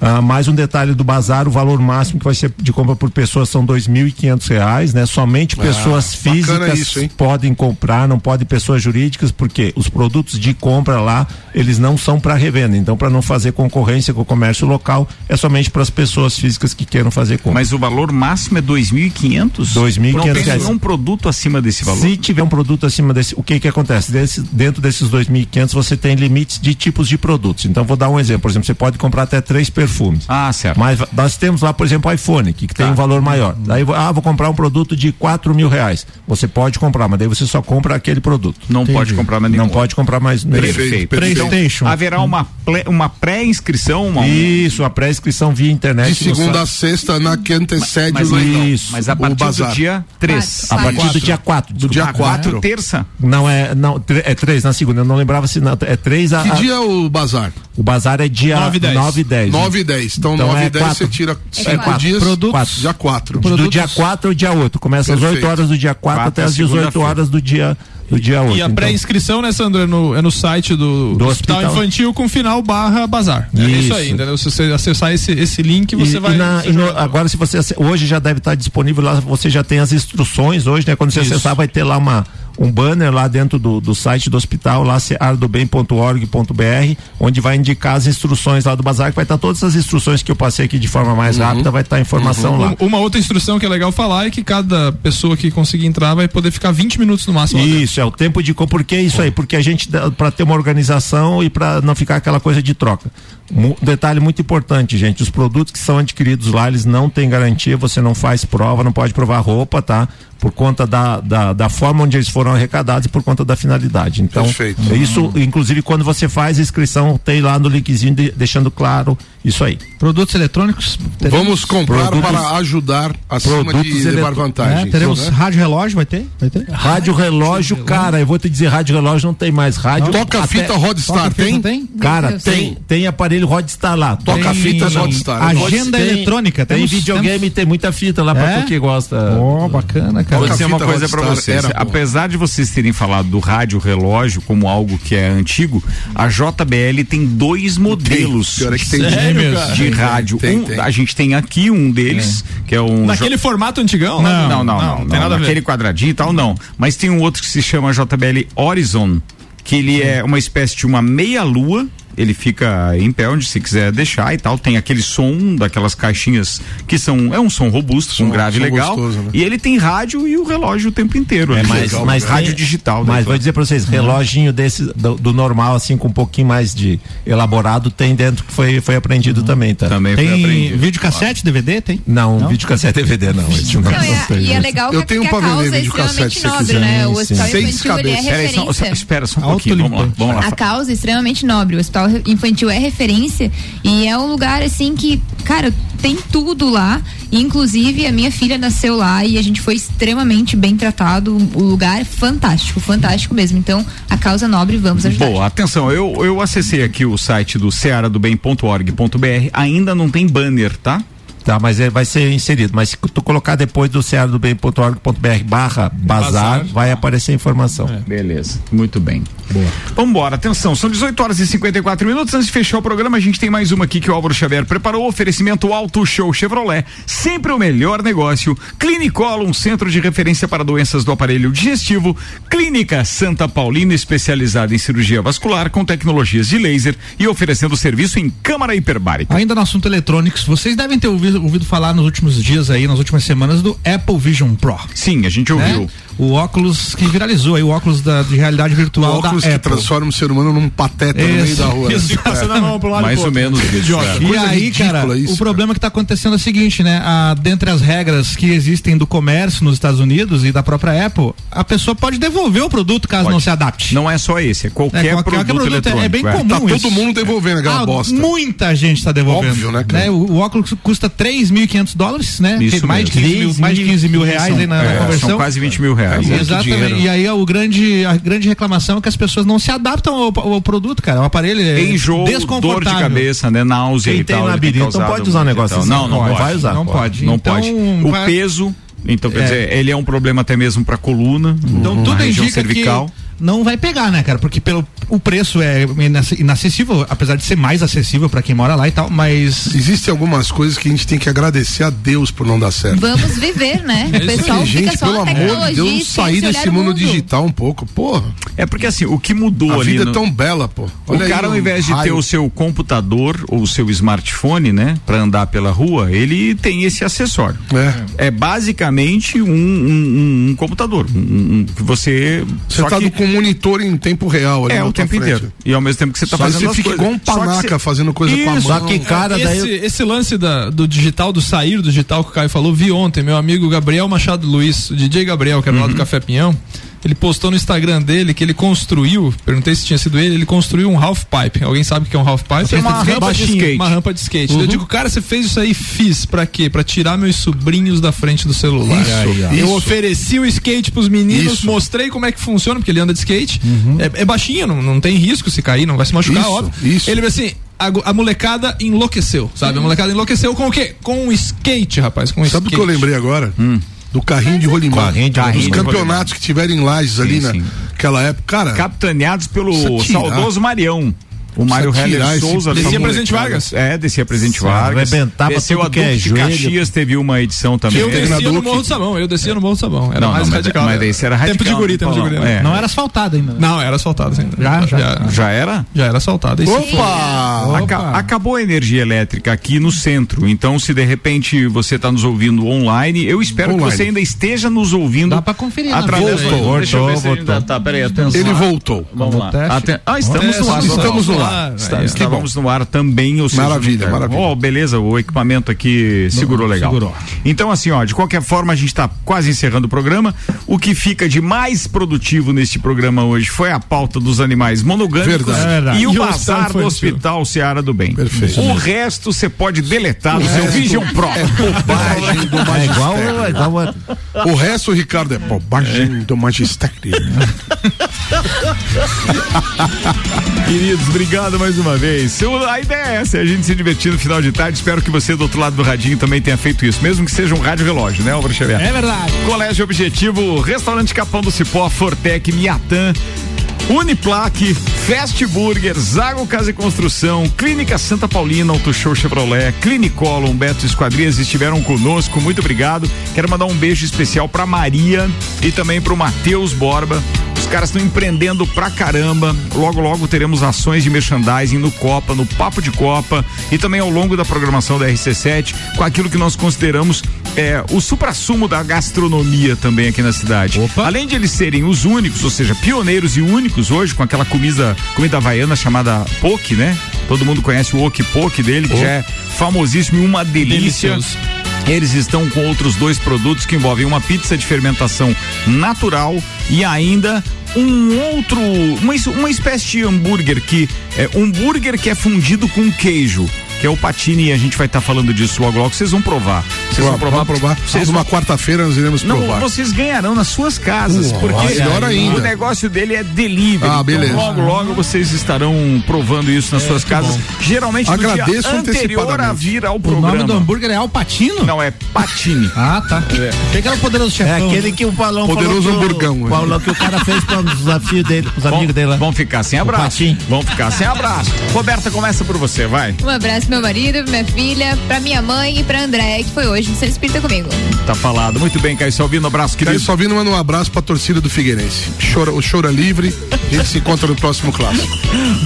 [SPEAKER 6] Ah, mais um detalhe do bazar, o valor máximo que vai ser de compra por pessoa são dois mil e quinhentos reais, né? Somente
[SPEAKER 3] Ah,
[SPEAKER 6] pessoas
[SPEAKER 3] bacana
[SPEAKER 6] físicas
[SPEAKER 3] isso, hein?
[SPEAKER 6] podem comprar, não podem pessoas jurídicas, porque os produtos de compra lá, eles não são para revenda. Então, para não fazer concorrência com o comércio local, é somente para as pessoas físicas que queiram fazer compra.
[SPEAKER 1] Mas o valor máximo é
[SPEAKER 6] 2.500
[SPEAKER 1] 2.500? Não tem
[SPEAKER 6] reais.
[SPEAKER 1] nenhum É um produto acima desse valor?
[SPEAKER 6] Se tiver um produto acima desse, o que que acontece? Desse- dentro desses 2.500 você tem limites de tipos de produtos. Então vou dar um exemplo, por exemplo, você pode comprar até três perfumes.
[SPEAKER 1] Ah, certo. Tá.
[SPEAKER 6] Mas va- nós temos lá, por exemplo, iPhone, que, que tem um valor maior. Daí, vo- ah, vou comprar um produto de quatro mil reais. Você pode comprar, mas daí você só compra aquele produto.
[SPEAKER 1] Não pode comprar mais nenhum
[SPEAKER 6] Não pode comprar mais nenhum.
[SPEAKER 1] Perfeito. Então, haverá uma, ple- uma pré-inscrição? Uma...
[SPEAKER 6] Isso, a pré-inscrição via internet.
[SPEAKER 3] De segunda a sexta, na que antecede
[SPEAKER 1] Mas-
[SPEAKER 3] o
[SPEAKER 1] mas-
[SPEAKER 3] leilão.
[SPEAKER 1] Isso. Mas a
[SPEAKER 3] o
[SPEAKER 1] partir do
[SPEAKER 3] bazar.
[SPEAKER 1] dia três.
[SPEAKER 6] A partir do dia 4.
[SPEAKER 3] Do dia 4.
[SPEAKER 1] Terça?
[SPEAKER 6] Não, é, não, tre- é 3 na segunda. Eu não lembrava se na, é 3 a.
[SPEAKER 3] Que
[SPEAKER 6] a-
[SPEAKER 3] dia é o bazar?
[SPEAKER 6] O bazar é dia 9
[SPEAKER 3] 9
[SPEAKER 6] e
[SPEAKER 3] e
[SPEAKER 6] 10.
[SPEAKER 3] 10. 9 e 10. Então, 9 e 10
[SPEAKER 6] é quatro.
[SPEAKER 3] você tira cinco
[SPEAKER 6] quatro.
[SPEAKER 3] dias,
[SPEAKER 6] Produtos-
[SPEAKER 3] quatro. dia 4.
[SPEAKER 6] Do dia 4 ao dia 8. Começa às
[SPEAKER 3] Perfeito.
[SPEAKER 6] 8 horas do dia 4
[SPEAKER 3] Quatro
[SPEAKER 6] até
[SPEAKER 3] é
[SPEAKER 6] às 18
[SPEAKER 3] segunda-feira.
[SPEAKER 6] horas do dia, do dia 8.
[SPEAKER 5] E a pré-inscrição, né, Sandro, é no, é no site do,
[SPEAKER 6] então. Do
[SPEAKER 5] hospital,
[SPEAKER 6] hospital.
[SPEAKER 5] Infantil com final barra bazar. É
[SPEAKER 6] Isso.
[SPEAKER 5] isso aí, entendeu? Se você acessar esse, esse link, você
[SPEAKER 6] e,
[SPEAKER 5] vai.
[SPEAKER 6] e na- e no- agora, se você acess- hoje já deve estar disponível lá, você já tem as instruções hoje, né? Quando você
[SPEAKER 5] Isso.
[SPEAKER 6] acessar, vai ter lá uma, um banner lá dentro do, do site do hospital, lá seardobem.org.br, onde vai indicar as instruções lá do bazar, que vai estar todas as instruções que eu passei aqui de forma
[SPEAKER 5] Uhum.
[SPEAKER 6] mais rápida, vai estar a informação lá.
[SPEAKER 5] Um- Uma outra instrução que é legal falar é que cada pessoa que conseguir entrar vai poder ficar 20 minutos no máximo. lá
[SPEAKER 6] Isso, é o tempo de. co- Por que isso aí? Porque a gente, para ter uma organização e para não ficar aquela coisa de troca. Mu- detalhe muito importante, gente: os produtos que são adquiridos lá, eles não têm garantia, você não faz prova, não pode provar roupa, tá? Por conta da, da, da forma onde eles foram arrecadados e por conta da finalidade. Então,
[SPEAKER 3] Perfeito.
[SPEAKER 6] isso, inclusive, quando você faz a inscrição, tem lá no linkzinho de- deixando claro isso aí.
[SPEAKER 2] Produtos eletrônicos.
[SPEAKER 3] Vamos comprar para ajudar acima
[SPEAKER 6] produtos
[SPEAKER 3] de levar
[SPEAKER 6] eletro-
[SPEAKER 3] vantagem.
[SPEAKER 6] né?
[SPEAKER 2] Teremos
[SPEAKER 6] Né?
[SPEAKER 2] rádio relógio, vai ter? Vai ter?
[SPEAKER 6] Rádio relógio, cara, eu vou te dizer, rádio relógio não tem mais
[SPEAKER 3] É
[SPEAKER 2] Não.
[SPEAKER 6] rádio.
[SPEAKER 2] Toca
[SPEAKER 6] até-
[SPEAKER 2] fita Rodstar, Toca fita tem? tem?
[SPEAKER 6] Cara,
[SPEAKER 2] Meu Deus.
[SPEAKER 6] tem, tem aparelho Rodstar lá. Toca
[SPEAKER 2] Tem
[SPEAKER 6] fita Rodstar.
[SPEAKER 2] agenda eletrônica,
[SPEAKER 6] tem
[SPEAKER 2] temos-
[SPEAKER 6] videogame, tem muita fita lá pra
[SPEAKER 2] É?
[SPEAKER 6] tu que gosta.
[SPEAKER 2] Ó, bacana, cara.
[SPEAKER 6] Toca
[SPEAKER 1] Vou dizer É uma
[SPEAKER 6] fita
[SPEAKER 1] coisa pra
[SPEAKER 6] Rodstar,
[SPEAKER 1] vocês.
[SPEAKER 6] era bom.
[SPEAKER 1] Apesar de vocês terem falado do rádio relógio como algo que é antigo, a JBL tem dois modelos
[SPEAKER 3] pior é que tem.
[SPEAKER 1] de-
[SPEAKER 3] Sério, cara?
[SPEAKER 1] de
[SPEAKER 3] Tem,
[SPEAKER 1] rádio.
[SPEAKER 3] tem,
[SPEAKER 1] Um-
[SPEAKER 3] tem.
[SPEAKER 1] A gente tem aqui um deles, que é um.
[SPEAKER 5] Naquele formato antigão? né?
[SPEAKER 1] Não, não, não, não.
[SPEAKER 5] tem nada a ver.
[SPEAKER 1] Aquele quadradinho e tal, não. Mas tem um outro que se chama JBL Horizon, que ele é uma espécie de uma meia-lua ele fica em pé onde se quiser deixar e tal. Tem aquele som daquelas caixinhas que são. É um som robusto, um grave
[SPEAKER 3] som
[SPEAKER 1] legal.
[SPEAKER 3] gostoso, né?
[SPEAKER 1] E ele tem rádio e o relógio o tempo inteiro.
[SPEAKER 6] É,
[SPEAKER 1] né?
[SPEAKER 6] mas,
[SPEAKER 1] Legal,
[SPEAKER 6] mas
[SPEAKER 1] rádio
[SPEAKER 6] tem-
[SPEAKER 1] digital. né?
[SPEAKER 6] Mas vou dizer pra vocês, reloginho desse do, do normal, assim, com um pouquinho mais de elaborado, tem dentro que foi, foi aprendido também, tá?
[SPEAKER 1] Também foi
[SPEAKER 2] Tem
[SPEAKER 1] aprendido.
[SPEAKER 2] videocassete, DVD? Tem?
[SPEAKER 6] Não, é vídeo cassete DVD não. esse não,
[SPEAKER 4] Não,
[SPEAKER 6] não
[SPEAKER 4] é-
[SPEAKER 6] tem,
[SPEAKER 4] e é
[SPEAKER 6] né?
[SPEAKER 4] legal
[SPEAKER 3] Eu
[SPEAKER 4] que
[SPEAKER 3] tenho
[SPEAKER 4] porque
[SPEAKER 3] pra
[SPEAKER 4] a
[SPEAKER 3] vender
[SPEAKER 4] causa é
[SPEAKER 3] videocassete,
[SPEAKER 4] extremamente
[SPEAKER 3] se
[SPEAKER 4] nobre,
[SPEAKER 3] quiser.
[SPEAKER 4] né? O
[SPEAKER 6] Sim,
[SPEAKER 4] hospital
[SPEAKER 3] sim. Seis
[SPEAKER 4] infantil ele é
[SPEAKER 3] cabeças.
[SPEAKER 1] Peraí, só- só-
[SPEAKER 4] referência.
[SPEAKER 1] espera só um pouquinho. Vamos lá. Vamos lá.
[SPEAKER 4] A causa é extremamente nobre. O hospital re- infantil é referência e é um lugar assim que, cara, tem tudo lá. E, Inclusive, a minha filha nasceu lá e a gente foi extremamente bem tratado. O lugar é fantástico, fantástico mesmo. Então, a causa nobre, vamos ajudar.
[SPEAKER 1] Boa, atenção, eu, eu acessei aqui o site do cearadobem.org.br, ainda não tem banner, tá?
[SPEAKER 6] Tá, mas é- vai ser inserido. Mas se tu colocar depois do cearodobem.org.br barra bazar, vai aparecer a informação.
[SPEAKER 1] É. Beleza, muito bem. Boa. Vambora, atenção, são 18 horas e 54 minutos. Antes de fechar o programa, a gente tem mais uma aqui que o Álvaro Xavier preparou. Oferecimento Auto Show Chevrolet, sempre o melhor negócio. Clinicolo, um centro de referência para doenças do aparelho digestivo. Clínica Santa Paulina, especializada em cirurgia vascular com tecnologias de laser e oferecendo serviço em câmara hiperbárica.
[SPEAKER 2] Ainda no assunto eletrônicos, vocês devem ter ouvido, ouvido falar nos últimos dias aí, nas últimas semanas, do Apple Vision Pro.
[SPEAKER 1] Sim, a gente
[SPEAKER 2] né?
[SPEAKER 1] ouviu.
[SPEAKER 2] O óculos que viralizou aí, o óculos da, de realidade
[SPEAKER 3] O
[SPEAKER 2] virtual
[SPEAKER 3] óculos
[SPEAKER 2] da
[SPEAKER 3] que
[SPEAKER 2] Apple.
[SPEAKER 3] transforma o ser humano num pateta no meio
[SPEAKER 2] Isso,
[SPEAKER 3] da rua. né?
[SPEAKER 2] exatamente.
[SPEAKER 1] Mais ou menos isso. é.
[SPEAKER 2] E
[SPEAKER 3] Coisa
[SPEAKER 2] aí,
[SPEAKER 3] ridícula
[SPEAKER 2] cara,
[SPEAKER 3] isso,
[SPEAKER 2] o problema que está acontecendo é o seguinte, né? Ah, dentre as regras que existem do comércio nos Estados Unidos e da própria Apple, a pessoa pode devolver o produto caso
[SPEAKER 1] Pode.
[SPEAKER 2] não se adapte.
[SPEAKER 1] Não é só esse, é qualquer,
[SPEAKER 2] É, qualquer
[SPEAKER 1] produto,
[SPEAKER 2] produto, é-
[SPEAKER 1] eletrônico.
[SPEAKER 2] é bem comum.
[SPEAKER 3] Tá todo
[SPEAKER 2] isso.
[SPEAKER 3] mundo devolvendo aquela
[SPEAKER 2] Ah,
[SPEAKER 3] bosta.
[SPEAKER 2] Muita gente está devolvendo.
[SPEAKER 3] Óbvio, né, cara?
[SPEAKER 2] O, o óculos custa 3.500 dólares, né?
[SPEAKER 1] é. Isso
[SPEAKER 2] mais, de
[SPEAKER 1] mesmo.
[SPEAKER 2] 15 mil, mais de 15 mil reais aí na, na
[SPEAKER 1] É, são
[SPEAKER 2] conversão.
[SPEAKER 1] quase 20 mil
[SPEAKER 5] é,
[SPEAKER 1] reais. né?
[SPEAKER 2] Exatamente.
[SPEAKER 3] dinheiro.
[SPEAKER 2] E aí ó, o grande, a grande reclamação é que as pessoas não se adaptam ao, ao produto, cara. O aparelho é
[SPEAKER 1] Enjoo, dor
[SPEAKER 2] desconfortável.
[SPEAKER 1] de cabeça, né? Náusea
[SPEAKER 6] Quem
[SPEAKER 1] e
[SPEAKER 6] tem
[SPEAKER 1] tal. ele
[SPEAKER 6] labirinto
[SPEAKER 2] então
[SPEAKER 1] causado
[SPEAKER 6] não pode usar um
[SPEAKER 1] muito e
[SPEAKER 6] negócio
[SPEAKER 1] tal.
[SPEAKER 6] assim,
[SPEAKER 1] Não, não,
[SPEAKER 6] não
[SPEAKER 1] pode.
[SPEAKER 6] vai usar.
[SPEAKER 2] Não pode.
[SPEAKER 1] Não
[SPEAKER 2] Então,
[SPEAKER 1] pode. O
[SPEAKER 2] vai-
[SPEAKER 1] peso, então quer dizer, ele é um problema até mesmo pra coluna,
[SPEAKER 2] Então
[SPEAKER 1] na
[SPEAKER 2] tudo
[SPEAKER 1] Uhum. região
[SPEAKER 2] indica
[SPEAKER 1] cervical.
[SPEAKER 2] que não vai pegar, né, cara? Porque pelo o preço é inac- inacessível, apesar de ser mais acessível pra quem mora lá e tal, mas
[SPEAKER 3] Existem algumas coisas que a gente tem que agradecer a Deus por não dar certo.
[SPEAKER 4] Vamos viver, né? O pessoal
[SPEAKER 3] Porque,
[SPEAKER 4] fica
[SPEAKER 3] É gente,
[SPEAKER 4] só
[SPEAKER 3] pelo
[SPEAKER 4] na
[SPEAKER 3] amor de
[SPEAKER 4] tecnologia.
[SPEAKER 3] Deus,
[SPEAKER 4] esquece
[SPEAKER 3] sair
[SPEAKER 4] de olhar
[SPEAKER 3] desse
[SPEAKER 4] o
[SPEAKER 3] mundo
[SPEAKER 4] mundo.
[SPEAKER 3] digital um pouco. Porra,
[SPEAKER 1] É porque assim, o que mudou
[SPEAKER 3] a
[SPEAKER 1] ali
[SPEAKER 3] vida
[SPEAKER 1] no-
[SPEAKER 3] é tão bela, pô.
[SPEAKER 1] o
[SPEAKER 2] é
[SPEAKER 3] aí
[SPEAKER 1] cara, ao
[SPEAKER 3] um
[SPEAKER 1] invés de ter
[SPEAKER 3] raio.
[SPEAKER 1] o seu computador ou o seu smartphone, né, Pra andar pela rua, ele tem esse acessório.
[SPEAKER 3] É.
[SPEAKER 1] É basicamente um, um- um- um computador. um- um- que você.
[SPEAKER 3] Você
[SPEAKER 1] só
[SPEAKER 3] tá
[SPEAKER 1] que
[SPEAKER 3] do- com o monitor em tempo real ali
[SPEAKER 1] é
[SPEAKER 3] na
[SPEAKER 1] o
[SPEAKER 3] tua
[SPEAKER 1] tempo
[SPEAKER 3] frente.
[SPEAKER 1] inteiro. E ao mesmo tempo que você tá
[SPEAKER 3] Só
[SPEAKER 1] fazendo
[SPEAKER 3] você
[SPEAKER 1] as
[SPEAKER 3] fica
[SPEAKER 1] coisas.
[SPEAKER 3] igual um
[SPEAKER 1] Só que você-
[SPEAKER 3] panaca fazendo coisa com a mão.
[SPEAKER 6] Só que, cara, daí.
[SPEAKER 5] Esse, esse lance da- do digital, do sair do digital que o Caio falou, vi ontem, meu amigo Gabriel Machado Luiz, o DJ Gabriel, que era lá do Café Pinhão, ele postou no Instagram dele que ele construiu, perguntei se tinha sido ele, ele construiu um half pipe. Alguém sabe o que é um half pipe?
[SPEAKER 1] Tem uma rampa de
[SPEAKER 5] baixinha,
[SPEAKER 1] skate.
[SPEAKER 5] Uma rampa de skate. Eu digo, cara, você fez isso aí? Fiz. Pra quê? Pra tirar meus sobrinhos da frente do celular.
[SPEAKER 3] Isso,
[SPEAKER 5] Eu
[SPEAKER 3] isso.
[SPEAKER 5] ofereci o skate pros meninos,
[SPEAKER 3] Isso.
[SPEAKER 5] mostrei como é que funciona, porque ele anda de skate. É, é baixinho, não, não tem risco se cair, não vai se machucar,
[SPEAKER 3] Isso,
[SPEAKER 5] óbvio.
[SPEAKER 3] isso.
[SPEAKER 5] Ele assim, a, go- a molecada enlouqueceu, sabe? A molecada enlouqueceu com o quê? Com o skate, rapaz. Com o
[SPEAKER 3] Sabe o que
[SPEAKER 5] skate.
[SPEAKER 3] eu lembrei agora?
[SPEAKER 1] Hum.
[SPEAKER 3] Do carrinho de rolimar.
[SPEAKER 6] Carrinho de
[SPEAKER 3] Dos
[SPEAKER 1] rolimã.
[SPEAKER 3] campeonatos que tiveram em Lages ali
[SPEAKER 1] sim.
[SPEAKER 3] naquela época. Cara,
[SPEAKER 1] capitaneados pelo
[SPEAKER 3] Precisa tirar.
[SPEAKER 1] saudoso Marião. O Mário
[SPEAKER 3] Precisa
[SPEAKER 1] Heller
[SPEAKER 3] tirar esse-
[SPEAKER 1] Souza.
[SPEAKER 5] Descia
[SPEAKER 1] essa
[SPEAKER 5] Presidente
[SPEAKER 1] molecada.
[SPEAKER 5] Vargas.
[SPEAKER 1] É, descia Presidente
[SPEAKER 6] Vai
[SPEAKER 1] Vargas.
[SPEAKER 6] arrebentar pra
[SPEAKER 1] Desceu
[SPEAKER 6] tudo
[SPEAKER 1] a
[SPEAKER 6] que é
[SPEAKER 1] Duque de
[SPEAKER 6] joelho.
[SPEAKER 1] Caxias, teve uma edição também.
[SPEAKER 5] Eu descia
[SPEAKER 3] Treinador
[SPEAKER 5] no Morro
[SPEAKER 3] que-
[SPEAKER 5] do Sabão, eu descia no Morro do Sabão. Era
[SPEAKER 1] Não,
[SPEAKER 5] mais
[SPEAKER 1] não, mas- é-
[SPEAKER 5] radical.
[SPEAKER 1] mas daí isso era radical,
[SPEAKER 5] Tempo de guri,
[SPEAKER 1] né,
[SPEAKER 5] tempo de guri.
[SPEAKER 1] Paulão? É.
[SPEAKER 2] não era asfaltado ainda. né?
[SPEAKER 5] Não, era assaltado assim.
[SPEAKER 2] Já, já.
[SPEAKER 5] já,
[SPEAKER 1] Já era?
[SPEAKER 5] já era assaltado. Esse foi-
[SPEAKER 3] opa!
[SPEAKER 1] Aca- acabou a energia elétrica aqui no centro. Então, se de repente você está nos ouvindo online, eu espero que
[SPEAKER 3] Online.
[SPEAKER 1] você ainda esteja nos ouvindo.
[SPEAKER 2] Dá pra conferir, né?
[SPEAKER 1] Através do.
[SPEAKER 3] Voltou,
[SPEAKER 1] Deixa eu ver se a gente ainda tá. Peraí, atenção.
[SPEAKER 3] Ele voltou.
[SPEAKER 1] Vamos lá.
[SPEAKER 2] Teste.
[SPEAKER 1] Aten- Ah, estamos
[SPEAKER 5] É,
[SPEAKER 1] no ar.
[SPEAKER 3] Estamos no ar.
[SPEAKER 1] Está,
[SPEAKER 5] Aí, ó.
[SPEAKER 1] estávamos Tá no ar também, ou seja,
[SPEAKER 3] Tá Maravilha,
[SPEAKER 1] não-
[SPEAKER 3] maravilha.
[SPEAKER 1] Ó, beleza, o equipamento aqui segurou legal.
[SPEAKER 2] segurou.
[SPEAKER 1] Então, assim, ó, de qualquer forma, a gente está quase encerrando o programa. O que fica de mais produtivo neste programa hoje foi a pauta dos animais monogâmicos
[SPEAKER 3] Verdade.
[SPEAKER 2] É verdade.
[SPEAKER 1] e o
[SPEAKER 2] E o
[SPEAKER 1] bazar do
[SPEAKER 2] infantil.
[SPEAKER 1] Hospital Seara do Bem.
[SPEAKER 3] Perfeito.
[SPEAKER 1] O resto você pode deletar do seu
[SPEAKER 3] resto
[SPEAKER 1] Vision Pro.
[SPEAKER 3] Bobagem do
[SPEAKER 6] É igual,
[SPEAKER 3] magistério.
[SPEAKER 6] é igual a-
[SPEAKER 3] O resto, Ricardo, é bobagem do magistério.
[SPEAKER 1] Queridos, obrigado mais uma vez. Eu- A ideia é essa, é a gente se divertir no final de tarde. Espero que você do outro lado do radinho também tenha feito isso, mesmo que seja um rádio relógio, né, Álvaro Xavier?
[SPEAKER 2] É verdade.
[SPEAKER 1] Colégio Objetivo, Restaurante Capão do Cipó, Fortec, Miatan, Uniplaque, Fast Burger, Zago Casa e Construção, Clínica Santa Paulina, Auto Show Chevrolet, Clinicolo, Humberto Esquadrias estiveram conosco, muito obrigado. Quero mandar um beijo especial para Maria e também para o Matheus Borba, Os caras estão empreendendo pra caramba. Logo, logo teremos ações de merchandising no Copa, no Papo de Copa e também ao longo da programação da RC7, com aquilo que nós consideramos é, o suprassumo da gastronomia também aqui na cidade. Além de eles serem os únicos, ou seja, pioneiros e únicos hoje com aquela comida, comida havaiana chamada poke, né? Todo mundo conhece o oki poke dele,
[SPEAKER 3] Oh.
[SPEAKER 1] que já é famosíssimo e uma delícia.
[SPEAKER 5] Delicioso.
[SPEAKER 1] Eles estão com outros dois produtos que envolvem uma pizza de fermentação natural e ainda um outro, uma, es- uma espécie de hambúrguer que é um hambúrguer que é fundido com queijo, que é o patine e a gente vai estar falando disso logo logo, vocês vão provar. Vocês vão
[SPEAKER 3] Vamos
[SPEAKER 1] provar,
[SPEAKER 3] provar, provar.
[SPEAKER 1] Vocês
[SPEAKER 3] Alguma quarta-feira nós iremos
[SPEAKER 1] não,
[SPEAKER 3] provar.
[SPEAKER 1] vocês ganharão nas suas casas,
[SPEAKER 3] Nossa,
[SPEAKER 1] porque
[SPEAKER 3] melhor ainda.
[SPEAKER 1] o negócio dele é delivery.
[SPEAKER 3] Oh.
[SPEAKER 1] Então,
[SPEAKER 3] Ah, beleza. É,
[SPEAKER 1] logo, logo vocês estarão provando isso nas suas casas. Geralmente no
[SPEAKER 3] Agradeço
[SPEAKER 1] dia anterior a
[SPEAKER 3] antecipadamente.
[SPEAKER 1] vir ao
[SPEAKER 2] O nome do
[SPEAKER 1] programa.
[SPEAKER 2] hambúrguer é Alpatino?
[SPEAKER 1] Não, é patine.
[SPEAKER 2] Ah, tá. Achei que era o poderoso
[SPEAKER 12] É
[SPEAKER 2] chefão.
[SPEAKER 12] aquele que o Paulão
[SPEAKER 3] Poderoso
[SPEAKER 12] falou que
[SPEAKER 3] hamburgão,
[SPEAKER 12] o,
[SPEAKER 3] né?
[SPEAKER 12] Paulão que o cara fez para os desafios dele, os
[SPEAKER 1] Vão-
[SPEAKER 12] amigos dele lá.
[SPEAKER 1] Vão ficar sem abraço.
[SPEAKER 12] Patim.
[SPEAKER 1] Vão ficar sem abraço. Roberta, começa por você, vai.
[SPEAKER 4] Um abraço, meu marido, pra minha filha, pra minha mãe e pra André, que foi hoje no Centro Espírita comigo.
[SPEAKER 1] Tá falado. Muito bem, Caio Salvino, abraço,
[SPEAKER 3] Aí
[SPEAKER 1] querido.
[SPEAKER 3] só vindo manda um abraço pra torcida do Figueirense. Chora, o choro é livre. A gente se encontra no próximo clássico.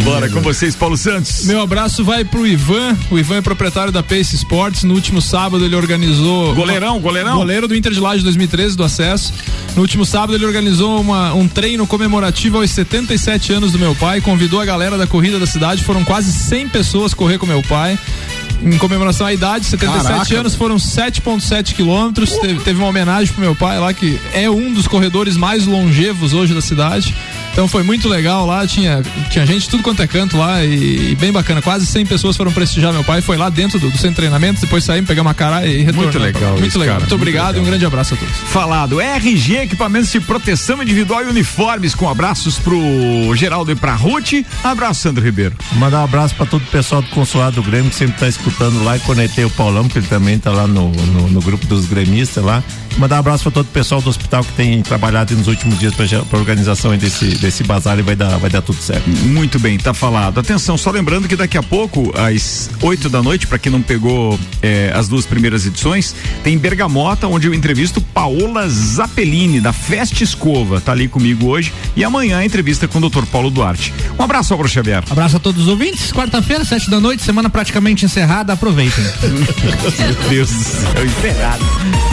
[SPEAKER 1] Bora é com vocês, Paulo Santos.
[SPEAKER 5] Meu abraço vai pro Ivan. O Ivan é proprietário da Pace Sports. No último sábado ele organizou.
[SPEAKER 1] Goleirão, goleirão?
[SPEAKER 5] Goleiro do Inter de Laje 2013, do acesso. No último sábado ele organizou uma- um treino comemorativo aos 77 anos do meu pai. Convidou a galera da corrida da cidade. Foram quase 100 pessoas correr com meu pai. Em comemoração à idade, 77
[SPEAKER 3] Caraca,
[SPEAKER 5] anos, foram 7,7 quilômetros. Te- Teve, uma homenagem pro meu pai lá, que é um dos corredores mais longevos hoje da cidade. Então foi muito legal lá, tinha, tinha gente de tudo quanto é canto lá e, e bem bacana. Quase 100 pessoas foram prestigiar meu pai. Foi lá dentro do, do centro de treinamento, depois saímos, pegamos uma cara e retornamos.
[SPEAKER 1] legal
[SPEAKER 5] Muito
[SPEAKER 1] isso,
[SPEAKER 5] legal.
[SPEAKER 1] cara, muito
[SPEAKER 5] Muito obrigado
[SPEAKER 1] legal.
[SPEAKER 5] e um grande abraço a todos.
[SPEAKER 1] Falado, RG Equipamentos de Proteção Individual e Uniformes, com abraços pro Geraldo e pra Ruth. Abraço, Sandro Ribeiro.
[SPEAKER 12] Mandar um abraço pra todo o pessoal do Consulado do Grêmio que sempre tá escutando lá e conectei o Paulão, que ele também tá lá no, no, no grupo dos gremistas lá. Mandar um abraço pra todo o pessoal do hospital que tem trabalhado nos últimos dias pra, ge- pra organização aí desse, desse bazar e vai dar, vai dar tudo certo.
[SPEAKER 1] Muito bem, tá falado. Atenção, só lembrando que daqui a pouco, às 8 da noite, para quem não pegou eh, as duas primeiras edições, tem Bergamota, onde eu entrevisto Paola Zappellini, da Festa Escova, tá ali comigo hoje. E amanhã a entrevista com o Dr. Paulo Duarte. Um abraço, Álvaro Xavier.
[SPEAKER 2] Abraço a todos os ouvintes. Quarta-feira, sete da noite, semana praticamente encerrada. Aproveitem.
[SPEAKER 1] Meu Deus do céu, enterrado.